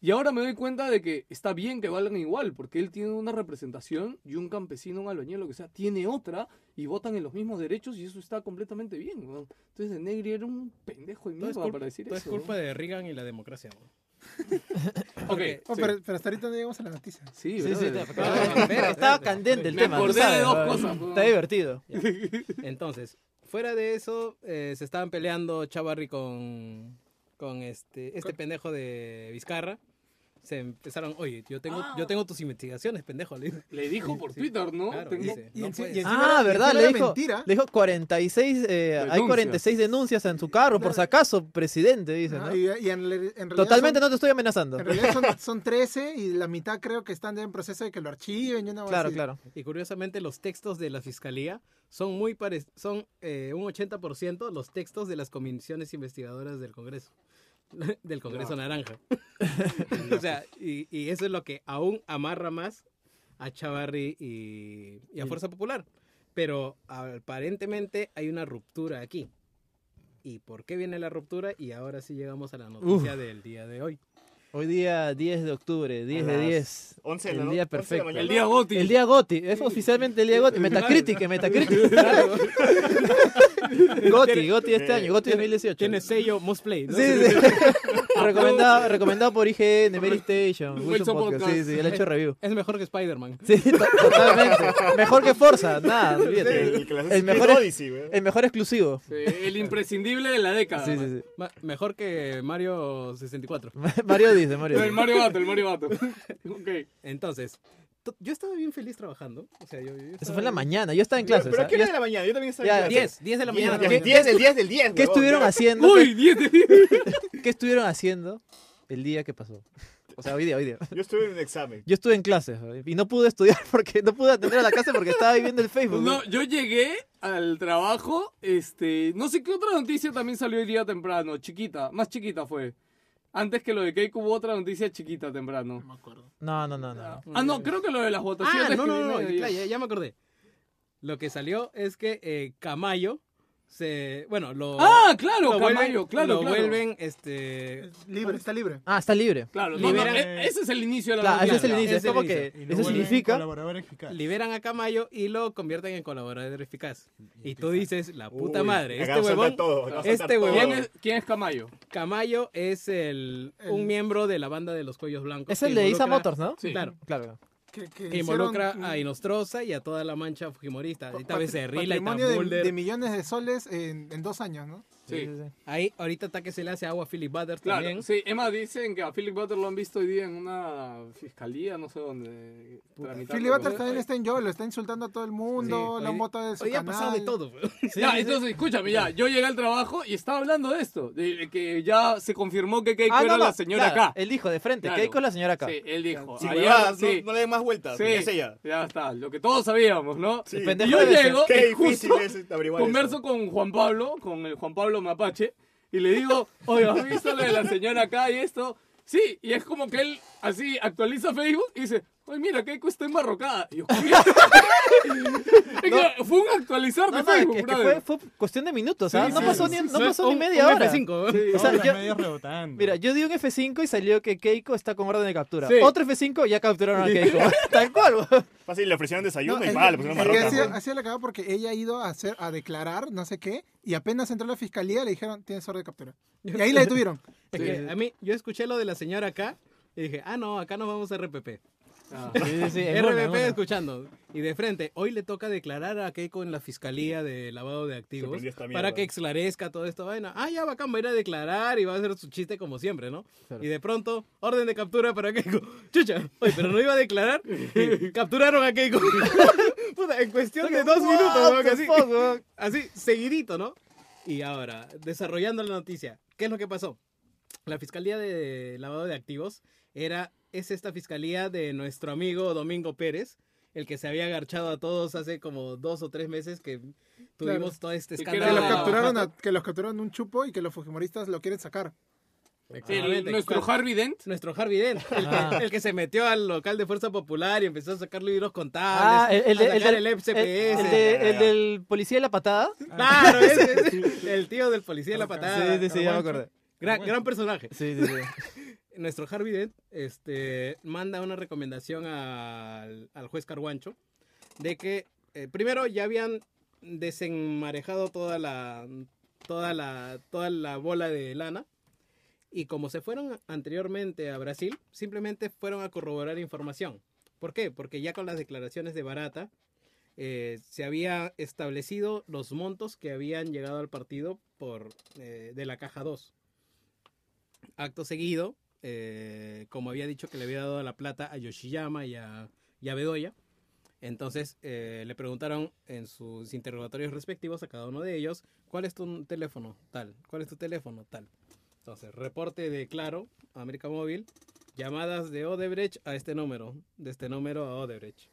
Y ahora me doy cuenta de que está bien que valgan igual, porque él tiene una representación y un campesino, un albañil, lo que sea, tiene otra y votan en los mismos derechos y eso está completamente bien. weón. Entonces, Negri era un pendejo de Todo es, mierda culpa, para decir todo es eso. culpa de Reagan y la democracia. weón. weón. porque- Ok, Oh, sí. pero, pero hasta ahorita no llegamos a la noticia. Sí, Sí, sí, brother. te- Claro. estaba candente el Me tema. tú acordé de sabes, dos ¿no? cosas, Está weón. divertido. Entonces, fuera de eso, eh, se estaban peleando Chavarri con, con este, este pendejo de Vizcarra. Se empezaron, oye, yo tengo, Ah. yo tengo tus investigaciones, pendejo. le dice. Le dijo por Twitter, ¿no? Claro, Tengo- dice, Y no enci- puedes. y encima Ah, era- ¿verdad? encima Le era dijo, mentira. le dijo 46, eh, hay Denuncias. 46 denuncias en su carro, por si acaso, presidente, dice, ¿no? ¿no? Ah, Y, y en, le- en realidad Totalmente son, no te estoy amenazando. En realidad son, son 13 y la mitad creo que están en proceso de que lo archiven y una Claro, así. claro. Y curiosamente los textos de la fiscalía son muy parec- son eh, un 80% los textos de las comisiones investigadoras del Congreso. del Congreso Naranja. o sea, y, y eso es lo que aún amarra más a Chavarri y, y a Fuerza Popular. Pero aparentemente hay una ruptura aquí. ¿Y por qué viene la ruptura? Y ahora sí llegamos a la noticia del día de hoy. Hoy día 10 de octubre, 10 de las 10. 11 de El la no- día 11 de la perfecto. mañana. El día Gotti. El día Goti, es oficialmente el día Goti. Metacritic, Metacritic. Goti, Goti este año, Goti 2018. Tiene sello Must Play. ¿no? Sí, sí. recomendado, recomendado por IGN, Mary Station, Wilson Wilson Podcast. Podcast. Sí, sí, él ha hecho review. Es mejor que Spider-Man. Sí, to- totalmente. Mejor que Forza, nada, olvídate. El, que las El hace mejor es es- Odyssey, güey. El mejor exclusivo. Sí, el imprescindible de la década. Sí, sí, sí. Ma- Mejor que Mario 64. Mario dice, Mario El dice. Mario Gato, el Mario Gato. Ok. Entonces, to- yo estaba bien feliz trabajando. O sea, yo, yo Eso estaba fue en la bien- mañana, yo estaba en clases. ¿Pero a ¿ah? qué Yo- hora de la mañana? Yo también estaba Ya, en clase. 10, 10 de la mañana. Ya, ¿Qué- 10 del 10 del 10. ¿Qué huevón, estuvieron ya. haciendo? Uy, 10 de ¿Qué estuvieron haciendo el día que pasó? O sea, hoy día, hoy día. Yo estuve en un examen. Yo estuve en clases ¿no? y no pude estudiar porque no pude atender a la clase porque estaba viviendo el Facebook. Pues ¿no? No, yo llegué al trabajo, este, no sé qué otra noticia también salió hoy día temprano, chiquita, más chiquita fue. Antes que lo de Cake hubo otra noticia chiquita temprano. No, no, no, no. Ah, no, creo que lo de las votaciones. Ah, no, que no, no, vino ya, ayer. ya- ya me acordé. Lo que salió es que eh, Camayo se. Bueno, lo. Ah, claro, lo vuelven- Camayo, claro, Lo claro. vuelven, este. Libre, está libre. Ah, está libre. Claro, no, no, Liberan- e- ese es el inicio de la Claro, ese es noticia. el inicio. Es Ese es el como inicio. que Y lo eso vuelven significa. Colaborador eficaz. Liberan a Camayo y lo convierten en colaborador eficaz. Y tú dices, la puta Uy, madre, acá este va a saltar huevón. todo, acá va a este saltar todo. huevón ¿Quién es, quién es Camayo? Camayo es el, un miembro de la banda de los cuellos blancos. Es el que de Isa involucra- Motors, ¿no? Sí. Claro. Claro. Ah, Que, que involucra a Inostroza y a toda la mancha fujimorista. Ahorita patri- Becerril, y patrimonio de, Mulder. de millones de soles en, en dos años, ¿no? Sí. Ahí, ahorita ataque se le hace agua a Philip Butters Claro, también. sí. Emma dicen que a Philip Butler lo han visto hoy día en una fiscalía, no sé dónde. tramitando Philly Butters cosas. también está en YOLO, está insultando a todo el mundo, Sí, la hoy- moto de su Hoy ha canal. pasado de todo. weón. ya, entonces, escúchame, ya. Yo llegué al trabajo y estaba hablando de esto. De, de que ya se confirmó que Keiko Ah, era no, no, la señora claro, acá. Él dijo de frente, Claro. Keiko es la señora acá. Sí, él dijo. Sí, allá, huevadas, no- sí, no, le den más vueltas. sí, Es ella. Ya está, lo que todos sabíamos, ¿no? Sí. pendejo Yo debe ser. llego, Qué y justo difícil es averiguar converso eso. con Juan Pablo, con el Juan Pablo Mapache, y le digo, oye, ¿has visto lo de la señora acá y esto? Sí, y es como que él así actualiza Facebook y dice, oye, mira, Keiko está embarrocada. Y yo, "Mira". Es que fue un actualizar de No, no, es Facebook, que, es que brother. fue, fue cuestión de minutos, ¿ah? Sí, no sí, pasó, sí, ni, sí, no sí, pasó ni Un- media un hora. F5, weón. Sí, O sea, Todas las yo- medias rebotando. Mira, yo di un F5 y salió que Keiko está con orden de captura. Sí. Otro F5 y ya capturaron a Keiko. Tal cual, weón. Fácil, le ofrecieron desayuno No, y el- mal, le pusieron el que marroca. hacía- ¿no? hacía la cagada porque ella ha ido a hacer a declarar no sé qué y apenas entró a la fiscalía le dijeron tienes orden de captura y ahí la detuvieron Es que a mí, yo escuché lo de la señora acá y dije, ah, no, acá nos vamos a RPP. Ah, Sí, sí, sí, en RPP una, en una. escuchando. Y de frente, hoy le toca declarar a Keiko en la fiscalía de lavado de activos prendió esta mierda. para que esclarezca toda esta vaina. Ah, ya bacán, va a ir a declarar y va a hacer su chiste como siempre, ¿no? Y de pronto, orden de captura para Keiko. Chucha, oye, pero no iba a declarar. Y capturaron a Keiko. Puta, en cuestión de dos minutos, ¿no? Que así, así, seguidito, ¿no? Y ahora, desarrollando la noticia, ¿qué es lo que pasó? La Fiscalía de Lavado de Activos era, es esta fiscalía de nuestro amigo Domingo Pérez, el que se había agarchado a todos hace como dos o tres meses que tuvimos Claro. todo este Y que escándalo. que era- los de la capturaron a- Bajata. que los capturaron un chupo y que los fujimoristas lo quieren sacar el- Exactamente. nuestro Cuando- Harvey Dent. nuestro Harvey Dent, el, Ah. el que se metió al local de Fuerza Popular y empezó a sacar libros Ah, contables, el, el, a de- el, sacar del- el el- FCPS. el de- el del policía de la patada. Ah, Claro, ese, ese, el tío del policía de la patada. sí, sí, sí, ya me acordé. Gran, gran personaje. Sí, sí, sí. nuestro Harvey Dent este, manda una recomendación al, al juez Carguancho de que eh, primero ya habían desenmarejado toda la toda la toda la bola de lana y como se fueron anteriormente a Brasil simplemente fueron a corroborar información ¿por qué? porque ya con las declaraciones de Barata eh, se había establecido los montos que habían llegado al partido por eh, de la caja 2 acto seguido, eh, como había dicho que le había dado la plata a Yoshiyama y a, y a Bedoya, entonces eh, le preguntaron en sus interrogatorios respectivos a cada uno de ellos, ¿cuál es tu teléfono? Tal, ¿cuál es tu teléfono? Tal. Entonces, reporte de Claro, América Móvil, llamadas de Odebrecht a este número, de este número a Odebrecht.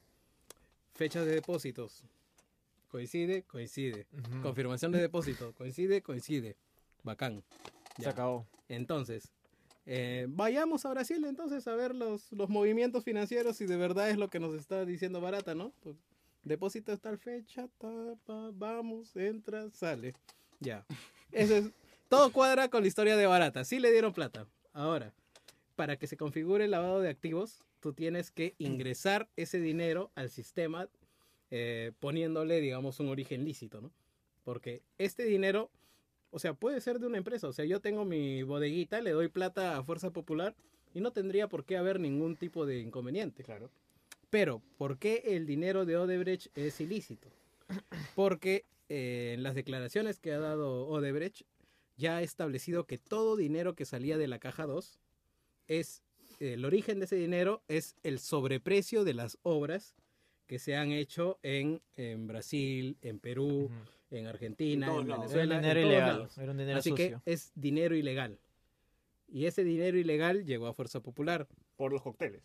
Fechas de depósitos. Coincide, coincide. Confirmación de depósito. Coincide, coincide. Bacán. Se Ya. acabó. Entonces, eh, vayamos a Brasil entonces a ver los, los movimientos financieros si de verdad es lo que nos está diciendo Barata, ¿no? Pues, depósito es tal fecha, ta, pa, vamos, entra, sale. Ya. Eso es. Todo cuadra con la historia de Barata. Sí le dieron plata. Ahora, para que se configure el lavado de activos, tú tienes que ingresar ese dinero al sistema eh, poniéndole, digamos, un origen lícito, ¿no? Porque este dinero o sea, puede ser de una empresa. O sea, yo tengo mi bodeguita, le doy plata a Fuerza Popular y no tendría por qué haber ningún tipo de inconveniente. Claro. Pero, ¿por qué el dinero de Odebrecht es ilícito? Porque eh, en las declaraciones que ha dado Odebrecht ya ha establecido que todo dinero que salía de la caja 2 es, el origen de ese dinero es el sobreprecio de las obras que se han hecho en, en Brasil, en Perú, en Argentina, En todos en lados. Era un Venezuela. en dinero todos ilegal. lados. Era un dinero Así sucio. que es dinero ilegal. Y ese dinero ilegal llegó a Fuerza Popular Por los cócteles.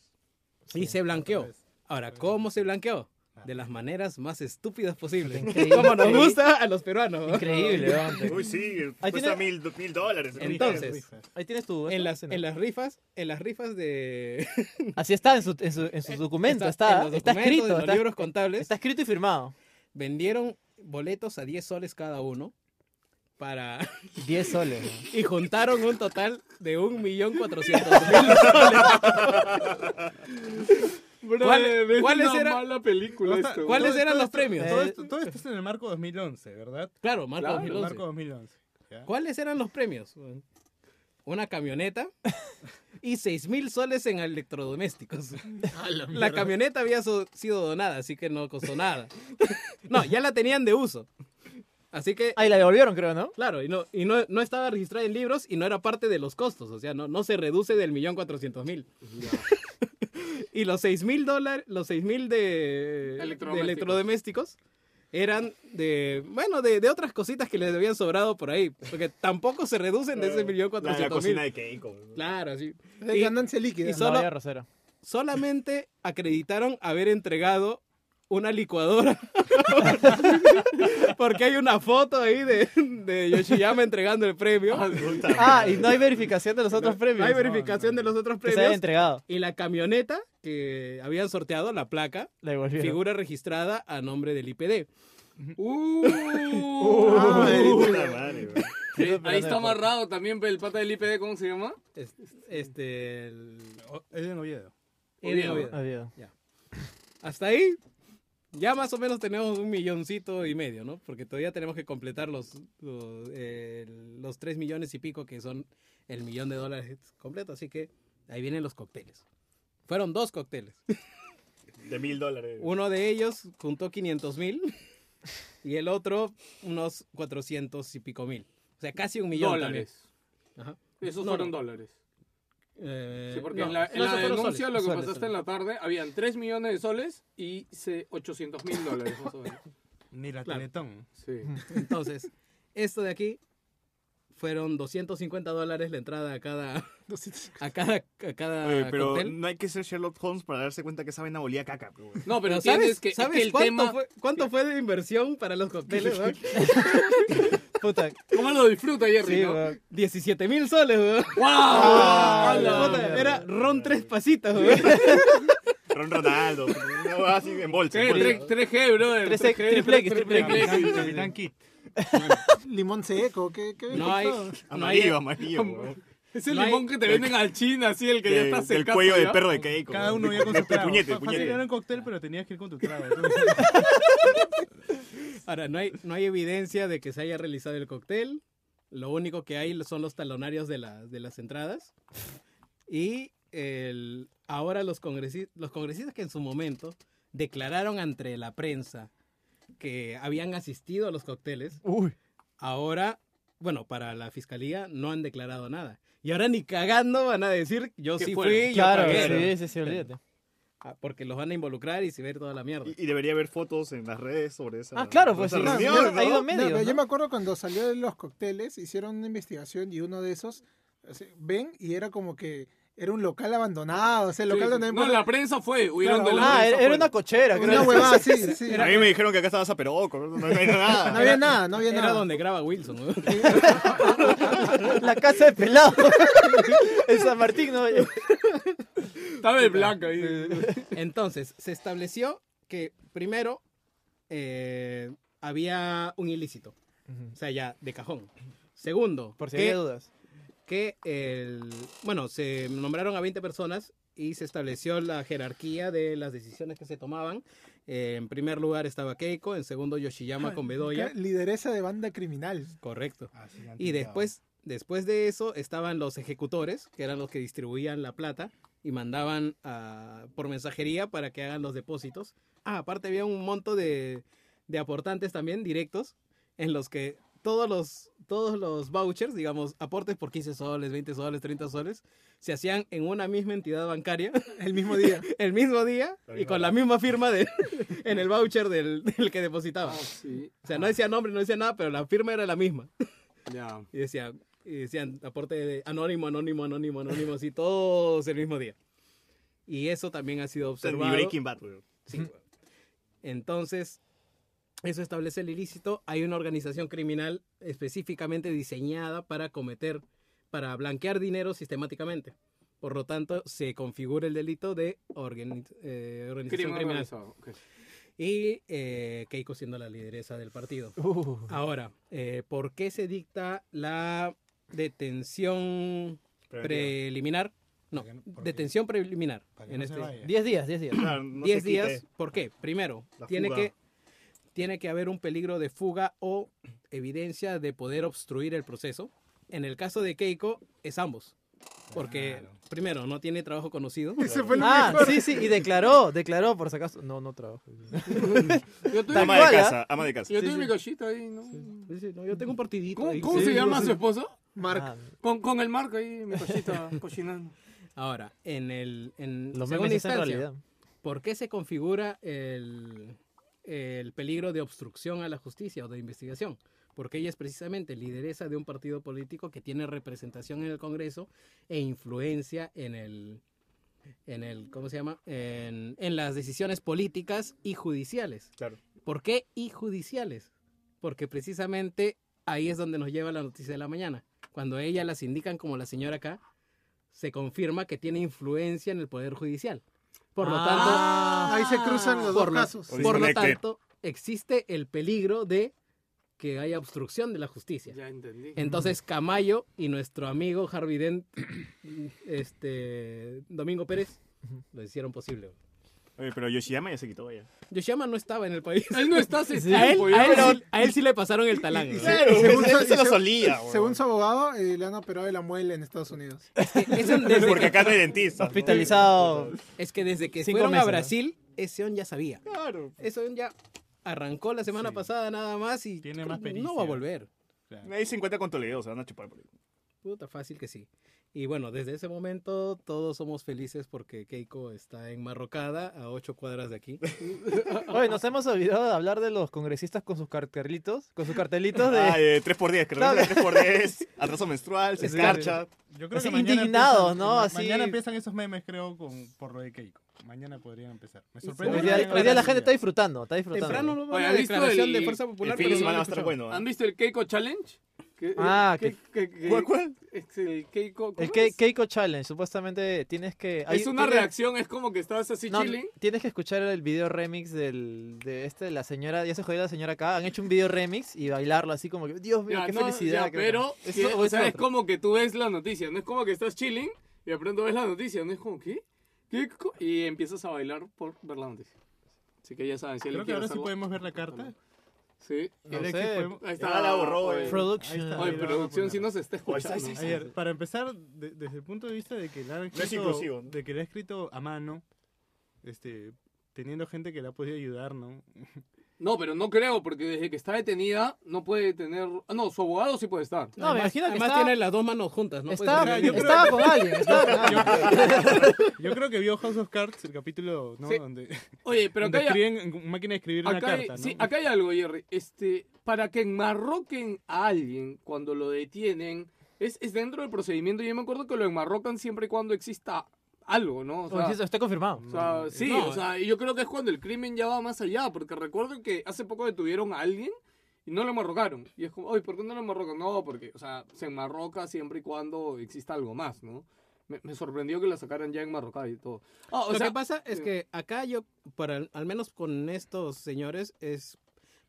y se blanqueó. vez. Ahora, ¿cómo se blanqueó? Ah. De las maneras más estúpidas posibles. Increíble. Como nos gusta a los peruanos. ¿no? Increíble, weón. Uy, sí, Ahí cuesta tiene- mil, do- mil dólares. Entonces, Ahí tienes tu. en las, en las rifas, en las rifas de... Así está en su, en su, en su documento. en Está, los está documentos, escrito. En los Está, libros contables. está escrito y firmado. Vendieron boletos a 10 soles cada uno para 10 soles. weón. y juntaron un total de 1.400.000 soles. ¿Cuál- es cuáles una era- mala película Basta, esto, ¿Cuáles todo- eran todo los esto- premios? Eh, Todo esto, todo esto es en el marco 2011, ¿verdad? Claro, Marco Claro, 2011. Marco 2011. ¿ya? ¿Cuáles eran los premios? Una camioneta y 6 mil soles en electrodomésticos. la, camioneta había so- sido donada, así que no costó nada. no, ya la tenían de uso. Así que, Ahí la devolvieron, creo, ¿no? claro, y, no, y no, no estaba registrada en libros y no era parte de los costos. O sea, no, no se reduce del millón cuatrocientos mil. Y los seis mil dólares, los seis mil de, Electrodomésticos. de electrodomésticos eran de, bueno, de, de otras cositas que les habían sobrado por ahí. Porque tampoco se reducen de ese millón La, la cuatrocientos mil. cocina de Keiko. Claro, sí. De Y- ganancia líquida. y ¿no? solo- Vaya Rosera. solamente acreditaron haber entregado una licuadora. Porque hay una foto ahí de, de Yoshiyama entregando el premio. Ah, y no hay verificación de los otros premios. Hay verificación de los otros Que se hayan premios. entregado. Y la camioneta que habían sorteado, la placa, La devolvieron. figura registrada a nombre del IPD. Uh. Ah, Ay, el- puta madre, güey. Eh, Ahí está amarrado también pe, el pata del IPD, ¿cómo se llama? Es- Este. el- Oh, Es en Oviedo. Oviedo. Oviedo. Adiós. Hasta ahí. Ya más o menos tenemos un milloncito y medio, ¿no? Porque todavía tenemos que completar los, los, eh, los tres millones y pico que son el millón de dólares completo. Así que ahí vienen los cócteles. Fueron dos cócteles. De mil dólares. Uno de ellos juntó 500 mil y el otro unos 400 y pico mil. O sea, casi un millón. Dólares. también. Ajá. Esos No, fueron no. dólares. Eh, Sí, porque no, en la, en no, la esos fueron denuncia soles, lo que soles, pasaste soles. en la tarde, habían 3 millones de soles y se- 800 mil dólares. más o menos. Ni la Claro. Teletón. Sí. Entonces, esto de aquí fueron 250 dólares la entrada a cada a cada a cada Oye, Eh, pero cóctel. no hay que ser Sherlock Holmes para darse cuenta que esa vaina olía a caca. pero, güey. No, pero Pero entiendes ¿sabes, que, ¿sabes que el cuánto, tema... fue, cuánto fue de inversión para los cócteles? weón? Puta. ¿Cómo lo disfruta Jerry? Sí, no? weón. 17 mil soles, weón. ¡Wow! Ah, Puta, ¡Hala! mierda. era ron tres pasitas, weón. Ron Ronaldo. Una huevada así en bolsa. en Tre- bolsa. tre- 3G, brother. Tres- 3G, triple X, triple triple X. X. Capitán, Capitán Kit. Limón seco, ¿qué? qué No hay, no hay, Amarillo, amarillo. güey. Es el No hay- limón que te venden al China, así, el que ya De- está del secado. cuello del ya. perro de Keiko. Cada güey. uno De- iba con de su trago. puñete, de Fa- fácil era puñete. un cóctel, pero tenías que ir con tu trago. entonces, ahora, no hay, no hay evidencia de que se haya realizado el cóctel. Lo único que hay son los talonarios de, las de las entradas. Y el, ahora los, congresi- los congresistas que en su momento declararon ante la prensa que habían asistido a los cócteles, Uy. ahora, bueno, para la fiscalía no han declarado nada. Y ahora ni cagando van a decir, yo Que sí fueron. fui, yo Claro, pagué", ¿no? sí, sí, sí, olvídate. Ah, Porque los van a involucrar y se ve toda la mierda. Y, y debería haber fotos en las redes sobre esa. Ah, claro, pues sí. sobre esa no, reunión, no, ¿no? Hay dos No, pero medios. yo ¿no? me acuerdo cuando salió de los cócteles, hicieron una investigación y uno de esos, así, ven, y era como que era un local abandonado, o sea, el Sí, local sí. donde... No, la prensa fue. Huyeron Claro, de la Ah, prensa. era era una cochera, Una creo. huevada, sí, sí. A mí me dijeron que acá estabas a peroco. No, no hay nada. No había nada, no había Era nada. donde graba Wilson. ¿no? La casa de pelado. en San Martín, ¿no? Estaba de blanca ahí. Entonces, se estableció que primero eh, había un ilícito, o sea, ya de cajón. Segundo, Por si que, había dudas. que el, bueno, se nombraron a 20 personas y se estableció la jerarquía de las decisiones que se tomaban. Eh, en primer lugar estaba Keiko, en segundo Yoshiyama con Bedoya. Lideresa de banda criminal. Correcto. así, Y anticuado. después, después de eso estaban los ejecutores, que eran los que distribuían la plata y mandaban a- por mensajería para que hagan los depósitos. Ah, aparte había un monto de, de aportantes también directos en los que todos los, todos los vouchers, digamos, aportes por 15 soles, 20 soles, 30 soles, se hacían en una misma entidad bancaria El mismo día. el mismo día y con la misma firma de, en el voucher del, del que depositaba. Ah, sí. O sea, no decía nombre, no decía nada, pero la firma era la misma. Ya. Y decía, y decían, aporte de anónimo, anónimo, anónimo, anónimo, así todos el mismo día. Y eso también ha sido Ni observado. Breaking Bad, güey. Sí, weón. Entonces, eso establece el ilícito. Hay una organización criminal específicamente diseñada para cometer, para blanquear dinero sistemáticamente. Por lo tanto, se configura el delito de organi- eh, organización Crimen criminal. organizado. ok. Y eh, Keiko siendo la lideresa del partido. Uh, Ahora, eh, ¿por qué se dicta la detención Preventiva. preliminar? No, Para que no- porque- detención preliminar. para que En no se este, vaya. 10 días, 10 días. Claro, no se 10 quite. días. ¿Por qué? Primero, La tiene fuga. que, tiene que haber un peligro de fuga o evidencia de poder obstruir el proceso. En el caso de Keiko, es ambos. Porque, primero, no tiene trabajo conocido. Ese fue lo Ah, mejor. sí, sí, y declaró, declaró, por si acaso. No, no trabajo. Yo tuve, Tal Ama de cual, ¿ah? casa, ama de casa. yo sí, tuve sí. mi cachita ahí, ¿no? Dice, no, yo tengo un partidito. ¿Cómo, ahí. cómo Sí, se llama sí. su esposo? Mark. Ah, Con, con el marco ahí, mi cachita cocinando. Ahora, en el. En los segunda memes es en instancia, realidad. ¿Por qué se configura el, el peligro de obstrucción a la justicia o de investigación? Porque ella es precisamente lideresa de un partido político que tiene representación en el Congreso e influencia en el, en el ¿cómo se llama? En, en las decisiones políticas y judiciales. Claro. ¿Por qué y judiciales? Porque precisamente ahí es donde nos lleva la noticia de la mañana. Cuando a ella las indican como la señora acá, se confirma que tiene influencia en el Poder Judicial. Por Ah, lo tanto, Ahí se cruzan los por dos lo, casos. Oye, por lo Disconnected. tanto, existe el peligro de que haya obstrucción de la justicia. Ya entendí. Entonces, Camayo y nuestro amigo Harvey Dent, este, Domingo Pérez, lo hicieron posible. Oye, pero Yoshiyama ya se quitó ya. Yoshiyama no estaba en el país. Él no está pues, hace A él, tiempo, a ya. él sí, a él sí le pasaron el talán. ¿no? Claro, según se, su- se lo y se- solía, güey. Según su abogado, eh, le han operado de la muela en Estados Unidos. Es un- desde Porque que- acá no hay dentista. Hospitalizado. Es que desde que Cinco fueron a meses, ¿no? Brasil, ese on ya sabía. Claro. Ese on ya arrancó la semana Sí. pasada nada más y Tiene más pericia. no va a volver. Ahí se encuentra con Toledo, se van a chupar por ahí. Puta, fácil que sí. Y bueno, desde ese momento todos somos felices porque Keiko está en Marrocada, a ocho cuadras de aquí. Oye, nos hemos olvidado de hablar de los congresistas con sus cartelitos, con sus cartelitos de... Ah, eh, 3x10, que Claro. regala 3x10, atraso menstrual, se escarcha. Yo creo Así que mañana indignados, empiezan- ¿no? ma- Así- Mañana empiezan esos memes, creo, con, por lo de Keiko. Mañana podrían empezar. Me sorprende. Hoy que día, no hoy día la hayan gente está hablado. disfrutando, está disfrutando. Temprano no va Oye, a ¿has visto declaración el- de Fuerza El Popular. fin de pero no semana va a lo he estar escuchado. bueno. ¿eh? ¿Han visto el Keiko Challenge? Que- eh, Ah, que- que- que- ¿Cuál, cuál? Es el Keiko. ¿cómo El Ke- es? Keiko Challenge, supuestamente tienes que... hay- Es una tiene- reacción, es como que estás así no, chilling. tienes que escuchar el video remix del, de este, la señora, ya se jodió la señora acá, han hecho un video remix y bailarlo así como que, Dios mío, Ya, qué no, felicidad. ya, creo. pero Eso- que- o o es sea, es otro. como que tú ves la noticia, no es como que estás chilling y de pronto ves la noticia, no es como ¿qué? ¿Qué co-? Y empiezas a bailar por ver la noticia. Así que ya saben, si Creo alguien que quiere ahora sí hacer algo- podemos ver la carta. Sí. No Alexis, sé. podemos- Ahí Ya la borró, oye. eh. Production. Ahí Oye, está. producción, si no se está escuchando. Pues, sí, sí. A ver, para empezar, de- desde el punto de vista de que la han es escrito, inclusivo, ¿no? de que la ha escrito a mano, este, teniendo gente que la ha podido ayudar, ¿no? No, pero no creo, porque desde que está detenida no puede tener... ah, No, su abogado sí puede estar. No, me imagino que Además estaba- tiene las dos manos juntas, ¿no? estaba, Pues, o sea, yo creo- estaba con alguien, estaba con alguien. Yo creo que vio House of Cards, el capítulo, ¿no? Sí. Donde, Oye, pero donde acá hay, escriben en máquina de escribir una acá, hay- carta, ¿no? sí, acá hay algo, Jerry. Este, para que enmarroquen a alguien cuando lo detienen, es, es dentro del procedimiento. Yo me acuerdo que lo enmarrocan siempre y cuando exista algo, ¿no? O sea, Oye, eso está confirmado. o sea, sí, No, o sea, y yo creo que es cuando el crimen ya va más allá, porque recuerdo que hace poco detuvieron a alguien y no lo enmarrocaron. Y es como, oye, ¿por qué no lo enmarrocan? No, porque, o sea, se enmarroca siempre y cuando exista algo más, ¿no? Me, me sorprendió que la sacaran ya enmarrocada y todo. Ah, o Lo sea, que pasa es que acá yo, para, el- al menos con estos señores, es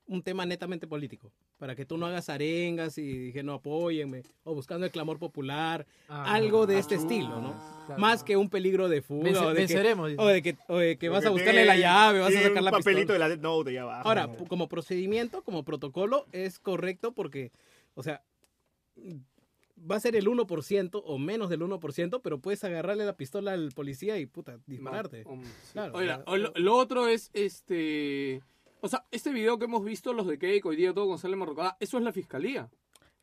un tema netamente político. Para que tú no hagas arengas y dije, no, apóyenme. O buscando el clamor popular. Ah, algo de este estilo, ¿no? ah, Más que un peligro de fuga. Vence- o, de que, venceremos, dice. o de que, o de que vas a Porque buscarle tiene- la llave, vas a tiene sacar la un papelito pistola. de la Death Note allá abajo. Ahora, pu- como procedimiento, como protocolo, es correcto porque, o sea, va a ser el 1% o menos del 1%, pero puedes agarrarle la pistola al policía y, puta, dispararte. Ma- um, sí. Claro, Oiga, ya. o lo, lo otro es este. O sea, este video que hemos visto, los de Keiko y Diego todo González Marrocada, eso es la fiscalía.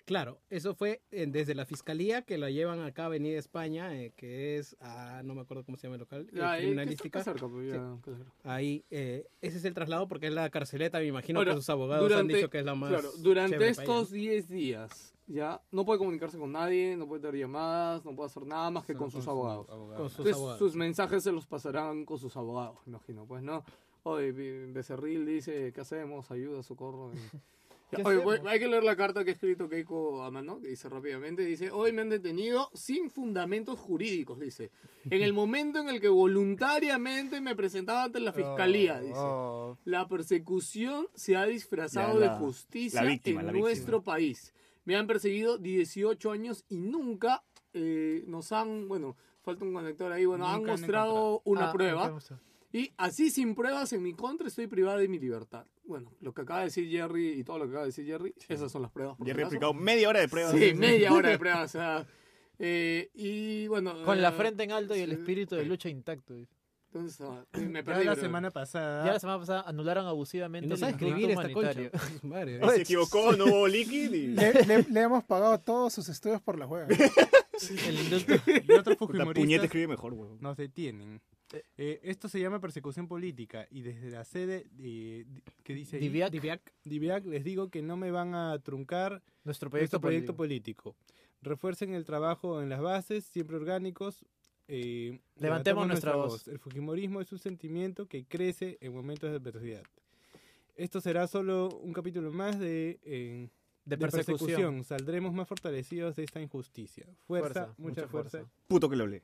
Claro, eso fue eh, desde la fiscalía que la llevan acá a Avenida España, eh, que es, ah, no me acuerdo cómo se llama el local, eh, Ya, eh, que criminalística. está cerca, pues, ya, que cerca. Ahí, eh, ese es el traslado porque es la carceleta, me imagino Ahora, que sus abogados han dicho que es la más. claro, durante chévere para estos ella, 10 días, ya no puede comunicarse con nadie, no puede tener llamadas, no puede hacer nada más que Solo con sus su abogados. ¿no? con sus Entonces, abogados. sus mensajes se los pasarán con sus abogados, me imagino. Pues no. Oye, Be- Becerril dice: ¿Qué hacemos? Ayuda, socorro. Ya, ¿Qué oye, hacemos? voy- hay que leer la carta que ha escrito Keiko a mano, que dice rápidamente, dice, hoy me han detenido sin fundamentos jurídicos, dice, en el momento en el que voluntariamente me presentaba ante Oh, la Oh, fiscalía, dice. La persecución se ha disfrazado Ya, la- de justicia la víctima, en la víctima. nuestro país. Me han perseguido 18 años y nunca eh, nos han, bueno, falta un conector ahí, bueno, Nunca han han mostrado una Ah, prueba. entonces, Y así sin pruebas en mi contra estoy privada de mi libertad. Bueno, lo que acaba de decir Jerry y todo lo que acaba de decir Jerry, esas son las pruebas. por Ya he si acaso. replicado media hora de pruebas. Sí, media hora de pruebas. O sea, Eh, y bueno. Con Mm, la eh, frente en alto y el sí. espíritu de lucha intacto. dice. ¿Dónde estaba? ah, Me Ya perdí. la bro. semana pasada. Ya la semana pasada anularon abusivamente Y no el sabes escribir Instituto esta Humanitario. concha. Su madre, Y Se equivocó, no hubo liquid y... Le, le- le hemos pagado todos sus estudios por la juega. El inducto. Y otros Puta, puñete fujimoristas escribe mejor, weón. nos detienen. Eh, esto se llama persecución política y desde la sede eh, di- que dice ahí, Diviac, Diviac, les digo que no me van a truncar nuestro proyecto, nuestro proyecto político. político. Refuercen el trabajo en las bases, siempre orgánicos. eh, Levantemos nuestra voz. El Fujimorismo es un sentimiento que crece en momentos de adversidad. Esto será solo un capítulo más de, eh, de de persecución. Saldremos más fortalecidos de esta injusticia. Fuerza, mucha, fuerza. Puto que lo hablé.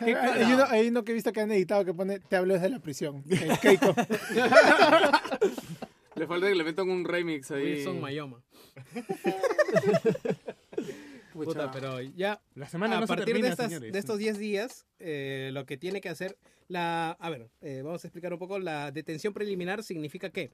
Hay, hay uno, eh, hay uno que he visto que han editado que pone Te hablo desde la prisión. El Keiko. Le falta que le metan un remix ahí. Wilson Mayoma. Pucha. Puta, pero ya La semana a no se partir termina, de, estas- señores. de estos 10 días, eh, lo que tiene que hacer la... A ver, eh, vamos a explicar un poco. La detención preliminar significa que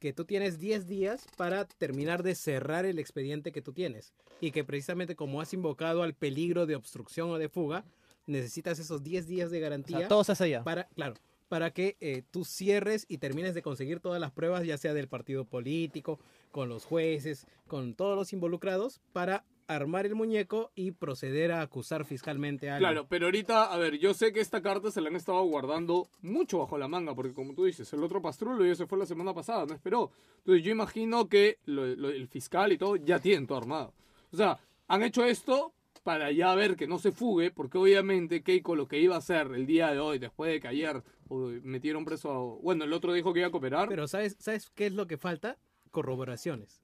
que tú tienes 10 días para terminar de cerrar el expediente que tú tienes y que precisamente como has invocado al peligro de obstrucción o de fuga, necesitas esos 10 días de O sea, garantía todos hacia allá. para, claro, para que eh, tú cierres y termines de conseguir todas las pruebas, ya sea del partido político, con los jueces, con todos los involucrados, para armar el muñeco y proceder a acusar fiscalmente a alguien. Claro, pero ahorita, a ver, yo sé que esta carta se la han estado guardando mucho bajo la manga, porque como tú dices, el otro pastrulo ya se fue la semana pasada, no esperó. Entonces yo imagino que lo- lo- el fiscal y todo ya tienen todo armado. O sea, han hecho esto para ya ver que no se fugue, porque obviamente Keiko lo que iba a hacer el día de hoy, después de que ayer uy, metieron preso a... Bueno, el otro dijo que iba a cooperar. Pero ¿sabes, ¿sabes qué es lo que falta? Corroboraciones.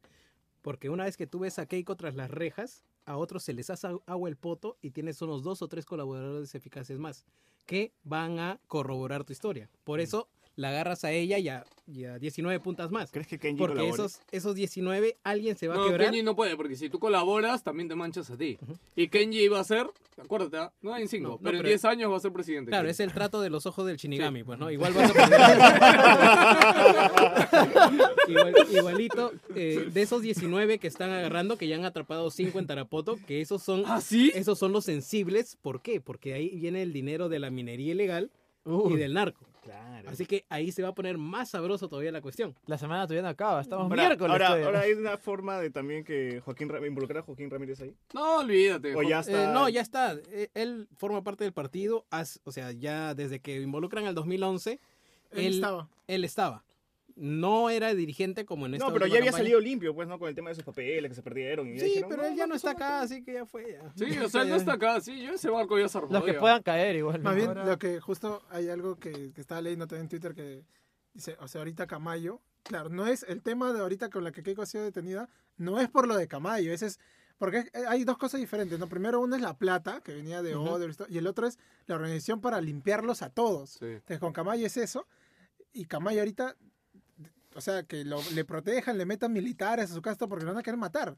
Porque una vez que tú ves a Keiko tras las rejas, a otros se les hace agua el poto y tienes unos dos o tres colaboradores eficaces más que van a corroborar tu historia. Por eso la agarras a ella y a, y a 19 puntas más. ¿Crees que Kenji Porque colabore? esos, esos 19, alguien se va a no, quebrar. Kenji no puede, porque si tú colaboras, también te manchas a ti. Y Kenji iba a ser, acuérdate, ¿ah? no en 5, No, no, pero en pero- 10 años va a ser presidente. Claro, Kenji. es el trato de los ojos del Shinigami, pues, ¿no? Igual vas a perder. Igual- igualito, eh, de esos 19 que están agarrando, que ya han atrapado 5 en Tarapoto, que esos son, ¿Ah, sí? esos son los sensibles. ¿Por qué? Porque ahí viene el dinero de la minería ilegal y del narco. Claro. Así que ahí se va a poner más sabroso todavía la cuestión. La semana todavía no acaba, estamos Ahora, miércoles. ahora, todavía. ahora hay una forma de también que Joaquín Ra- involucrar a Joaquín Ramírez ahí. No, olvídate. O ya Eh, está. no, ya está. Eh, Él forma parte del partido, as- o sea, ya desde que involucran al 2011, Él estaba. él estaba. No era dirigente como en esta No, pero última ya había campaña. salido limpio, pues, ¿no? Con el tema de sus papeles que se perdieron. Y ya Sí, dijeron, pero él ya no está pasó acá, nada. así que ya fue. ya. Sí, o sea, no está acá. Sí, yo ese barco ya se armó. Los que ya. puedan caer igual. Más bien, Ahora- lo que justo hay algo que, que estaba leyendo también en Twitter que dice, o sea, ahorita Camayo, claro, no es el tema de ahorita con la que Keiko ha sido detenida, no es por lo de Camayo, ese es, porque es- hay dos cosas diferentes, ¿no? Primero uno es la plata, que venía de Ujú. Oder, y esto, y el otro es la organización para limpiarlos a todos. Sí. Entonces con Camayo es eso, y Camayo ahorita, o sea, que lo- le protejan, le metan militares a su casa porque lo van a querer matar.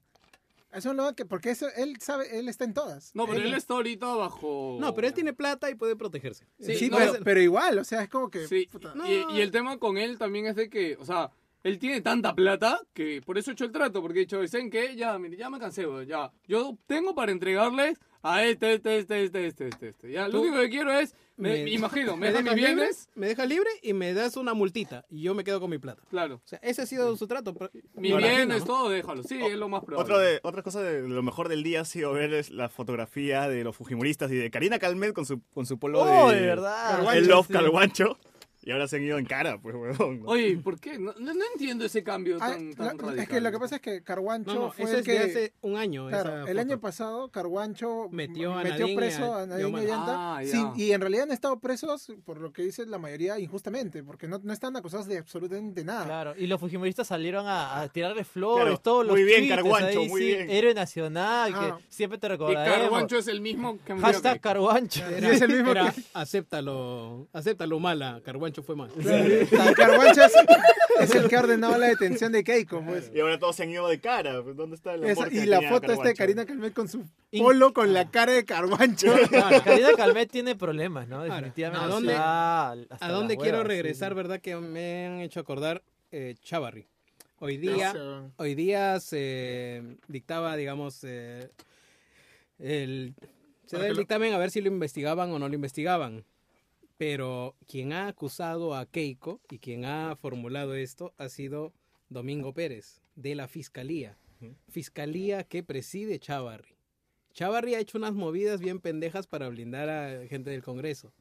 Eso es lo que, porque eso, él sabe, él está en todas. No, pero él está ahorita bajo. No, pero él tiene plata y puede protegerse. Sí, Sí, no, pero, es- pero igual, o sea, es como que... Sí, puta. y, y el tema con él también es de que, o sea, él tiene tanta plata que por eso he hecho el trato, porque he dicho, dicen que ya, mire, ya me cansé, weón, ya. Yo tengo para entregarles a este, este, este, este, este, este, este. Ya, lo Tú- único que quiero es, me, me- imagino, me dejan mis dejas libre, bienes. me dejas libre y me das una multita y yo me quedo con mi plata. Claro. O sea, ese ha sido su trato. pero- Mis me imagino, bienes, ¿no? todo, déjalo. Sí, es lo más probable. Otro de, otra cosa de lo mejor del día ha sido ver es la fotografía de los Fujimoristas y de Karina Calmet con su, con su polo Oh, de, de verdad. El Love Sí. Calguancho. Y ahora se han ido en cara, pues, huevón. ¿no? Oye, ¿por qué? No, no- no entiendo ese cambio Ah, tan, la- tan radical. es que lo que pasa es que Carguancho No, no, fue ese el es de que... hace un año. claro, esa el foto. año pasado Carguancho Metió a Nadine y preso a- a Nadine y a Omar. Ollanta, Ah, ya. sin- y en realidad han estado presos, por lo que dice la mayoría, injustamente, porque no, no están acusados de absolutamente nada. Claro, y los fujimoristas salieron a, a tirarle flores, Claro, todos los muy bien, tweets, Carguancho, ahí muy sí, bien. héroe nacional, Ah. que siempre te Y recordaremos. Carguancho es el mismo que Hashtag Carguancho. Era, Y es el mismo era, acéptalo, acéptalo mala, Carguancho fue mal. Y Carguancho es, es el que ha ordenado la detención de Keiko, pues. Y ahora todos se han ido de cara. pues, ¿Dónde está el amor Esa- que y la tenía foto esta de Carguancho? Karina Calmet con su In- polo con la cara de Carguancho. Claro, Karina Calmet tiene problemas, ¿no? Definitivamente. ¿a dónde- Ah, hasta ¿A dónde las quiero huevas, sí. regresar, verdad? Que me han hecho acordar eh, Chavarri. Hoy día, Eso. hoy día se dictaba, digamos, eh, el, se da el dictamen a ver si lo investigaban o no lo investigaban. Pero quien ha acusado a Keiko y quien ha formulado esto ha sido Domingo Pérez, de la Fiscalía. Fiscalía que preside Chavarri. Chavarri ha hecho unas movidas bien pendejas para blindar a gente del Congreso.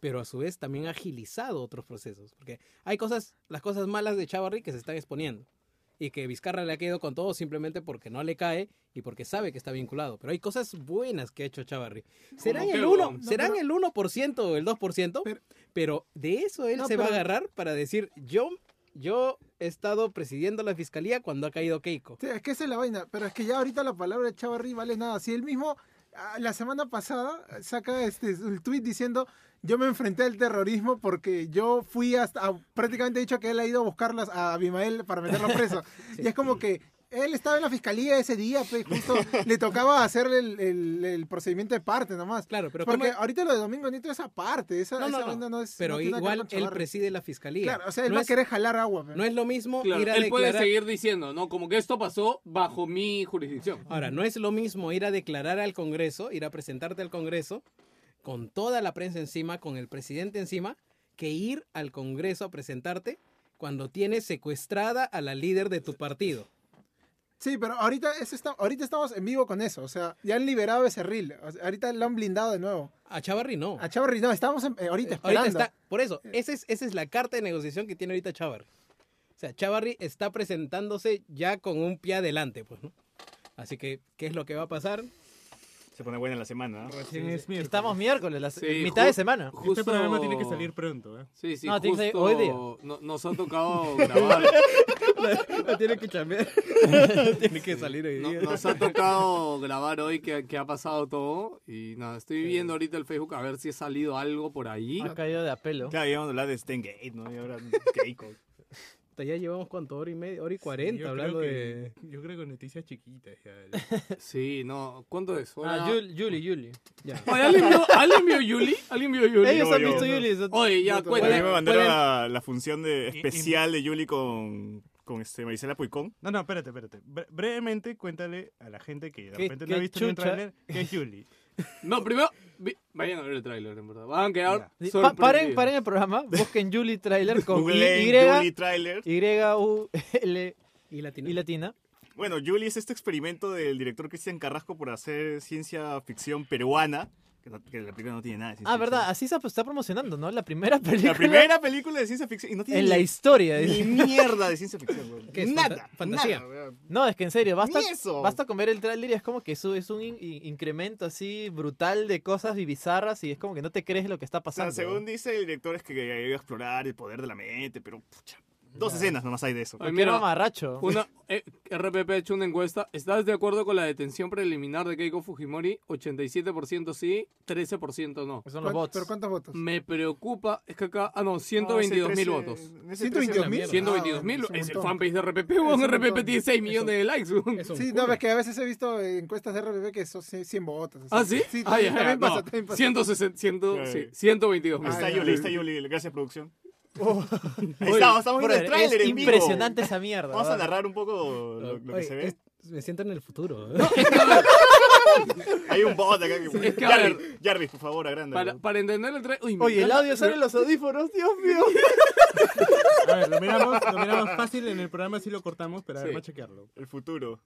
Pero a su vez también ha agilizado otros procesos. Porque hay cosas, las cosas malas de Chavarri que se están exponiendo y que Vizcarra le ha quedado con todo simplemente porque no le cae y porque sabe que está vinculado. Pero hay cosas buenas que ha hecho Chavarri. Serán qué, el huevón? 1, serán el 1% o el 2%, pero, Pero- de eso él No, se va a pero- agarrar para decir, yo, yo he estado presidiendo la fiscalía cuando ha caído Keiko. Sí, es que esa es la vaina, pero es que ya ahorita la palabra de Chavarri vale nada. Si él mismo ah, la semana pasada saca este el tweet diciendo yo me enfrenté al terrorismo porque yo fui hasta a- prácticamente he dicho que él ha ido a buscarlas a Abimael para meterlo preso. Y es como que él estaba en la fiscalía ese día, pues, justo le tocaba hacer el, el- el procedimiento de parte nomás. Claro, pero porque ¿cómo- ahorita lo de Domingo Nieto es aparte, esa, No, no, esa no. vaina no es pero no tiene nada que ver igual con él Chavarri. preside la fiscalía. Claro, o sea, él no, va es, a querer jalar agua. pues, pe. no es lo mismo Claro, ir a él puede declarar- seguir diciendo, ¿no? Como que esto pasó bajo mi jurisdicción. Ahora, no es lo mismo ir a declarar al Congreso, ir a presentarte al Congreso, con toda la prensa encima, con el presidente encima, que ir al Congreso a presentarte cuando tienes secuestrada a la líder de tu partido. Sí, pero ahorita, es esta- ahorita estamos en vivo con eso. O sea, ya han liberado ese reel. o sea, ahorita lo han blindado de nuevo. A Chavarri no. A Chavarri, no, estamos en- eh, ahorita Ahorita esperando. Eh. está, por eso, esa es, esa es la carta de negociación que tiene ahorita Chavarri. O sea, Chavarri está presentándose ya con un pie adelante, pues, ¿no? Así que, ¿qué es lo que va a pasar? Se pone buena la semana. ¿ah? Recién es miércoles. Estamos miércoles, la Sí, mitad ju- de semana. Este programa tiene que salir pronto, ¿eh? Sí, sí, No, tiene que salir justo hoy día. no- nos ha tocado grabar. tiene que chambear. tiene que salir hoy No- nos ha tocado grabar hoy que, que ha pasado todo. Y nada, estoy viendo ahorita el Facebook a ver si ha salido algo por ahí. Ha caído de apelo. Claro, íbamos a hablar de Stengate, ¿no? Y ahora Keiko. Ya llevamos cuánto, hora y media, hora y Sí, cuarenta yo hablando creo que- de... Yo creo que noticias chiquitas. ya. Sí, no. ¿Cuánto es? Ah, Hora- Yuli, Yuli, Yuli. Ya. Oye, ¿alguien vio, ¿alguien vio Yuli? ¿Alguien vio Yuli? Ellos yo, han yo, visto yo. Yuli. eso- Oye, ya, Bueno, a mí me cuenta. mandaron pueden- la, la función de especial de Yuli con, con este Marisela Puicón. No, no, espérate, espérate. Bre- brevemente cuéntale a la gente que de ¿Qué- repente no ha qué visto en un chucha? trailer que es Julie. No, primero, vi- vayan a ver el tráiler, en verdad. Van a quedar Sí, pa- sorprendidos. paren, paren el programa, busquen Yuli Trailer con Y, Google Yuli y, Trailer. U, L Y latina. y latina. Bueno, Julie es este experimento del director Cristian Carrasco por hacer ciencia ficción peruana. Que, no- que la película no tiene nada. de ciencia Ah, verdad, ficción. así se pues, está promocionando, ¿no? La primera película La primera película de ciencia ficción. Y no tiene en la ni- historia. ni dice. mierda de ciencia ficción, weón. ¿Qué es? Nada. Fanta- fantasía. nada, weón. No, es que en serio, basta, Ni eso. basta con ver el tráiler y es como que eso es un in- in- incremento así brutal de cosas y bizarras y es como que no te crees lo que está O sea, pasando. según dice el director es que iba a explorar el poder de la mente, pero pucha, dos escenas nomás hay de eso. Ay, Qué mira, mamarracho. Una, eh, RPP ha hecho una encuesta. ¿Estás de acuerdo con la detención preliminar de Keiko Fujimori? 87% sí, 13% no. pues, Son los ¿Cuán- bots. ¿Pero cuántos votos? Me preocupa, es que acá, ah no, 122 mil votos. 122 mil. 122 mil, Ah, es un es el montón. fanpage de RPP, weón, un RPP montón. tiene 6 millones de likes, weón. Es un Sí, culo. no, es que a veces he visto eh, encuestas de RBB que son 100 votos. ¿Ah, sí? Sí, Ah, ya, también, también ya, pasa, no. también pasa. 160, ciento- Sí. sí, 122 mil. Está Ay, Yuli, ay, está Yuli, gracias producción. Ahí Oye, estamos, estamos viendo brother, el tráiler es en vivo. impresionante esa mierda. Vamos a ¿verdad? narrar un poco lo, lo que Oye, se ve. es- me siento en el futuro. Hay un bot acá que... es que, a Jarvis, Jarvis, por favor, agranda. Para, para entender el tráiler... uy, me Oye, el encanta- audio sale en los audífonos, Dios mío. A ver, lo miramos, lo miramos fácil en el programa, sí lo cortamos, pero a ver, Sí. va a chequearlo. El futuro.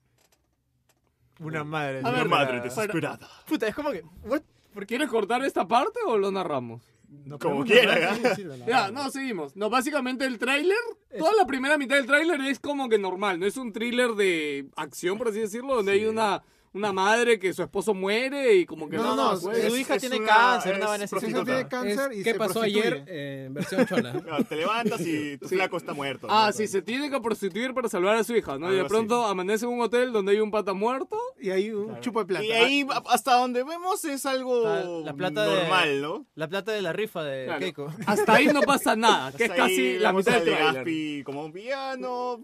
Una madre. La mierda. madre desesperada. Puta, es como que. what? ¿Quieres cortar esta parte o lo narramos? No, Como pero bueno, quiera, sí, ¿eh? sí, la- la- Ya, no, seguimos. No, básicamente el tráiler, toda la primera mitad del tráiler es como que normal, no es un thriller de acción, por así decirlo, donde hay una, una madre que su esposo muere y como que... No, nada no, no, más, pues. su- güey. Su Es- hija es tiene una- cáncer, es una vaina así. Sí, eso prostituta. tiene cáncer Es, y ¿Qué se pasó prostituye. ayer eh, en versión chola? No, te levantas y tu flaco está muerto. Ah, ¿no? sí, se tiene que prostituir para salvar a su hija, ¿no? Y de Algo así. pronto amanece en un hotel donde hay un pata muerto. Y hay un chupo de plata. Y ahí, hasta donde vemos, es algo La plata de- normal, ¿no? La plata de la rifa de Claro. Keiko. Hasta ahí no pasa nada, que es Hasta ahí casi la vemos mitad a del tráiler. Legaspi como un villano.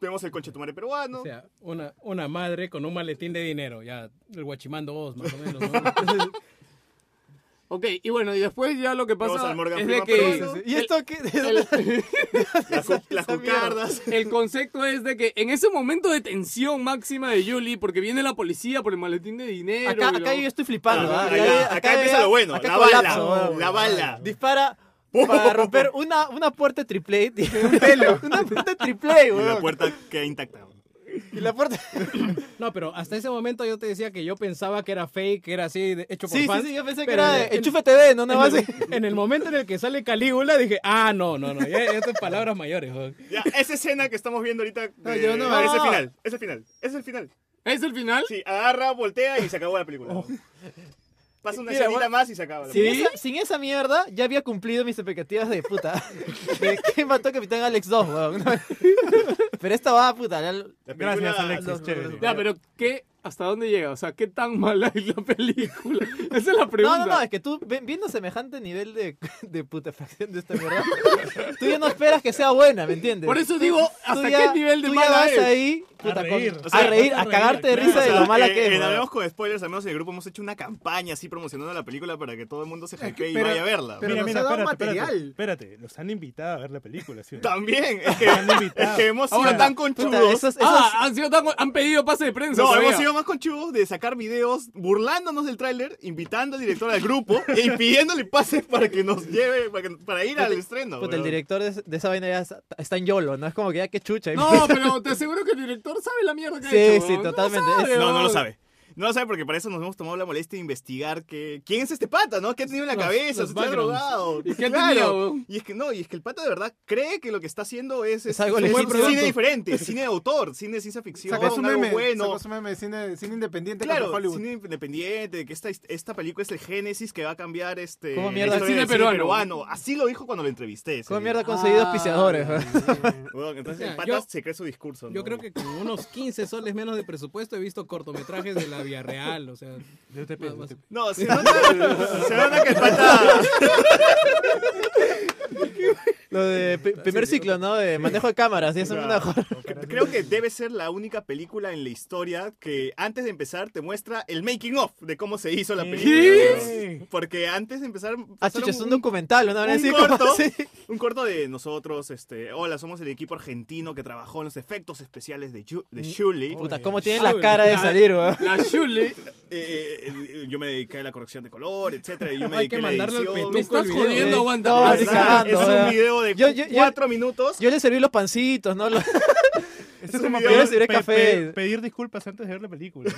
Vemos el conchetumare peruano. O sea, una, una madre con un maletín de dinero. Ya, el guachimando Oz, más o menos. ¿no? Ok, y bueno, y después ya lo que Vamos pasa al Morgan es de Freeman, que pero- ¿Y esto qué? el, Las, cu- las cucardas. el concepto es de que en ese momento de tensión máxima de Julie, porque viene la policía por el maletín de dinero. Acá, y acá lo- yo estoy flipando. Ah, ¿ah? acá- Ya- acá ya- empieza lo bueno, acá la bala, colapso. la bala. Oh. Dispara ¡Pum! para romper una, una puerta triple A, tiene un pelo. Una puerta triple A, Y weón. la puerta queda intacta. Y la puerta- No, pero hasta ese momento yo te decía que yo pensaba que era fake, que era así, de- hecho por Sí, sí, fans. sí, yo pensé que pero era en- de enchufe TV, no nada más. en, el, en el momento en el que sale Calígula dije, ah, no, no, no, ya, ya estas palabras mayores. weón. Ya, esa escena que estamos viendo ahorita. de- No, yo no. ah, Es el No. final. Es el final. Es el final. ¿Es el final? Sí, agarra, voltea y se acabó la película. Oh. Pasa una Mira, escenita bueno, más y se acaba la Sin, película. esa, sin esa mierda, ya había cumplido mis expectativas de puta. ¿De quién mató a Capitán Alex 2, weón? Pero esta va, puta. la- La Gracias, Alexis, los- los- chévere. Ya, pero ¿qué, ¿hasta dónde llega? O sea, ¿qué tan mala es la película? Esa es la No, pregunta. no, no, es que tú ve- viendo semejante nivel de, de putefacción de esta mierda, tú ya no esperas que sea buena, ¿me entiendes? Por eso digo, tú ¿hasta ya, qué nivel de tú ya mala vas es? ahí puta, con- reír. a reír, O sea, vas a a reír, cagarte de claro. risa de O lo sea, mala eh, que es. En weón. Hablemos con Spoilers, al menos en el grupo hemos hecho una campaña así promocionando la película para que todo el mundo se que- hypee y pero- vaya a verla. pero- nos ha dado material. Espérate, espérate, los han invitado a ver la película, ¿sí? o no? También, es que, Nos han invitado. es que hemos sido Ahora, tan Ah, Puta, conchudos. esos- esos- Ah, han, sido tan- han pedido pase de prensa. No, todavía. hemos sido más conchudos de sacar videos burlándonos del tráiler, invitando al director al grupo y pidiéndole pases para que nos lleve, para, que- para ir al estreno. puta, el weón. director de, de esa vaina ya está- está en YOLO, ¿no? Es como que ya que chucha. No, pero te aseguro que el director sabe la mierda que ha Sí, hecho. sí, ¿no? totalmente. sabe, Es- No, no lo weón. sabe. No lo sabe porque para eso nos hemos tomado la molestia de investigar que, quién es este pata, ¿no? ¿Qué ha tenido en la Los- cabeza? los ¿Se está backgrounds. drogado? ¿Y qué ha Claro. tenido, weón? Y es que no, y es que el pata de verdad cree que lo que está haciendo es, Es algo un legítimo. buen cine diferente, cine de autor, cine de ciencia ficción, Sacó su algo meme, bueno. sacó su meme de cine, cine independiente Claro, contra Hollywood. cine independiente, que esta, esta película es el génesis que va a cambiar este ¿Cómo la mierda? historia Cine del peruano. Así lo dijo cuando lo entrevisté. ¿Cómo sí. mierda ha conseguido auspiciadores? Ah, weón? Bueno, entonces el Ya, pata yo- se cree su discurso. ¿no? Yo creo que con unos 15 soles menos de presupuesto he visto cortometrajes de la Vía Real, o sea... Yo te pido, yo te pido. No, se nota, se nota que el pata... Lo de pri- primer ciclo, ¿no? De manejo de cámaras, y eso es una joda. Creo que debe ser la única película en la historia que antes de empezar te muestra el making of de cómo se hizo la película. Porque antes de empezar Ah, pasaron chucha, es un un- documental, ¿no? Ahora un sí, como corto, así. un corto de nosotros, este, hola, somos el equipo argentino que trabajó en los efectos especiales de, Ju- de Julie. Mm, Puta, cómo tiene la cara Ah, de salir, weón. La Shuli, Eh, eh, eh, yo me dediqué a la corrección de color, etcétera, y yo me Hay dediqué que a la mandarlo al edición. petuco. me estás el video, jodiendo, eh. aguanta. No, Ah, aguanta. así es cagando, un ¿verdad? video de Yo- yo- yo- cuatro minutos. Yo le serví los pancitos, ¿no? Los- Esto Es es un como video pedir, de Siré pe- Café. pe- pedir disculpas antes de ver la película.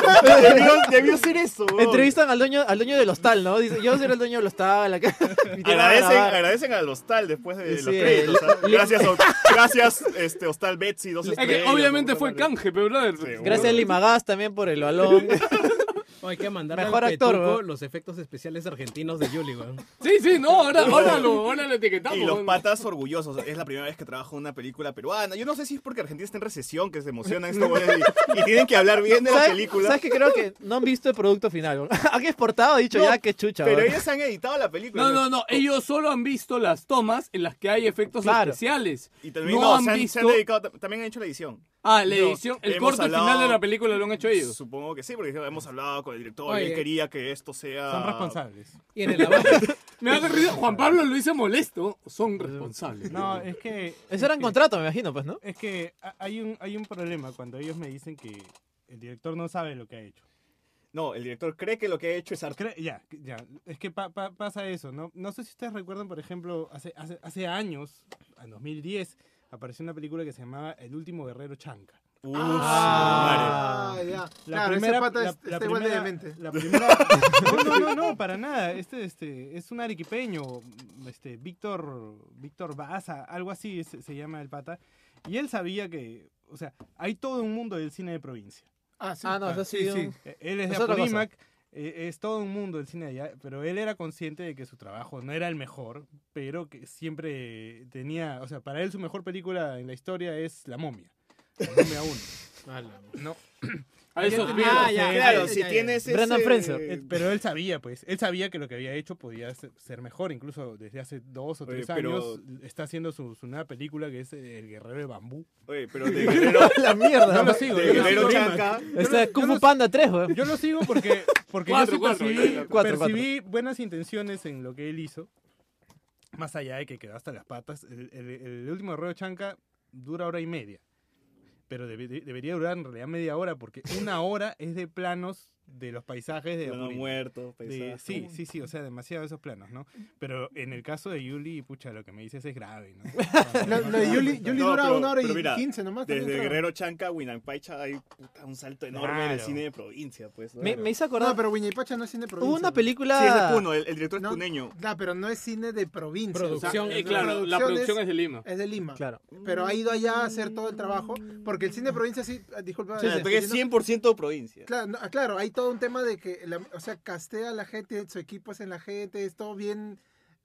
debió, debió ser eso. weón. Entrevistan al dueño, al dueño del hostal, ¿no? Dice, yo soy el dueño del hostal acá. Y te van a Agradecen, grabar. agradecen al hostal después de Sí, los créditos. el- ¿ah? Gracias, ho- gracias este, hostal Betsy. Dos Es que obviamente fue canje, pero brother. Gracias a Limagas también por el balón. No, hay que mandarle Mejor al actor, Petuco weón. los efectos especiales argentinos de Yuli, weón. Sí, sí, no, ahora, ahora, lo, ahora lo etiquetamos. Y los weón. patas orgullosos. Es la primera vez que trabajo en una película peruana. Yo no sé si es porque Argentina está en recesión, que se emocionan estos güeyes y, y tienen que hablar bien de la ¿Sabes, película. sabes que creo que no han visto el producto final? weón? Han exportado, han dicho, No, ya, qué chucha, Pero weón. ellos han editado la película. No, no, no, ellos solo han visto las tomas en las que hay efectos Claro. especiales. Y también no, no, han se, han, se visto. han dedicado, tam- también han hecho la edición. Ah, la No, edición, el hemos corto hablado- final de la película lo han hecho ellos. Supongo que sí, porque hemos hablado con el director y él Oye. quería que esto sea... Son responsables. Y en el avance... Me da risa, Juan Pablo lo dice molesto, son responsables. No, es que... Eso era es en que- contrato, me imagino, pues, ¿no? Es que ha- hay un, hay un problema cuando ellos me dicen que el director no sabe lo que ha hecho. No, el director cree que lo que ha hecho es arte. Cre- ya, ya. Es que pa- pa- pasa eso, ¿no? No sé si ustedes recuerdan, por ejemplo, hace, hace, hace años, en 2010, apareció una película que se llamaba El último guerrero chanca. Uf, Ah, ya. claro, ese pata la- es- este, la está igual de primera- demente. la primera- no, no, no, no, para nada. Este, este, es un arequipeño, este, Víctor, Víctor Baza, algo así es- se llama el pata. Y él sabía que, o sea, hay todo un mundo del cine de provincia. Ah, sí. Ah, no, eso sí, un- Eh, Él es de Es otra cosa. Apurímac, eh, es todo un mundo el cine de allá, pero él era consciente de que su trabajo no era el mejor, pero que siempre tenía, o sea, para él su mejor película en la historia es La momia. La momia 1. Ala, weón. No. A eso, Ah, mierda. ya, Claro, ya, si ya, ya. tienes ese... Brendan Fraser. Oye, Eh, Pero él sabía, pues, él sabía que lo que había hecho podía se- ser mejor, incluso desde hace dos o Oye, tres pero- años está haciendo su, su nueva película que es eh, El Guerrero de Bambú. Oye, pero de guerrero, La mierda. No lo sigo, de yo lo guerrero sigo. chaca... Este, yo Kung Fu no sé- Panda 3, weón. Yo lo sigo porque, porque yo Cuatro, sí cuatro, percibí, cuatro, cuatro. percibí buenas intenciones en lo que él hizo. Más allá de que quedó hasta las patas. El, el- el último ruedo chanca dura hora y media. Pero debe- debería durar en realidad media hora porque una hora es de planos de los paisajes de Plano Apurímac. muerto, De- paisaje. sí, sí, sí, o sea, demasiado esos planos, ¿no? Pero en el caso de Yuli, pucha, lo que me dices es grave, ¿no? Lo, lo de Yuli, Yuli No, dura pero- una hora pero y mira, quince nomás. Desde también, creo. Guerrero Chanca a Winanpaicha hay puta, un salto enorme del Claro. cine de provincia, pues. Me, claro. me hizo acordar. No, pero Wiñaypacha no es cine de Hubo provincia. una güey. película. Sí, es de Puno, el, el director es No, puneño. no, pero no es cine de provincia. O sea, Producción, eh, claro, la producción es de Lima. es de Lima. Claro. Pero ha ido allá a hacer todo el trabajo. Porque el cine de provincia sí, ah, disculpa. O sea, eh, que es Fellino, 100% provincia. Claro, no, ah, claro, hay todo un tema de que, la- o sea, castea a la gente, su equipo es en la gente, es todo bien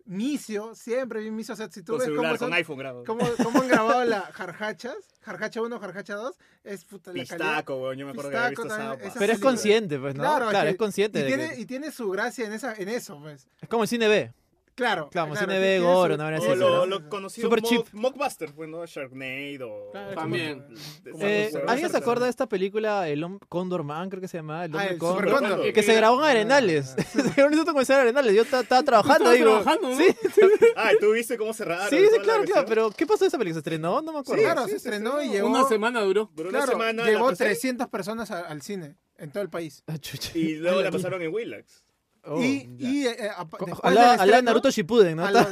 misio, siempre bien misio. O sea, si tú Con ves cómo, celular, son- con iPhone grabado. cómo, cómo han grabado la jarjachas, jarjacha 1, jarjacha 2, es puta la calidad. Pistaco, weón, yo me acuerdo que había Pistaco visto también, Zapa. esa- Pero es película. consciente, pues, ¿no? Claro, que- es consciente. Y de que- tiene, y tiene su gracia en, esa, en eso, pues. Es como el cine B. Claro. Claro, claro, cine B, tiene gore, su- una vaina O así, tiene su lo, ¿no? lo conocido Super como cheap. Mockbuster, pues, ¿no? Sharknado. Claro, También. como- Eh, como- ¿Alguien se acuerda de esta película, El Hom- Condor Man, creo que se llamaba? El Ah, Hombre el Cóndor. Super Cóndor. Cóndor. Que se grabó en Arenales. Se grabó en un comercial en Arenales. Yo ta- estaba trabajando, estabas digo. trabajando, ¿no? Sí, Ah, ¿tú viste cómo cerraron? sí, toda sí, la claro, claro. versión? Pero, ¿qué pasó de esa película? ¿Se estrenó? No me acuerdo. Claro, se estrenó y llegó. Una semana duró. Duró una Claro, semana. la llegó pasaron 300 personas a- al cine en todo el país. Ah, chucha. Y luego la pasaron en Willax. Oh, y ya. y eh, eh, a- Co- después Ojalá, del ojalá estreno, Naruto Shippuden, ¿no? a los,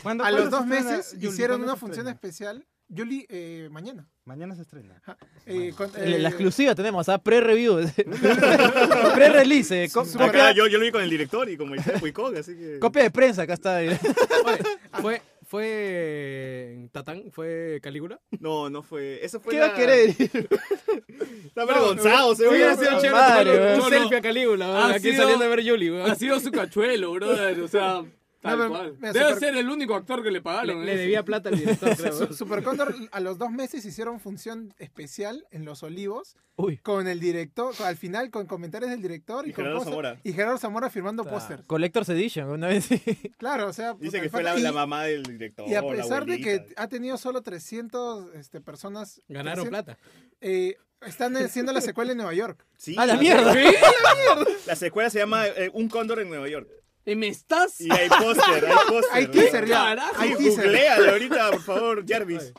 ¿Cuándo- cuándo a los se dos estrena, meses Yuli? hicieron ¿Cuándo una se función estrena? especial. Yuli, eh, mañana. Mañana se estrena. Ajá. Eh, con- La- La eh, exclusiva tenemos, ah, pre-review. Pre-release. eh, co- Super- Acá copia, Ah, yo, yo lo vi con el director y con el y con, así que... copia de prensa, acá está. eh. Fue, fue en Tatán, fue Calígula. No, no fue... Eso fue ¿Qué va la... a querer? Está avergonzado, se ve. Hubiera no, sido chévere madre, tomar un- weón. un selfie Ah, a Calígula, weón, Ha aquí sido- saliendo a ver Yuli, weón. Ha sido su cachuelo, brother. O sea, tal pero cual. me hace Debe per- ser el único actor que le Le, pagaron. le ¿eh? debía plata al director, creo. weón. Super Cóndor, a los dos meses hicieron función especial en Los Olivos Uy. con el director, con- al final con comentarios del director y, Y con Gerardo póster- Zamora. y Gerardo Zamora firmando pósters. Collector's Edition, una vez sí. Claro, o sea, puta, Dice que el fue la, pata- la y- mamá del director. Y a la pesar de que abuelita. ha tenido solo 300 este, personas. Ganaron 300, plata. eh, están haciendo la secuela en Nueva York. Sí, ¡A la se- mierda! La secuela se llama eh, Un cóndor en Nueva York. ¿Y me estás? Y hay póster, hay póster. Hay teaser ya. Carajo, Hay Sí, teaser. googléalo ahorita, por favor, Jarvis.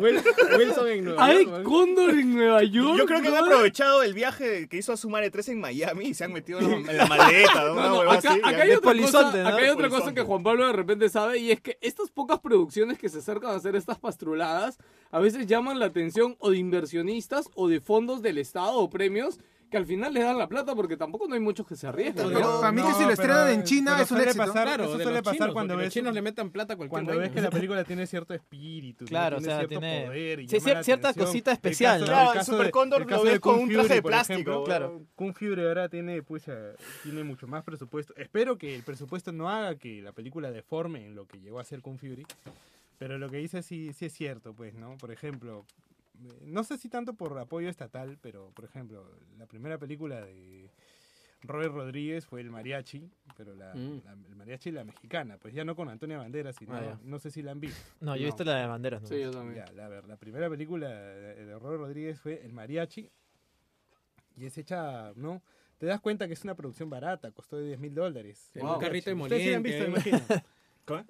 Wil- Wilson en Nueva ¿Hay York, weón. cóndor en Nueva York? Yo creo que han brother? aprovechado el viaje que hizo a Sumare 3 en Miami y se han metido en la, en la maleta. ¿no? No, Una no, huevada acá, así, acá ya. hay De otra, cosa, polizonte, ¿no? acá hay otra cosa Polizonte. que Juan Pablo de repente sabe y es que estas pocas producciones que se acercan a hacer estas pastruladas a veces llaman la atención o de inversionistas o de fondos del Estado o premios que al final les dan la plata porque tampoco no hay muchos que se arriesgan. Pero ¿no? para mí que si lo estrenan en China pero es un suele éxito. pasar- Claro, eso de suele los pasar chinos, cuando porque ves los chinos le metan plata a cualquier Cuando ves vaina. que la película tiene cierto espíritu, ¿no? Claro, o tiene sea, cierto tiene- poder y sí, llama cier- la cierta atención. cosita El especial, caso- ¿no? el Claro, el caso Super de- Cóndor el lo caso ves de con Kung un traje Fury, de por plástico, ejemplo. claro. Kung Fury ahora tiene, pues, eh, tiene mucho más presupuesto. Espero que el presupuesto no haga que la película deforme en lo que llegó a ser Kung Fury. Pero lo que dice sí, sí es cierto, pues, ¿no? Por ejemplo, eh, no sé si tanto por apoyo estatal, pero, por ejemplo, la primera película de Roy Rodríguez fue El Mariachi, pero la, Mm. la- el Mariachi la mexicana, pues ya no con Antonia Banderas, sino, Ah, ya. no sé si la han visto. No, yo he visto la de banderas, ¿no? Sí, yo también. Ya, la, ver- la primera película de de Robert Rodríguez fue El Mariachi. Y es hecha, ¿no? Te das cuenta que es una producción barata, costó de 10 mil dólares. En un carrito de ¿eh? Ustedes sí la han visto, moliente. imagino.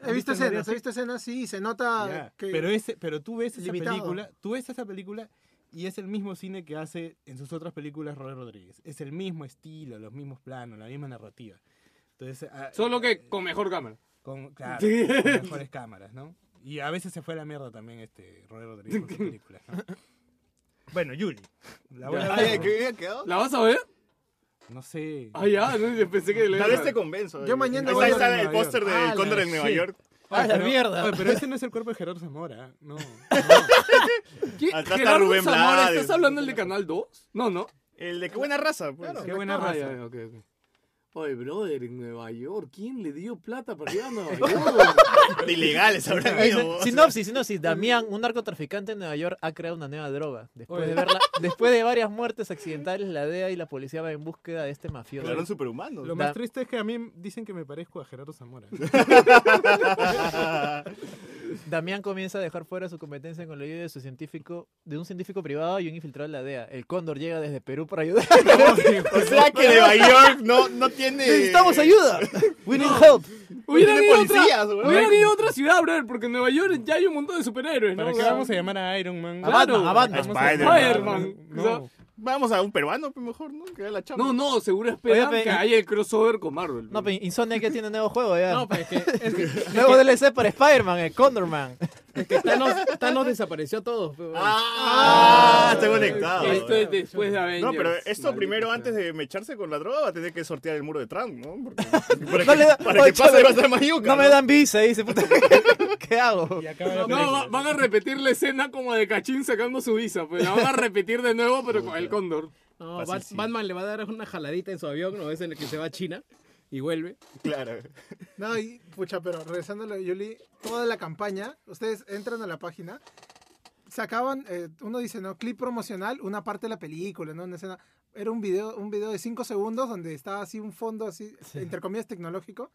He ¿Viste visto el escenas, mariachi? he visto escenas, sí, se nota Ya, que... Pero, ese, pero tú ves esa Limitado. película, tú ves esa película y es el mismo cine que hace en sus otras películas Robert Rodríguez. Es el mismo estilo, los mismos planos, la misma narrativa. Entonces, ah, Solo que con mejor cámara. con, claro, con mejores cámaras, ¿no? Y a veces se fue a la mierda también este Robert Rodríguez con sus películas, ¿no? Bueno, Yuli. La voy a Ay, ay, ver, ¿qué bien quedó? ¿La vas a ver? No sé. Ah, ya, no, pensé que le Tal vez te este convenzo. eh, Yo mañana Ahí voy a está, Nueva ahí está el York. póster Ah, del la Cóndor en Nueva shit. York. ¡A la Pero- mierda! Oye, pero ese no es el cuerpo de Gerardo Zamora. No. ¿Qué? Acá está Gerardo Rubén Zamora, Blades. ¿Estás hablando el de Canal 2? No, no. El de qué buena raza. pues. Qué buena Ah, raza. ya, ya, ok, ok. Oye, brother, en Nueva York, ¿quién le dio plata para ir a Nueva York? De ilegales habrá habido. vos. Sinopsis, sinopsis. Damián, un narcotraficante en Nueva York, ha creado una nueva droga. Después de, verla, después de varias muertes accidentales, la DEA y la policía van en búsqueda de este mafioso. Hablaron superhumanos. Lo Da- más triste es que a mí dicen que me parezco a Gerardo Zamora. Damián comienza a dejar fuera su competencia con la ayuda de su científico, de un científico privado y un infiltrado de la DEA. El cóndor llega desde Perú para ayudar. O sea Ah, que Nueva York no, no tiene. ¡Necesitamos ayuda! ¡We need help! Hubieran tiene ido, a otra- policías, güey. hubieran ido a otra ciudad, brother, porque en Nueva York ya hay un montón de superhéroes, ¿no? ¿Para qué O sea, vamos a llamar a Iron Man? A Batman, a Batman. Vamos a- Spider-Man. No. O sea, Vamos a un peruano, pues, mejor, ¿no? Que haga la chamba. No, no, seguro esperan Oye, pe- que haya el crossover con Marvel. No, bro. pero Insomnia que tiene nuevo juego ya. No, pero es que, es que- nuevo DLC para Spider-Man, el Condorman. es que Thanos, Thanos desapareció a todos. pero- Ah, está conectado. Esto es después de Avengers. No, pero esto maldita primero, sea. antes de mecharse con la droga, va a tener que sortear el muro de Trump, ¿no? Porque, para No que, le da- para Oye, que pase chale, va a ser más yuca, No me dan visa, dice. puta. ¿Qué hago? Y acaba la No, película. va- van a repetir la escena como de Cachín sacando su visa, pues la van a repetir de nuevo, pero con el cóndor. No, Fácil, Bat- sí. Batman le va a dar una jaladita en su avión, ¿no? Es en el que se va a China y vuelve. Claro. No, y pucha, pero regresando a lo de Yuli, toda la campaña, ustedes entran a la página, sacaban, eh, uno dice, ¿no? Clip promocional, una parte de la película, ¿no? Una escena. Era un video, un video de 5 segundos donde estaba así un fondo así, entre comillas, tecnológico.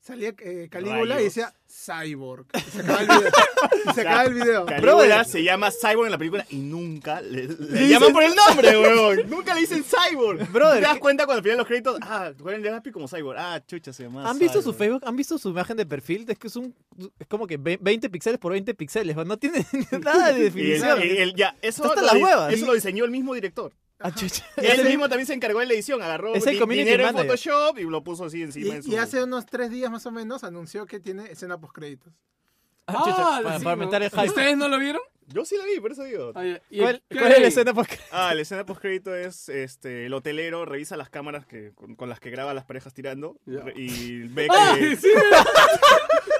Salía eh, Calígula Rayos. y decía Cyborg. Y se acaba el video. Y se acaba el video. Calígula se llama Cyborg en la película y nunca le, le llaman por el nombre, weón. Nunca le dicen Cyborg. Brother, ¿Te das ¿qué- cuenta cuando final los créditos? Ah, Gwen Happy como Cyborg. Ah, chucha, se llama ¿Han visto su Cyborg. Facebook? ¿Han visto su imagen de perfil? Es que es un es como que ve- 20 píxeles por 20 píxeles. No tiene nada de Y el- definición. y el- ya, eso, Está hasta lo las di- huevas. eso lo diseñó el mismo director. Ah, chucha. Él mismo también se encargó de la edición, agarró Es el di- community dinero en manager. Photoshop y lo puso así encima Y, de su... y hace unos tres días más o menos anunció que tiene escena post créditos. Ah, chucha, para, sí, para ¿no? aumentar el hype. ¿Ustedes no lo vieron? Yo sí la vi, por eso digo. Ah, ya. ¿Y el- ¿Cuál, qué cuál es hay? la escena? Porque Ah, la escena postcrédito es este, el hotelero revisa las cámaras que, con, con las que graba a las parejas tirando Ya. re- y ve Ah, que... sí, mira.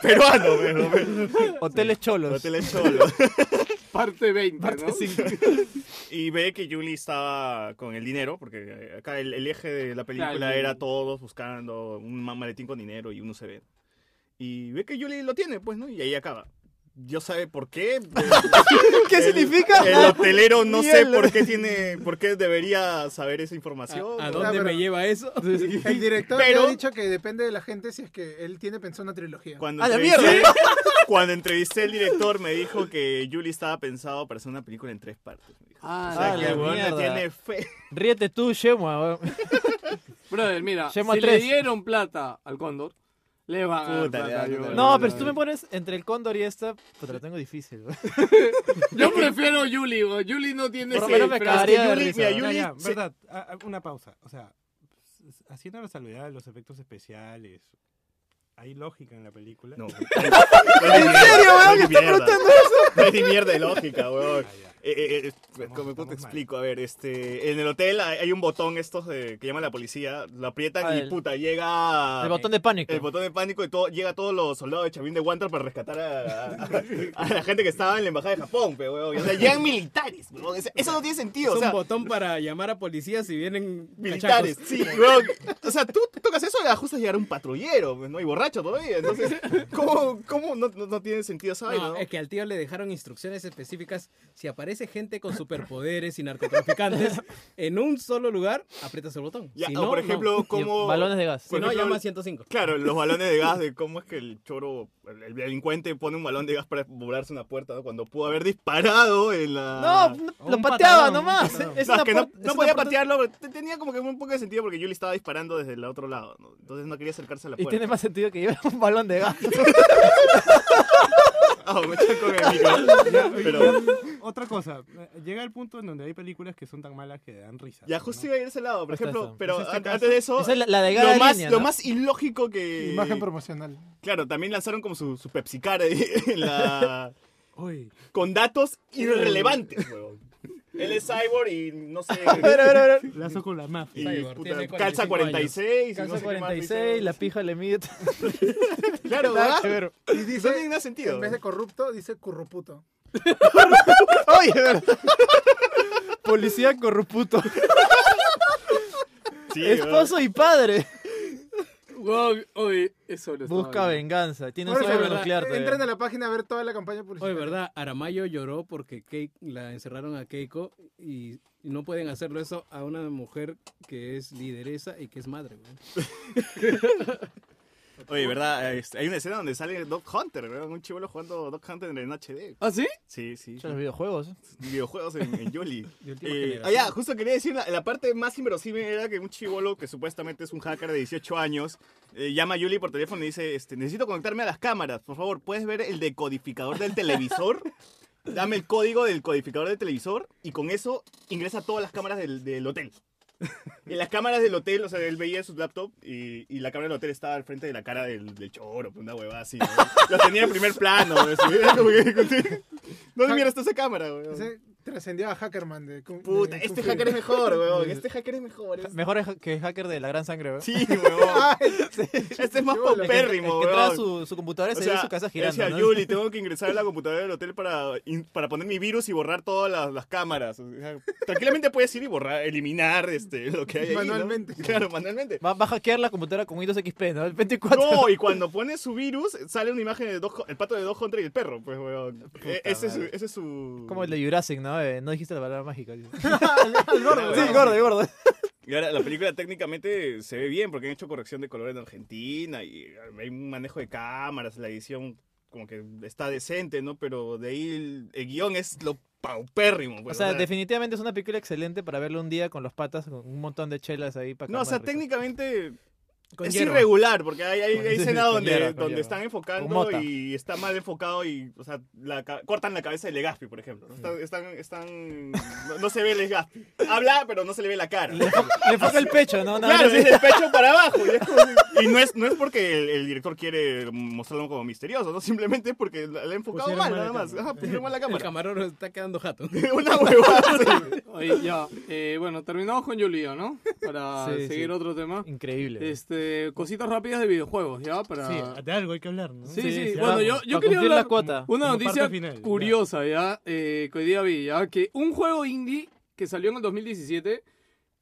peruano, pero, pero- hoteles cholos. el hotel es cholo. Parte 20, Parte ¿no? cinco. Y ve que Julie estaba con el dinero, porque eh, acá el, el eje de la película Claro. era todos buscando un ma- maletín con dinero y uno se ve. Y ve que Julie lo tiene, pues, ¿no? Y ahí acaba. Dios sabe por qué. eh, ¿Qué El- significa? El hotelero no sé Mierda. por qué tiene, por qué debería saber esa información. ¿A ¿no? dónde me lleva eso? El director ya Pero- ha dicho que depende de la gente si es que él tiene pensado una trilogía. Cuando ¡A la entrevisté- mierda! Cuando entrevisté al director me dijo que Julie estaba pensado para hacer una película en tres partes. me dijo. Ah, o sea a que la el huevón le mierda. tiene fe. Ríete tú, Shemua. weón. Brother, mira, si Llamo a le tres. dieron plata al cóndor, le van a dar Puta, le plata. dan, yo- le No, pero si tú me pones entre el cóndor y esta, pues te la tengo difícil. weón. Yo prefiero Yuli, güey. Yuli no tiene Por lo ese menos me disfraz. cagaría de Yuli- risa. mira, weón. Yuli- Ya, ya, se- verdad. a- a- Una pausa. O sea, s- haciendo la salvedad de los efectos especiales, ¿hay lógica en la película? No. ¿En serio, weón? ¿Qué estás preguntando eso? No es ni mierda de lógica, Ah, weón. Eh, eh, eh, ¿Cómo te estamos explico? A ver, este, en el hotel hay hay un botón estos de, que llama la policía, lo aprietan Ah, y el- puta, llega... El botón de pánico. Ah, El botón de pánico y todo, llega a todos los soldados de Chavín de Wantar para rescatar a, a- a la gente que estaba en la embajada de Japón, pe, weón. O sea, llegan militares, weón. Eso- Eso no tiene Es sentido, o un sea, botón para llamar a policías si vienen militares. cachacos. Sí, weón. O sea, tú tocas eso y ajustas llegar a un patrullero, pues, ¿no? Y borracho todavía. Entonces, ¿cómo, cómo no, no- no tiene sentido esa vaina, No, no? es que al tío le dejaron instrucciones específicas. Si aparece gente con superpoderes y narcotraficantes en un solo lugar, aprietas el botón. Ya, si o no, por no. ejemplo, Y cómo... Balones de gas. Si por no, ejemplo, llama a 105. Claro, los balones de gas, de cómo es que el choro, el, el delincuente pone un balón de gas para burlarse una puerta, ¿no? Cuando pudo haber disparado en No, la... no, un lo pateaba patadón, nomás. un patadón. Es O sea, una que ah, no, puerta- no es podía una puerta- patearlo, pero te- tenía como que un poco de sentido porque yo le estaba disparando desde el otro lado, ¿no? Entonces no quería acercarse a la Y puerta. tiene más sentido que llevar un balón de gas. Ah, me choco con el micro. Pero Otra cosa, eh, llega el punto en donde hay películas que son tan malas que dan risa. ya ¿no? justo iba a ir a ese lado, por Hasta ejemplo, eso. pero Pues este an- caso- antes de eso... Esa es la, la de Lo Gara más, Línea, lo ¿no? más ilógico que... Imagen promocional. Claro, también lanzaron como su, su Pepsi Card ahí en la... Uy, con datos irrelevantes, weón. Él es cyborg y no sé. lazo con la mafia. y, Cyborg, puta, tiene calza 45 46. y no Calza sé qué más 46, dice. la pija le mide. Claro, Nada que ¿verdad? ver. Y Eso no dice, tiene nada sentido. en vez de corrupto, dice curruputo. Oye, ¿verdad? Policía corrupto. Sí, weón. Esposo y padre. Weón, oye, eso lo estaba Busca viendo. venganza. Tiene un Por sueño favor, nuclear. todavía. Entren a la página a ver toda la campaña Oye, publicitaria. verdad, Aramayo lloró porque Kei- la encerraron a Keiko y, y no pueden hacerlo eso a una mujer que es lideresa y que es madre, güey. Oye, ¿verdad? Este, Hay una escena donde sale Dog Hunter, ¿verdad? Un chivolo jugando Dog Hunter en HD. ¿Ah, sí? Sí, sí. Yo los videojuegos. ¿eh? Videojuegos en, en Yoli. De última Eh, generación. ah, ya, justo quería decir, la, la parte más inverosímil era que un chivolo que supuestamente es un hacker de 18 años, eh, llama a Yuli por teléfono y dice, este, necesito conectarme a las cámaras, por favor, ¿puedes ver el decodificador del televisor? Dame el código del codificador del televisor y con eso ingresa a todas las cámaras del, del hotel. En las cámaras del hotel, o sea, él veía su laptop y, y la cámara del hotel estaba al frente de la cara del, del choro, pues, una huevada así. ¿no? Lo tenía en primer plano. ¿no? Así, era como que- ¿Dónde mira está esa cámara? weón? Ese trascendió a Hackerman de Kung- Puta, de Kung este Fu. hacker es mejor, weón. Este hacker es mejor. es- Mejor es que hacker de la gran sangre, ¿verdad? Sí, weón. Ay, Este es más Yo, la El que, el paupérrimo, que entraba a weón. su, su computadora y O se veía sea, su casa le girando. decía, ¿no? Yuli, tengo que ingresar a la computadora del hotel para, in- para poner mi virus y borrar todas las, las cámaras. O sea, tranquilamente puedes ir y borrar, eliminar este, lo que hay ahí. ¿no? Manualmente. Claro, manualmente. Va, va a hackear la computadora con Windows XP, ¿no? El 24. No, y cuando pones su virus, sale una imagen del el pato de Dog Hunter y el perro, pues, weón. Eh, ese, es su, ese es su... Como el de Jurassic, ¿no? Eh, no dijiste la palabra mágica. tío. el gordo. sí, gordo, gordo. Y ahora la película técnicamente se ve bien porque han hecho corrección de color en Argentina y hay un manejo de cámaras, la edición como que está decente, ¿no? Pero de ahí el, el guión es lo paupérrimo. O pues, sea, definitivamente es una película excelente para verlo un día con los patas, con un montón de chelas ahí para No, o sea, calmar, rico. técnicamente Con es hierba. irregular porque hay, hay, hay Con- escenas con donde, hierba, con donde hierba. están Con enfocando mota. y está mal enfocado y, o sea, la ca- cortan la cabeza de Legaspi, por ejemplo. ¿no? Están, están, están- no, no se ve Legaspi. Habla, pero no se le ve la cara. Le enfoca el pecho, ¿no? Una Claro, vaina así. es el pecho para abajo. Y, es como si- y no, es, no es porque el, el director quiere mostrarlo como misterioso, ¿no? simplemente es porque le ha enfocado Pusieron mal, mal nada la más. cámara. Ajá, pusieron mal la El cámara. camarón está quedando jato. Una huevada. sí. Oye, ya. Eh, bueno, terminamos con Yolio, ¿no? Para Sí, seguir sí. otro tema. Increíble. Este, cositas rápidas de videojuegos, ¿ya? Para... Sí, de algo hay que hablar, ¿no? Sí, sí. Sí, sí, Bueno, vamos. yo, yo Para quería cumplir la hablar cuota. una Como noticia parte final, ya. curiosa, ya, eh, que hoy día vi, ya, que un juego indie que salió en el 2017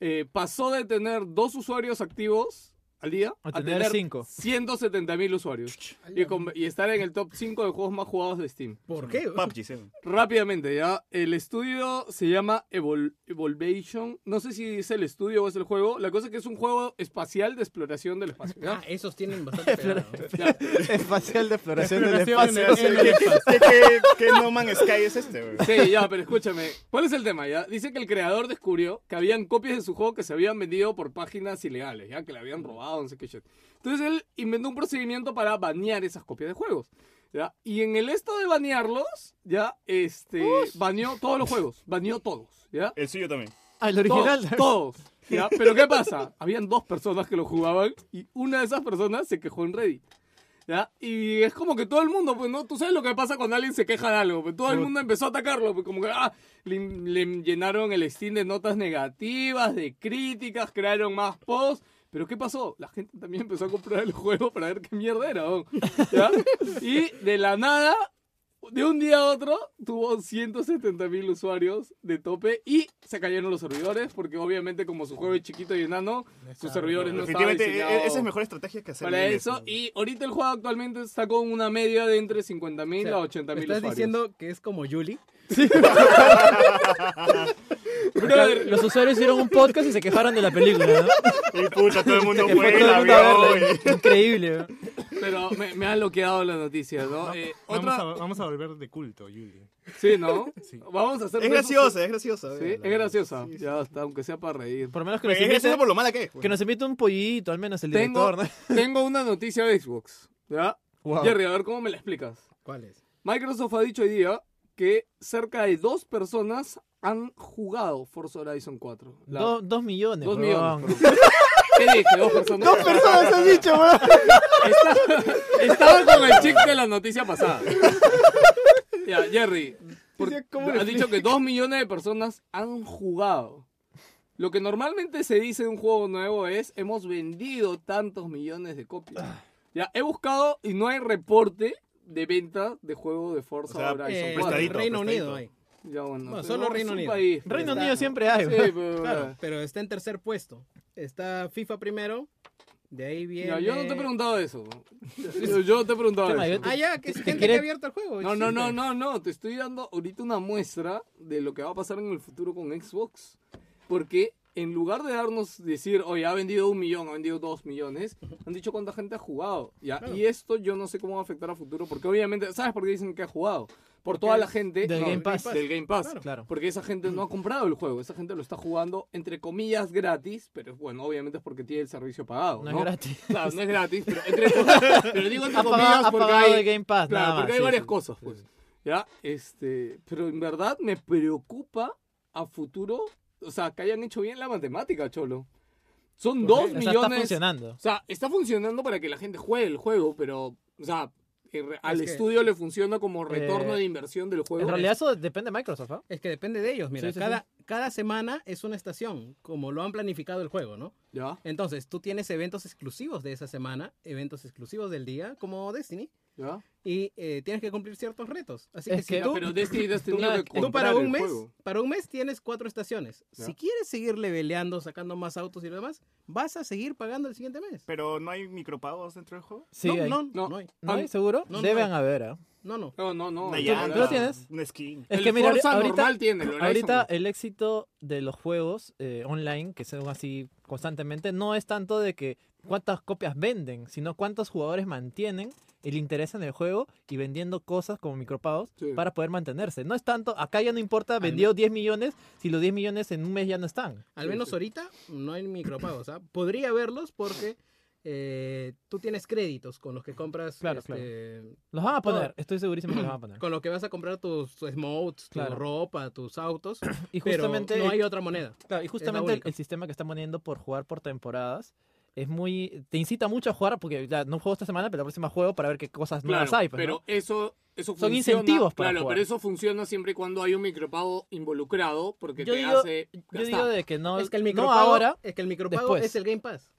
eh, pasó de tener dos usuarios activos al día A tener cinco. 170 mil usuarios y, con- y estar en el top 5 de juegos más jugados de Steam. ¿Por qué? güey? PUBG, sí. Rápidamente, ya. El estudio se llama Evol- Evolvation. No sé si es el estudio o es el juego. La cosa es que es un juego espacial de exploración del espacio. Ah, ¿ya? esos tienen bastante pegado. Ya. Espacial de exploración del Exploración espacio. en el- Sí, ¿Qué, qué- qué- qué No Man's Sky es este? güey? Sí, ya, pero escúchame. ¿Cuál es el tema? Ya? Dice que el creador descubrió que habían copias de su juego que se habían vendido por páginas ilegales, ya que le habían robado, no sé qué shit. Entonces él inventó un procedimiento para banear esas copias de juegos. ¿ya? Y en el esto de banearlos, ya, este, baneó todos los juegos, baneó todos, ¿ya? El suyo también. Ah, el Todos, original. Todos. ¿ya? Pero ¿qué pasa? Habían dos personas que lo jugaban y una de esas personas se quejó en Reddit. ¿Ya? Y es como que todo el mundo, pues, ¿no? Tú sabes lo que pasa cuando alguien se queja de algo. Pues, todo el mundo empezó a atacarlo. Pues, como que, ah, le, le llenaron el Steam de notas negativas, de críticas, crearon más posts. Pero ¿qué pasó? La gente también empezó a comprar el juego para ver qué mierda era. ¿no? ¿Ya? Y de la nada, de un día a otro tuvo 170 mil usuarios de tope y se cayeron los servidores porque obviamente como su juego es chiquito y enano, sus servidores Pues no estaban Definitivamente, e- diseñados esa es mejor estrategia que hacer. para bien eso. Y ahorita el juego actualmente está con una media de entre 50 mil O sea, a 80 ¿me mil ¿Estás usuarios. diciendo que es como Yuli? Brother, Los usuarios hicieron un podcast y se quejaron de la película, ¿no? Y puta, todo el mundo Que fue fue, todo el la mundo a vio, verla. y- Increíble. ¿no? pero me, me han bloqueado las noticias, ¿no? Eh, Vamos, otra... a, vamos a volver de culto, Yuli. Sí, ¿no? Vamos a hacer... Es eh. graciosa, es graciosa. Sí, es graciosa. Ya está, aunque sea para reír. Por lo menos que nos Es graciosa invite, por lo mala que es. güey. que nos invite un pollito, al menos el Tengo, director, ¿no? tengo una noticia de Xbox, ¿ya? Wow. Jerry, a ver cómo me la explicas. ¿Cuál es? Microsoft ha dicho hoy día que cerca de dos personas han jugado Forza Horizon 4. La- Do- dos millones. dos huevón. millones. perdón. ¿Qué dije? Dos personas. Dos Ah, personas has dicho, Estaba con el chick de la noticia pasada. Ya, Jerry. por- has dicho que dos millones de personas han jugado. Lo que normalmente se dice de un juego nuevo es hemos vendido tantos millones de copias. Ya, he buscado y no hay reporte de venta de juego de Forza O sea, Horizon 4. eh, prestadito, Reino prestadito. Unido hay. Ya, bueno, Bueno, pero solo es Reino un Unido. país, pues. Reino Está- Unido siempre hay. Sí, pues, huevón. pero- Claro, pero está en tercer puesto. Está FIFA primero, De ahí viene. Ya, yo no te he preguntado eso. Yo, yo no te he preguntado Chama, yo eso. te- Ah, ya, que ¿Te- es te gente quiere- que ha abierto el Pues juego. No, no, no, existe. no, no. Te estoy dando ahorita una muestra de lo que va a pasar en el futuro con Xbox. Porque en lugar de darnos decir, oye, ha vendido un millón, ha vendido dos millones, han dicho cuánta gente ha jugado. ¿ya? Y esto yo no sé cómo va a afectar a futuro. Porque obviamente, ¿sabes por qué dicen que ha jugado? Por toda la gente Del no, Game Pass. Del Game Pass. Claro. Claro. Porque esa gente no ha comprado el juego. Esa gente lo está jugando, entre comillas, gratis. Pero bueno, obviamente es porque tiene el servicio pagado. No, No es gratis. Claro, no es gratis. Pero, entre, pero digo entre Ha comillas pagado, ha porque pagado hay- el Game Pass, Claro, nada más. porque hay sí, varias sí. cosas, pues. Ya, este, pero en verdad me preocupa a futuro, o sea, que hayan hecho bien la matemática, cholo. Son O sea, dos Está millones. funcionando. o sea, está funcionando para que la gente juegue el juego, pero, o sea, en re- al Es que- estudio le funciona como retorno Eh, de inversión del juego. En realidad eso depende de Microsoft, ¿ah? Es que depende de ellos, mira. Sí, sí, cada, cada semana es una estación, como lo han planificado el juego, ¿no? Ya, Entonces, tú tienes eventos exclusivos de esa semana, eventos exclusivos del día, como Destiny, ya. y eh, tienes que cumplir ciertos retos. Así Es que, si que- Ya, tú, pero este, Destiny, Destiny tú tiene nada- que tú comprar para un el mes, juego. para un mes tienes cuatro estaciones. Ya. Si quieres seguir leveleando, sacando más autos y lo demás, vas a seguir pagando el siguiente mes. Pero no hay micropagos dentro del juego. Sí, no, hay. no, No. no, hay. ¿No hay? ¿Seguro? No, no Deben hay. haber, ¿ah? no, no. No, no, no. Una no, llanta, ¿Tú lo tienes? Un skin. Es El que mira, Forza ahorita, normal tiene, el Horizon. ahorita el éxito de los juegos eh, online, que son así constantemente, no es tanto de que cuántas copias venden, sino cuántos jugadores mantienen el interés en el juego y vendiendo cosas como micropagos Sí. para poder mantenerse. No es tanto, acá ya no importa, vendió 10 millones, si los 10 millones en un mes ya no están. Al Sí, menos sí. ahorita no hay micropagos. ¿ah? Podría haberlos porque eh, tú tienes créditos con los que compras. Claro, este, Los van a poner, estoy segurísimo que los van a poner. Con lo que vas a comprar tus tus emotes, tu Claro. ropa, tus autos. Y pero justamente no hay otra moneda. Claro, y justamente el, única. el sistema que están poniendo por jugar por temporadas es muy. te incita mucho a jugar porque ya no juego esta semana, pero la próxima juego para ver qué cosas nuevas Claro, hay. pues, pero ¿no? eso, eso Son funciona- incentivos para Claro, jugar. pero eso funciona siempre y cuando hay un micropago involucrado, porque Yo te digo- hace Yo gastar. digo de que no. Es que el no micropago, ahora. es que el micropago después. es el Game Pass.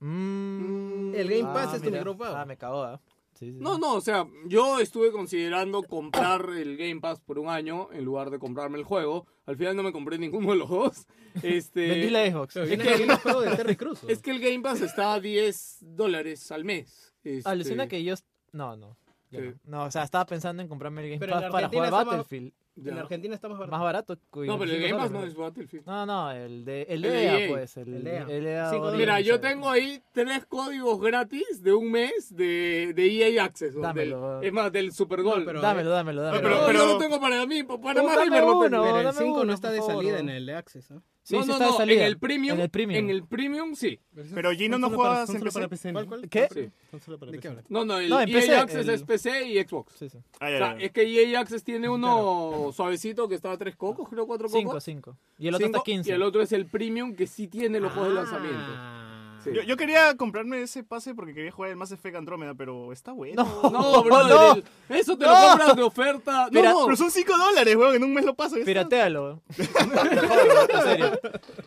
mm, El Game Pass es tu mira. micropago. Ah, me cagó. ah. Sí, sí, No, sí. no, o sea, yo estuve considerando comprar el Game Pass por un año en lugar de comprarme el juego. Al final no me compré ninguno de los dos. Vendí Este, la Eh, Xbox. Pero es viene, que- viene el juego de Terry Cruz. es que el Game Pass está a 10 dólares al mes. Este, Alucina que yo. No, no. yo Sí. no. No, o sea, estaba pensando en comprarme el Game Pero en Pass para Argentina jugar está más- Battlefield. ya. En Argentina está más Más barato. barato. No, pero el Game Pass no es es. Battlefield. No, no, el de, el El de de EA, EA. pues. El, El EA. el EA Cinco dólares. Mira, yo Original. tengo ahí tres códigos gratis de un mes de, de EA Access. o Dámelo. del- es más, del Super Gol. No, pero- Dámelo, dámelo, dámelo. pero- No, pero- yo lo tengo para mí, para Pero más dame River lo uno. tengo. Pero el dame 5 uno, no está por de favor, salida en no. el Access. ¿ah? Sí, no, sí no, está de no, salida. en el premium. En el premium. en el premium, sí. Pero Gino Son no solo para- juegas son en solo para PC. PC. ¿Cuál, cuál? ¿Qué? Sí. Son solo para ¿De PC. qué hablas? No, no, el No, en EA PC, Access el- es PC y Xbox. Sí, sí. Ah, O ya, sea, ya, ya. es que EA Access tiene uno suavecito que estaba a tres cocos, creo cuatro cocos. 5, 5. Y el otro Cinco, está 15. Y el otro es el premium que sí tiene los Ah. juegos de lanzamiento. Ah. Sí. Yo, yo quería comprarme ese pase porque quería jugar el Mass Effect Andrómeda, pero está bueno. No, brother, no. el- eso te lo compras de oferta. No, Mira, no. Pero son 5 dólares, weón, en un mes lo paso. ya está. Piratealo. Ahórratelo, en serio.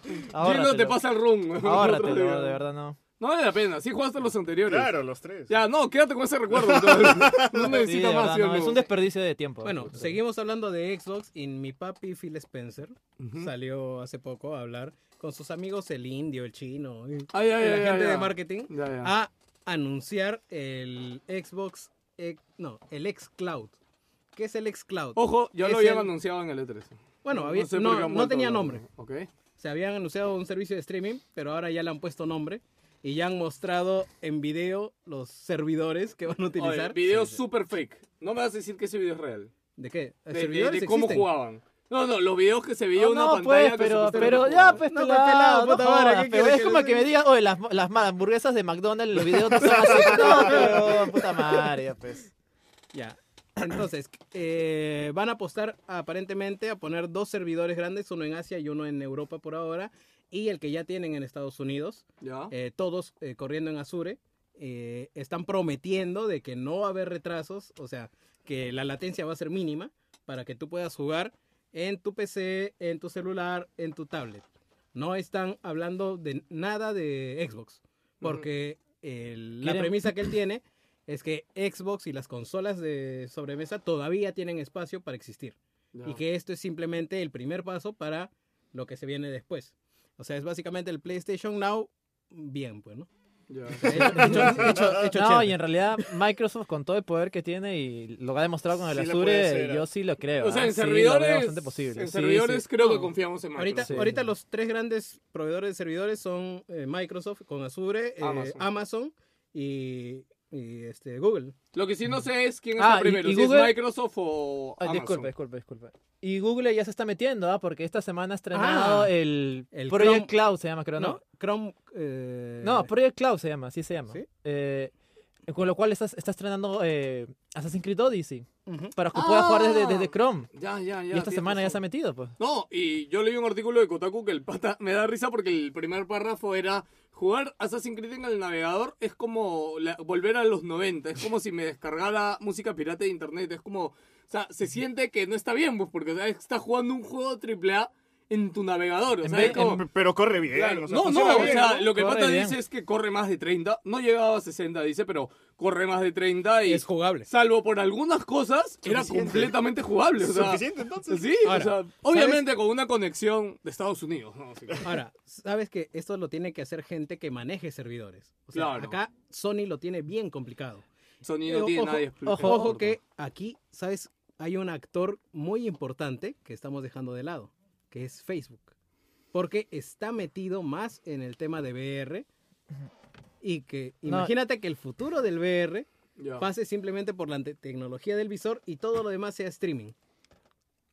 Gino te Ahórratelo. pasa el room. Ahórratelo, de verdad no. No vale la pena, sí jugaste los anteriores. Claro, los tres. Ya, no, quédate con ese recuerdo. No Sí, de necesitas verdad, más. ¿sí o no, no? Es un desperdicio de tiempo. Bueno, seguimos hablando de Xbox y mi papi Phil Spencer Ujú. salió hace poco a hablar con sus amigos el indio, el chino, y Ay, ay, la ay, gente ay, de ay. marketing Ya, ya. Ah, a anunciar el Xbox, eh, no, el xCloud. ¿Qué es el xCloud? Ojo, ya Es lo habían el- anunciado en el E3. Bueno, había- sé por no- qué han no vuelto tenía a- nombre. Ok. Se habían anunciado un servicio de streaming, pero ahora ya le han puesto nombre y ya han mostrado en video los servidores que van a utilizar. Oye, video super fake. No me vas a decir que ese video es real. ¿De qué? De, de- ¿Servidores de cómo existen? jugaban. No, no, los videos que se veía No, una no, pantalla pues, que pero, supuestamente pero ya, jugaba. pues, No, pelado, pues, pelado, no puta madre, jodas, ¿qué pero quieres es que como les que me digas, oye, las, las malas hamburguesas de McDonald's, los videos no son así. No, pero, puta madre, ya, pues. Ya. Entonces, eh, van a apostar aparentemente a poner dos servidores grandes, uno en Asia y uno en Europa por ahora, y el que ya tienen en Estados Unidos, Ya. eh, todos eh, corriendo en Azure, eh, están prometiendo de que no va a haber retrasos, o sea, que la latencia va a ser mínima para que tú puedas jugar en tu PC, en tu celular, en tu tablet. No están hablando de nada de Xbox, porque el- la Quieren- premisa que él tiene es que Xbox y las consolas de sobremesa todavía tienen espacio para existir ya. y que esto es simplemente el primer paso para lo que se viene después. O sea, es básicamente el PlayStation Now bien, pues, ¿no? Ya. No, y en realidad Microsoft con todo el poder que tiene y lo ha demostrado con el Sí la puede hacer, Azure, ¿ah? yo sí lo creo. O sea, ¿ah? en Sí, lo veo servidores, bastante posible. en Sí, servidores sí. creo que No. confiamos en Microsoft. Ahorita, Sí. ahorita los tres grandes proveedores de servidores son eh, Microsoft con Azure, eh, Amazon. Amazon, y, y, este, Google. Lo que sí no sé es quién Ah, está y- primero, y si es Google- Microsoft o Ay, Amazon. disculpe, disculpe, disculpe. Y Google ya se está metiendo, ¿ah? Porque esta semana ha estrenado Ah, el, el Project Chrome- Cloud, se llama, creo, ¿no? ¿No? Chrome. eh, No, pues, Project Cloud se llama, sí se llama. ¿Sí? Eh, con lo cual estás, estás estrenando eh, Assassin's Creed Odyssey ujú. para que puedas jugar desde, Ah. desde Chrome. Ya, ya, ya. Y esta tienes semana ya se ha razón. metido, pues. No, y yo leí un artículo de Kotaku que el pata me da risa porque el primer párrafo era jugar Assassin's Creed en el navegador es como la- volver a los 90, es como si me descargara música pirata de internet, es como, o sea, se siente que no está bien, pues, porque o sea, estás jugando un juego AAA en tu navegador, o En sea, vez- es como... Eh, Pero corre bien. Claro, o sea, pues, no, no, funciona o bien, sea, ¿no? lo que Corre Pata bien. dice es que corre más de 30, no llegaba a 60, dice, pero corre más de 30 y... Es jugable. Salvo por algunas cosas, era Suficiente. completamente jugable. O sea, Suficiente, entonces. Sí, Ahora, o sea, obviamente con una conexión de Estados Unidos. ¿no? Así que- Ahora, sabes que esto lo tiene que hacer gente que maneje servidores. O sea, Claro. acá Sony lo tiene bien complicado. Sony no Eh, tiene ojo, nadie. expli- ojo, eh, Ojo que aquí, ¿sabes? Hay un actor muy importante que estamos dejando de lado, que es Facebook. Porque está metido más en el tema de VR. Y que No. imagínate que el futuro del VR Ya. pase simplemente por la ante- tecnología del visor y todo lo demás sea streaming.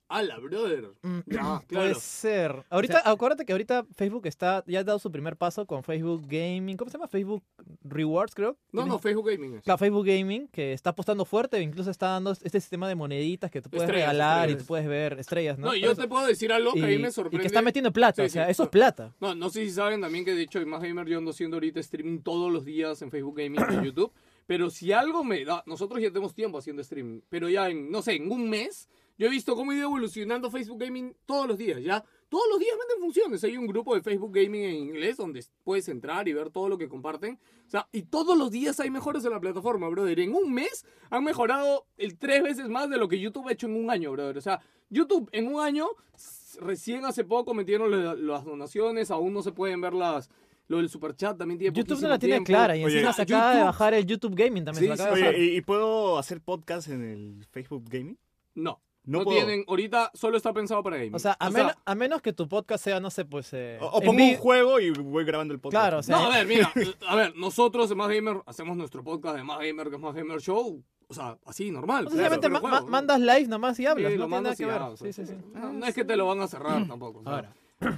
Ala, brother. Mm, Ya, Puede claro. ser. Ahorita, acuérdate que ahorita Facebook está, ya ha dado su primer paso con Facebook Gaming. ¿Cómo se llama? Facebook Rewards, creo. No, no, Facebook Gaming es. Claro, Facebook Gaming, que está apostando fuerte, incluso está dando este sistema de moneditas que tú puedes Estrellas, regalar y estrellas. tú puedes ver estrellas, ¿no? No, y Por yo eso. te puedo decir algo que a mí me sorprende. y que está metiendo plata, Sí, o sea, sí. eso es plata. No, no sé si saben también que de hecho Más Gamer yo ando haciendo ahorita streaming todos los días en Facebook Gaming y en YouTube. Pero si algo me da, nosotros ya tenemos tiempo haciendo streaming, pero ya en, no sé, en un mes, yo he visto cómo ha ido evolucionando Facebook Gaming todos los días, ya. Todos los días venden funciones. Hay un grupo de Facebook Gaming en inglés donde puedes entrar y ver todo lo que comparten. O sea, y todos los días hay mejoras en la plataforma, brother. En un mes han mejorado el tres veces más de lo que YouTube ha hecho en un año, brother. O sea, YouTube en un año, s- recién hace poco metieron lo- las donaciones, aún no se pueden ver las. Lo del superchat también tiene YouTube no poquísimo la tiene tiempo. clara y Oye, encima se acaba de YouTube- bajar el YouTube Gaming también. Sí, se lo acaba de bajar. Oye, ¿y, y puedo hacer podcast en el Facebook Gaming? No. No No, puedo. tienen, ahorita solo está pensado para gaming. O sea, a, meno- a menos que tu podcast sea, no sé, pues... eh, O, o en pongo un vivo. juego y voy grabando el podcast. Claro, o sea, No, a ver, mira, a ver, nosotros de Más Gamer hacemos nuestro podcast de Más Gamer, que es Más Gamer Show. O sea, así, normal. claro, no, sencillamente pero ma- juego, ma- ¿no? mandas live nomás y Sí, hablas, lo no tiene nada mandas y que ver. ya, o sea, Sí, sí, sí. Mm. No, no es que te lo van a cerrar tampoco. o sea. Ahora,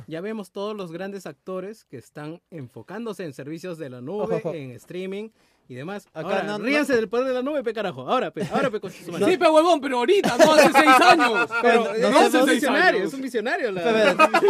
ya vemos todos los grandes actores que están enfocándose en servicios de la nube, Ojo, ojo. en streaming y demás. Acá Ahora, no- no- ríanse del poder de la nube, pe carajo. Ahora, pe, ahora, pe, concha de su madre. Sí, pero huevón, pero ahorita, no hace seis años. Pero Pero no, Ah, no es un hace seis visionario, años. es un visionario. La,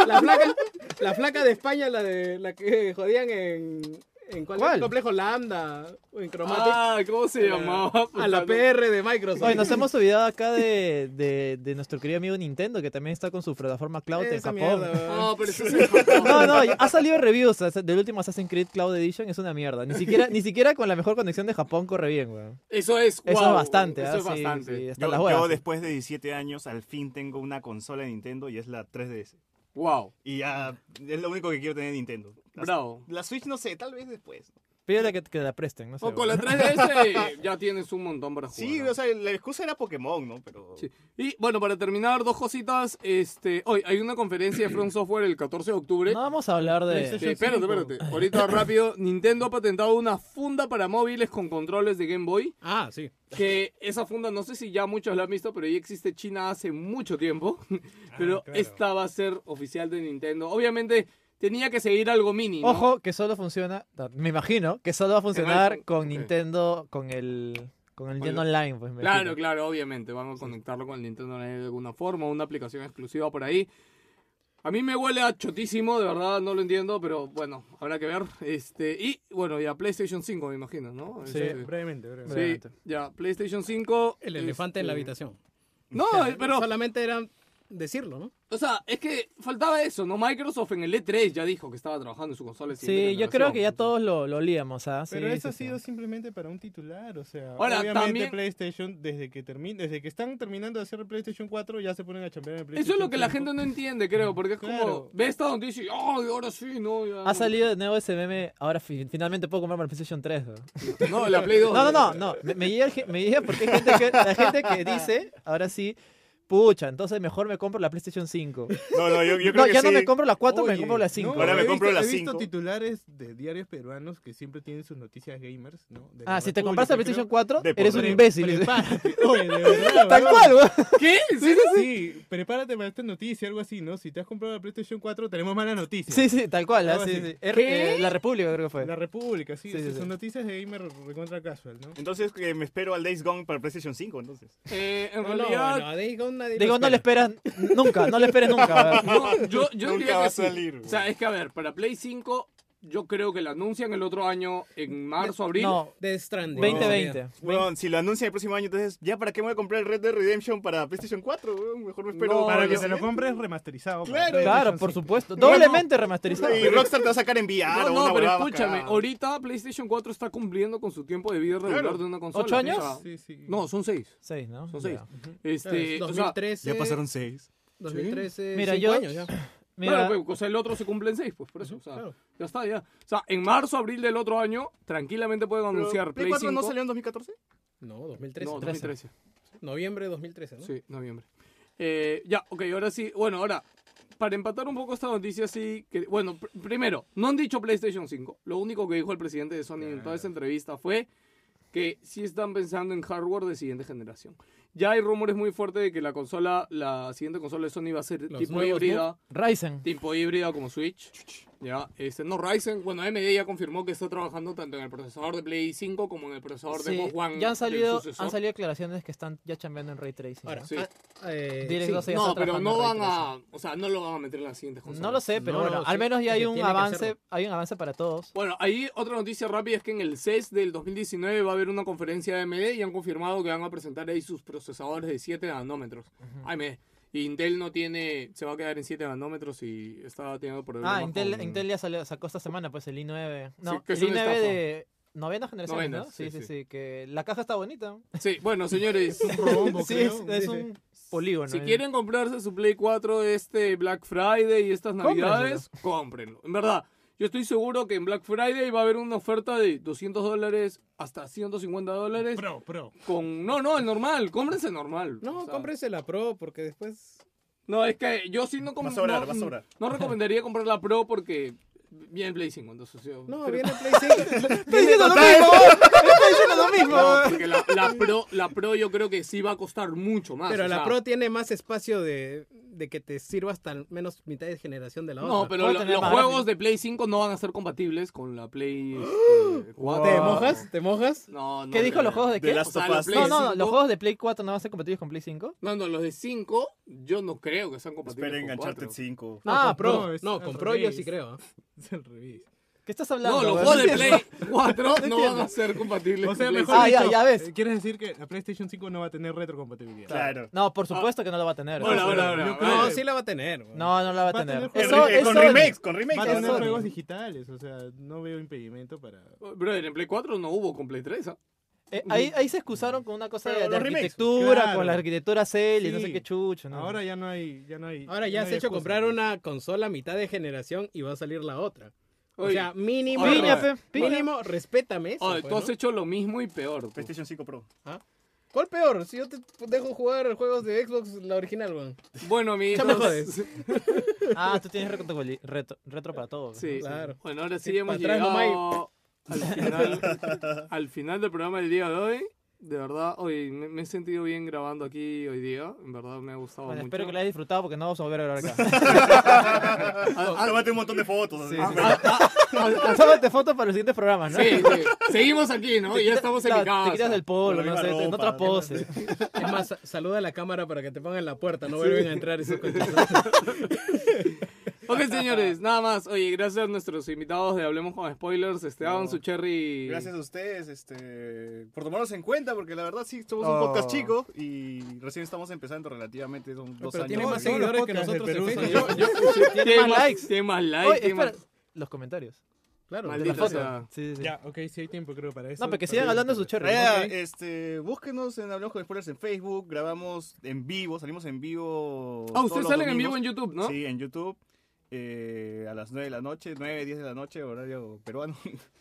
la flaca, la flaca de España, la de la que jodían en, en cuál, ¿Cuál? complejo Lambda o en Chromatic. Ah, ¿cómo se Eh, llamaba? a la PR de Microsoft. Oye, nos hemos olvidado acá de, de- de nuestro querido amigo Nintendo, que también está con su plataforma Cloud en Esa Japón. mierda, weón. No, pero eso es No, no, ha salido reviews o sea, del último Assassin's Creed Cloud Edition, es una mierda. Ni siquiera, ni siquiera con la mejor conexión de Japón corre bien, weón. Eso es, Eso guau, es bastante, Eso ¿ah? es Sí, bastante. sí, hasta Yo, las yo huevas. después de 17 años al fin tengo una consola de Nintendo y es la 3DS. Wow, Y ya es lo único que quiero tener de Nintendo. La, bravo. la Switch no sé, tal vez después. Pídele que, que la presten, no sé. O con weón. la 3DS ya tienes un montón para jugar. Sí, ¿no? o sea, la excusa era Pokémon, ¿no? Pero... Sí. Y bueno, para terminar, dos cositas. Este, hoy hay una conferencia de From Software el 14 de octubre. No vamos a hablar de... Sí, espérate, espérate. Ahorita rápido, Nintendo ha patentado una funda para móviles con controles de Game Boy. Ah, sí. Que esa funda, no sé si ya muchos la han visto, pero ya existe en China hace mucho tiempo. Pero esta va a ser oficial de Nintendo. Obviamente tenía que seguir algo mini. ¿no? Ojo, que solo funciona, me imagino, que solo va a funcionar iPhone, con ok. Nintendo, con el, con el Nintendo lo- Online. Pues, me Claro, imagino. claro, obviamente. Van a conectarlo con el Nintendo Online de alguna forma, una aplicación exclusiva por ahí. A mí me huele a chotísimo, de verdad, no lo entiendo, pero bueno, habrá que ver. Este, y bueno, ya PlayStation 5, me imagino, ¿no? Sí. Este, Brevemente, brevemente. Sí, ya, PlayStation 5. El elefante en la este, habitación. No, eh, pero Solamente eran decirlo, ¿no? O sea, es que faltaba eso, ¿no? Microsoft en el E3 ya dijo que estaba trabajando en su consola. de siguiente Sí, yo creo que ya generación. todos lo, lo olíamos, ¿ah? Sí, Pero eso sí, ha sí. sido simplemente para un titular, o sea, Ahora, obviamente también- PlayStation desde que termina, desde que están terminando de hacer el PlayStation 4 ya se ponen a chambear en el Eso PlayStation. es lo que la 5. gente no entiende, creo, porque es como, Claro. ve esta noticia y, oh, ahora sí, no, ya. Ha salido de nuevo ese meme, ahora fi- finalmente puedo comprarme el PlayStation 3. ¿no? No, la Play 2. No, no, no, no. Me, me llega, el ge- me llega porque hay gente que, la gente que dice, ahora sí, pucha, entonces mejor me compro la PlayStation 5. No, no, yo, yo creo No, que ya no sí. me compro la 4, me Oye, compro la 5. no, Ahora me he compro visto- la He visto cinco. titulares de diarios peruanos que siempre tienen sus noticias gamers, ¿no? De la ah, si te República, compraste la creo. PlayStation 4, De por eres un vida. imbécil. Prepárate. Oye, de verdad, Tal weón. cual, güey. ¿Qué? Sí, sí, sí, prepárate para esta noticia, algo así, ¿no? Si te has comprado la PlayStation 4, tenemos mala noticia. Sí, sí, tal cual. ¿ah? Algo Sí, así. sí. Er- ¿Qué? eh, la República creo que fue. La República, sí, Sí, o sea, sí, son sí. noticias de gamer recontra casual, ¿no? Entonces que me espero al Days Gone para PlayStation 5, entonces. Eh, en No, no, realidad, no, a Days Gone nadie lo Digo, no le espera. esperas nunca, no le esperes nunca. güey. No, yo, yo Nunca diría que va a sí. salir, O güey. sea, es que a ver, para Play 5, yo creo que la anuncian el otro año, en marzo, abril. No, Death Stranding. 2020. Bueno, si lo anuncian el próximo año, entonces, ¿ya para qué me voy a comprar el Red Dead Redemption para PlayStation 4? weón? Mejor me espero. No, Para que yo- se lo compres remasterizado. para Claro. PlayStation Claro, por 5. supuesto. No, no. Doblemente remasterizado. Y Rockstar te va a sacar en VR No, o no, una pero huevada escúchame, bacán. ahorita PlayStation 4 está cumpliendo con su tiempo de vida regular Claro. de una consola. ¿Ocho años? o sea, Sí, sí. no, son seis. Seis, ¿no? Son seis. Ya. Claro, Este, es o sea, 2013. Ya pasaron 6. Eh, 2013. Mira, cinco yo- años ya. Mira, Claro, pues, o sea, el otro se cumple en seis, pues por eso. O sea, claro. Ya está, ya. O sea, en marzo, abril del otro año, tranquilamente pueden anunciar ¿Play Play 4 5. no salió en 2014? No, 2013. No, 13. 2013. Noviembre de 2013, ¿no? Sí, noviembre. Eh, ya, ok, ahora sí. Bueno, ahora, para empatar un poco esta noticia, sí. Que, bueno, pr- primero, no han dicho PlayStation 5. Lo único que dijo el presidente de Sony en toda esa entrevista fue que sí están pensando en hardware de siguiente generación. Ya hay rumores muy fuertes de que la consola, la siguiente consola de Sony va a ser Los tipo nuevos, híbrida. Ryzen. Tipo híbrida como Switch. Ya, este, no Ryzen. Bueno, AMD ya confirmó que está trabajando tanto en el procesador de Play 5 como en el procesador de Sí, Xbox One. ya han salido, del sucesor. han salido declaraciones que están ya chambeando en Ray Tracing. Ahora, Sí. ah, eh, Direct sí. 12 ya No, está pero trabajando no en van Ray Tracing. a. O sea, no lo van a meter en las siguientes consolas. No lo sé, pero No, bueno, sí, al menos ya hay se un tiene que avance, hacerlo. hay un avance para todos. Bueno, ahí otra noticia rápida es que en el CES del 2019 va a haber una conferencia de AMD y han confirmado que van a presentar ahí sus procesadores de 7 nanómetros. AMD. Y Intel no tiene. Se va a quedar en 7 nanómetros y está teniendo problemas. Ah, Intel, con- Intel ya salió, sacó esta semana pues el i9. No, Sí, que es el una i9 estafa. de novena generación, Novena, ¿no? Sí, sí, sí, sí. sí, que la caja está bonita. Sí, bueno, señores. Robombo, sí, creo, es, es dice. un polígono. Si eh. quieren comprarse su Play 4 este Black Friday y estas Cómprenselo. navidades, cómprenlo. En verdad, yo estoy seguro que en Black Friday va a haber una oferta de 200 dólares hasta 150 dólares. Pro, pro. Con, no, no, el normal, cómprense el normal. No, O sea, cómprense la Pro porque después. No, es que yo sí no Va a compro. sobrar, no, va a sobrar. no recomendaría comprar la Pro porque viene Play 5, entonces yo- No, creo- viene Play 5. ¡Estoy diciendo lo mismo! ¡Estoy diciendo lo mismo! No, porque la, la Pro, la Pro yo creo que sí va a costar mucho más. Pero o la sea, Pro tiene más espacio de, de que te sirva hasta al menos mitad de generación de la otra. No, pero Puede lo- tener los más juegos gráfico. de Play 5 no van a ser compatibles con la Play 4. ¿Te mojas? ¿Te mojas? No, no. ¿Qué dijo? no, no. ¿Los juegos de De qué? Last O sea, of los Us. Play No, no, 5. los juegos de Play 4 no van a ser compatibles con Play 5. No, no, los de 5 yo no creo que sean compatibles Esperen con Uncharted 4. 5. No, Ah, con Pro, Pro. es No, al con Pro yo revés. sí creo. ¿eh? Es al revés. ¿Qué estás hablando? No, los güey? juegos de Play 4 no van a ser compatibles O sea, con Play mejor Ah, ya, dicho, ya ves. eh, Quieres decir que la PlayStation 5 no va a tener retrocompatibilidad. Claro. No, por supuesto que no lo va a tener. Bueno, bueno, bueno, Yo bueno. creo- No, sí la va a tener. güey. No, no la va a Va a tener. tener Eso- Con re- es Eh, con Sony. remakes, con remakes. Va a ¿no? tener Sony. juegos digitales, o sea, no veo impedimento para... Brother, en Play 4 no hubo con Play 3. ¿ah? Eh, ahí, ahí se excusaron con una cosa de, Pero de los remakes, arquitectura, claro. con la arquitectura Cell y no sé Sí. qué chucho. ¿no? Ahora ya no hay... Ya no hay Ahora ya no has hay excusa. hecho pues, comprar eh. una consola a mitad de generación y va a salir la otra. O Oye, Ah, sea, mínimo. Oye, Piña, oye. fe, piña. Mínimo, respétame eso. Oye, pues, tú has ¿no? hecho lo mismo y peor. tú. PlayStation 5 Pro. ¿Cuál peor? Si yo te dejo jugar juegos de Xbox, la original, weón. Bueno, amiguitos. me jodes. Ah, tú tienes retro, retro, retro para todos. Sí, Claro. Bueno, ahora sí Sí, hemos para atrás nomás y- llegado al final, al final del programa del día de hoy. De verdad, hoy me, me he sentido bien grabando aquí hoy día. En verdad me ha gustado Bueno, mucho. espero que lo hayas disfrutado porque no vamos a volver a grabar acá. Ah, Tómate un montón de fotos. Ah, así. Tómate fotos para los siguientes programas, ¿no? Sí, sí. Seguimos aquí, ¿no? Ya estamos en Claro, mi casa. Te quitas del polvo, Con la no sé, misma en ropa. otra pose. Es más, sa- saluda a la cámara para que te pongan en la puerta, no vuelven a entrar esos conchazos. Ok, señores, nada más. Oye, gracias a nuestros invitados de Hablemos con Spoilers, Este, Esteban, No. Sucherry. Gracias a ustedes este, por tomarnos en cuenta, porque la verdad sí, somos un Oh. podcast chico y recién estamos empezando relativamente, son dos Pero años. tiene ¿no? más Sí, seguidores que podcasts de nosotros en Perú son Facebook. Tiene más likes. Tiene más likes. Oye, tiene más- espera. Los comentarios. Claro, De la maldita foto. sea. Sí, sí, sí. Ya, ok, sí hay tiempo creo para eso. No, pero que Para sigan eso. hablando de su cherry. Ah, eh. Ok. este, búsquenos en Hablamos con Spoilers en Facebook, grabamos en vivo, salimos en vivo. Ah, todos ustedes los salen en vivo domingos. en YouTube, ¿no? Sí, en YouTube. eh, a las 9 de la noche, 9, 10 de la noche, horario peruano.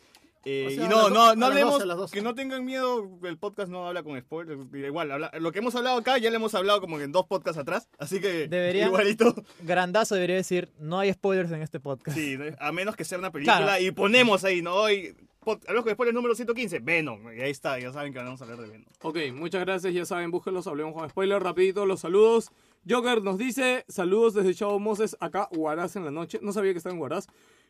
Eh, O sea, y a no, no, las do- no a las hablemos, 12, a las 12. que no tengan miedo, el podcast no habla con spoilers, igual, habla- lo que hemos hablado acá ya lo hemos hablado como que en dos podcasts atrás, así que Deberían- igualito, Grandazo debería decir, no hay spoilers en este podcast. sí, ¿no? a menos que sea una película Claro. y ponemos ahí, ¿no? Hoy, pod- hablamos con spoilers número 115, Venom, y ahí está, ya saben que vamos a hablar de Venom. Ok, muchas gracias, ya saben, búsquenlos, hablemos con spoiler, rapidito, los saludos. Joker nos dice, saludos desde Chavo Moses, acá Huaraz en la noche, no sabía que estaba en Huaraz.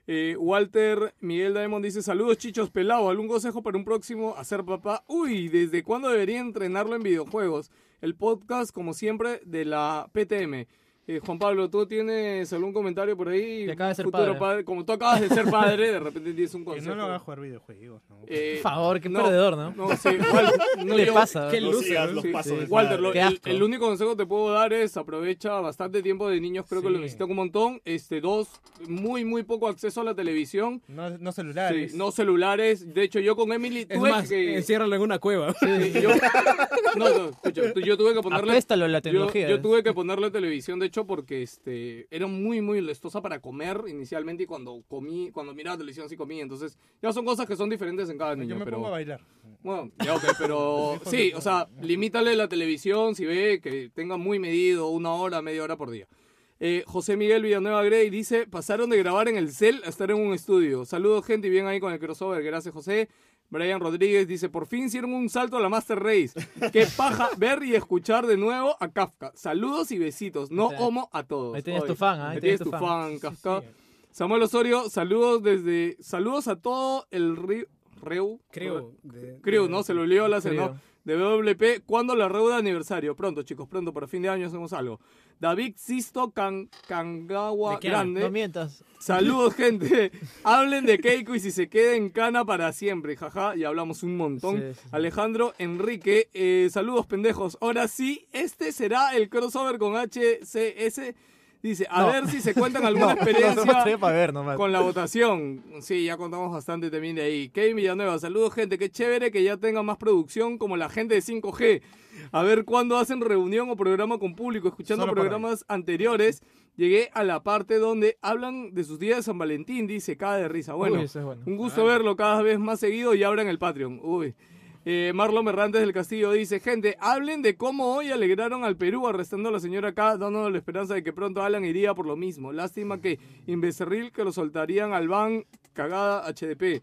Eh, Walter Miguel Diamond dice, saludos chichos pelado, algún consejo para un próximo a ser papá. Uy, ¿desde cuándo debería entrenarlo en videojuegos? El podcast, como siempre, de la PTM. Eh, Juan Pablo, ¿tú tienes algún comentario por ahí? Que acaba de ser Futuro padre. Como tú acabas de ser padre, de repente tienes un Que consejo. no lo haga jugar videojuegos, no. Eh, Por favor, qué no, perdedor, ¿no? No, sí, Walter, no ¿Qué le yo- pasa? qué No Luces, sigas los sí, pasos sí. de Walter, lo- madre. Qué el, asco. el único consejo que te puedo dar es aprovecha bastante tiempo de niños, creo que Sí. lo necesitan un montón. Este, dos, muy, muy poco acceso a la televisión. No, no Sí, celulares. no celulares. De hecho, yo con Emily Es tuve más, que. enciérralo en una cueva. sí, yo, no, no, escucha, tú- yo tuve que ponerle. Apéstalo la Yo, tecnología. yo tuve que ponerle televisión, de hecho, porque este era muy, muy lestosa para comer inicialmente y cuando comí, cuando miraba televisión sí comía. Entonces, ya son cosas que son diferentes en cada niño. Yo me pero... pongo a bailar. Bueno, ya ok, pero sí, o sea, limítale la televisión si ve que tenga muy medido, una hora, media hora por día. Eh, José Miguel Villanueva Grey dice, pasaron de grabar en el cel a estar en un estudio. Saludos gente y bien ahí con el crossover, gracias José. Brian Rodríguez dice, por fin hicieron un salto a la Master Race. Qué paja ver y escuchar de nuevo a Kafka. Saludos y besitos, no Ahí te- homo a todos. ahí tenías Oy, tu fan, ¿ah? Ahí tienes tenías tu tu fan, Kafka. Samuel Osorio, saludos desde, saludos a todo el río, Reu, Creo. de- Crew, ¿no? Se lo olvidó la Eh, Creo. ¿no? De WP, ¿cuándo la reuda de aniversario? Pronto, chicos, pronto, para fin de año hacemos algo. David Sisto Kan- Kangawa ¿De qué habla? No Grande. mientas. Saludos, gente. Hablen de Keiko y si se queda en cana para siempre, jaja. Y hablamos un montón. Sí, sí, sí. Alejandro Enrique, eh, saludos, pendejos. Ahora sí, este será el crossover con HCS. Dice, a No. ver si se cuentan alguna No, no, experiencia no, para ver nomás. con la votación. Sí, ya contamos bastante también de ahí. Kevin Villanueva, saludos gente, qué chévere que ya tenga más producción como la gente de 5G. A ver cuándo hacen reunión o programa con público. Escuchando Solo por programas anteriores, llegué a la parte donde hablan de sus días de San Valentín, dice, cada de risa. Bueno, Uy, eso es bueno. un gusto verlo cada vez más seguido y abran el Patreon. Uy. Eh, Marlon Merrantes del Castillo dice, gente, hablen de cómo hoy alegraron al Perú arrestando a la señora K, dándonos la esperanza de que pronto Alan iría por lo mismo. Lástima que Imbecerril que lo soltarían al van cagada HDP.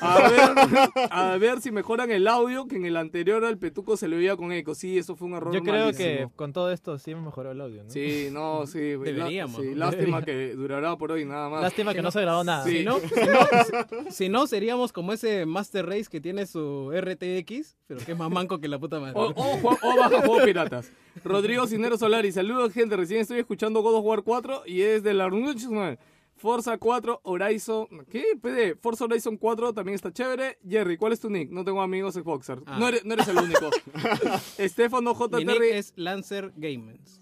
A ver, a ver si mejoran el audio, que en el anterior al Petuco se le veía con eco. Sí, eso fue un error Yo creo que malísimo. con todo esto sí hemos mejorado el audio, ¿no? Sí, no, sí. Deberíamos, sí, ¿no? lástima que durará por hoy nada más. Lástima que no se grabó nada. Sí. Si no, si no, si no, seríamos como ese Master Race que tiene su RTX, pero que es más manco que la puta madre. O, o jue- o baja juego piratas. Rodrigo Cinero Solari, saludos gente, recién estoy escuchando God of War 4 y es de la Forza 4 Horizon. ¿Qué? PD, Forza Horizon 4 también está chévere. Jerry, ¿cuál es tu nick? No tengo amigos Xboxer. Ah. No, eres, no eres el único. Estefano J. Mi nick Terry, es Lancer Games.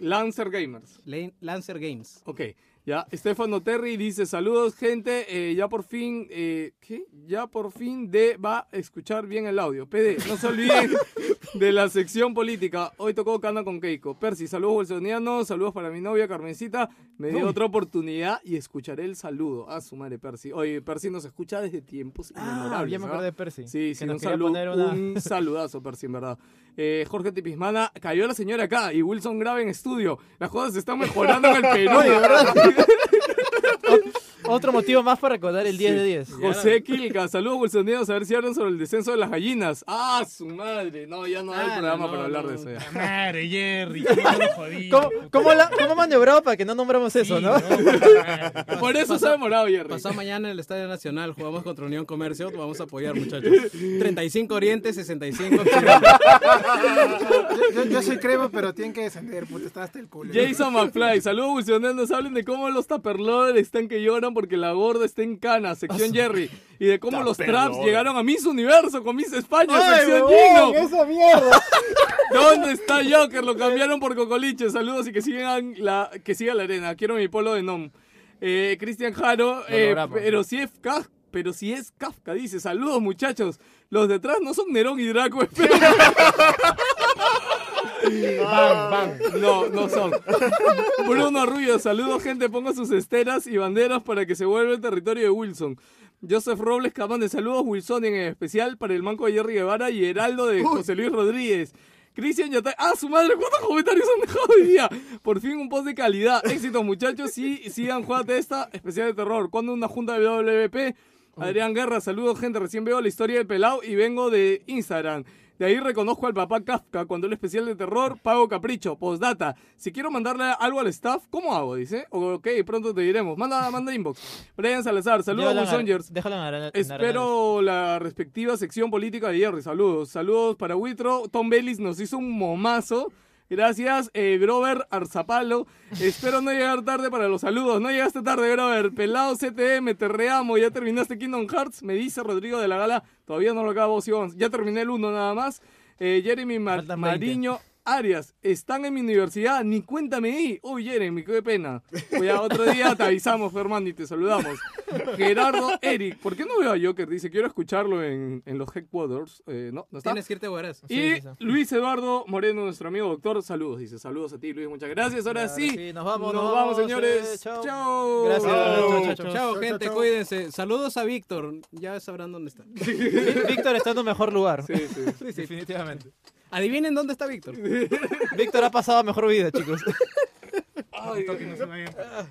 Lancer Gamers. Lan- Lancer Games. Ok, ya. Estefano Terry dice, saludos gente, eh, ya por fin, eh, ¿qué? Ya por fin de va a escuchar bien el audio. PD, no se olviden de la sección política. Hoy tocó Cana con Keiko. Percy, saludos bolsonianos, saludos para mi novia Carmencita. Me dio otra oportunidad y escucharé el saludo. A su madre, Percy. Oye, Percy nos escucha desde tiempos Ah, inmemorables. ya me ¿ah? acordé de Percy. Sí, que sí, nos un, quería salu- poner una- un saludazo, Percy, en verdad. Eh, Jorge Tipismana, cayó la señora acá y Wilson grave en estudio. Las cosas se están mejorando en el Perú. Oye, ¿verdad? otro motivo más para recordar el 10 de 10. José Quilca, saludos bolsoneros, a ver si hablan sobre el descenso de las gallinas. ¡Ah, su madre! No, ya no hay Ah, programa no, para no, hablar de eso no. ya. Madre, Jerry, cómo lo jodí. ¿Cómo, cómo, la, ¿Cómo maniobraba para que no nombramos eso, Sí, no? no? Por eso se ha demorado, Jerry. Pasado mañana en el Estadio Nacional, jugamos contra Unión Comercio, vamos a apoyar, muchachos. 35 Oriente, 65 Occidente. Yo, yo- yo soy crema, pero tienen que descender, puta, está hasta el culo. Jason McFly, saludos bolsoneros, hablen de cómo los tupperloads están que lloran porque la gorda está en cana, sección Jerry. Y de cómo los traps Tupperware. llegaron a Miss Universo con Miss España, sección huevón, Gino. ¡Esa mierda! ¿Dónde está Joker? Lo cambiaron por Cocoliche. Saludos y que sigan la, que siga la arena. Quiero mi polo de Nom. Eh, Cristian Jaro, eh, logramos. pero si es Kafka. Pero si es Kafka, dice, saludos muchachos, los detrás no son Nerón y Draco, espero". No, no son. Bruno Rubio, saludos gente, pongan sus esteras y banderas para que se vuelva el territorio de Wilson. Joseph Robles Camán, de saludos Wilson en especial para el manco de Jerry Guevara y Heraldo de José Luis Rodríguez. Cristian Yatay, ¡ah, su madre! ¿Cuántos comentarios han dejado hoy día? Por fin un post de calidad. Éxitos, muchachos, y sigan de esta especial de terror. Cuando una junta de WP? Adrián Guerra, saludos, gente. Recién veo la historia del pelado y vengo de Instagram. De ahí reconozco al papá Kafka cuando el especial de terror pago capricho, postdata. Si quiero mandarle algo al staff, ¿cómo hago? Dice. Ok, pronto te diremos. Manda, manda inbox. Brian Salazar, saludos, Déjalo en Ar- Wilsoners. Déjalo en Arana- en Arenales. Espero la respectiva sección política de Jerry. Saludos. Saludos para Witro. Tom Bellis nos hizo un momazo. Gracias, eh, Grover Arzapalo. Espero no llegar tarde para los saludos. No llegaste tarde, Grover. Pelado CTM, te reamo. Ya terminaste Kingdom Hearts. Me dice Rodrigo de la Gala. Todavía no lo acabo, Sion. Ya terminé el uno nada más. Eh, Jeremy Ma- Faltan 20. Mariño Arias. Están en mi universidad. Ni cuéntame ahí. Uy, Jeremy, qué pena. Oye, otro día te avisamos, Fernando, y te saludamos. Gerardo Eric, ¿por qué no veo a Joker? Dice, quiero escucharlo en, en los headquarters. Eh, no, no está. Tienes que irte a Huaraz. Y sí, sí. Luis Eduardo Moreno, nuestro amigo doctor, saludos, dice, saludos a ti, Luis, muchas gracias. Ahora Ahora sí, sí, nos vamos, nos, nos vamos, vamos, señores. eh, chao. chao. Gracias, Chao. chao, chao, chao. Chao, gente, cuídense. Saludos a Víctor. Ya sabrán dónde está. Víctor está en un mejor lugar. Sí, sí. Definitivamente. Adivinen dónde está Víctor. Víctor ha pasado mejor vida, chicos. Toque, no se vayan.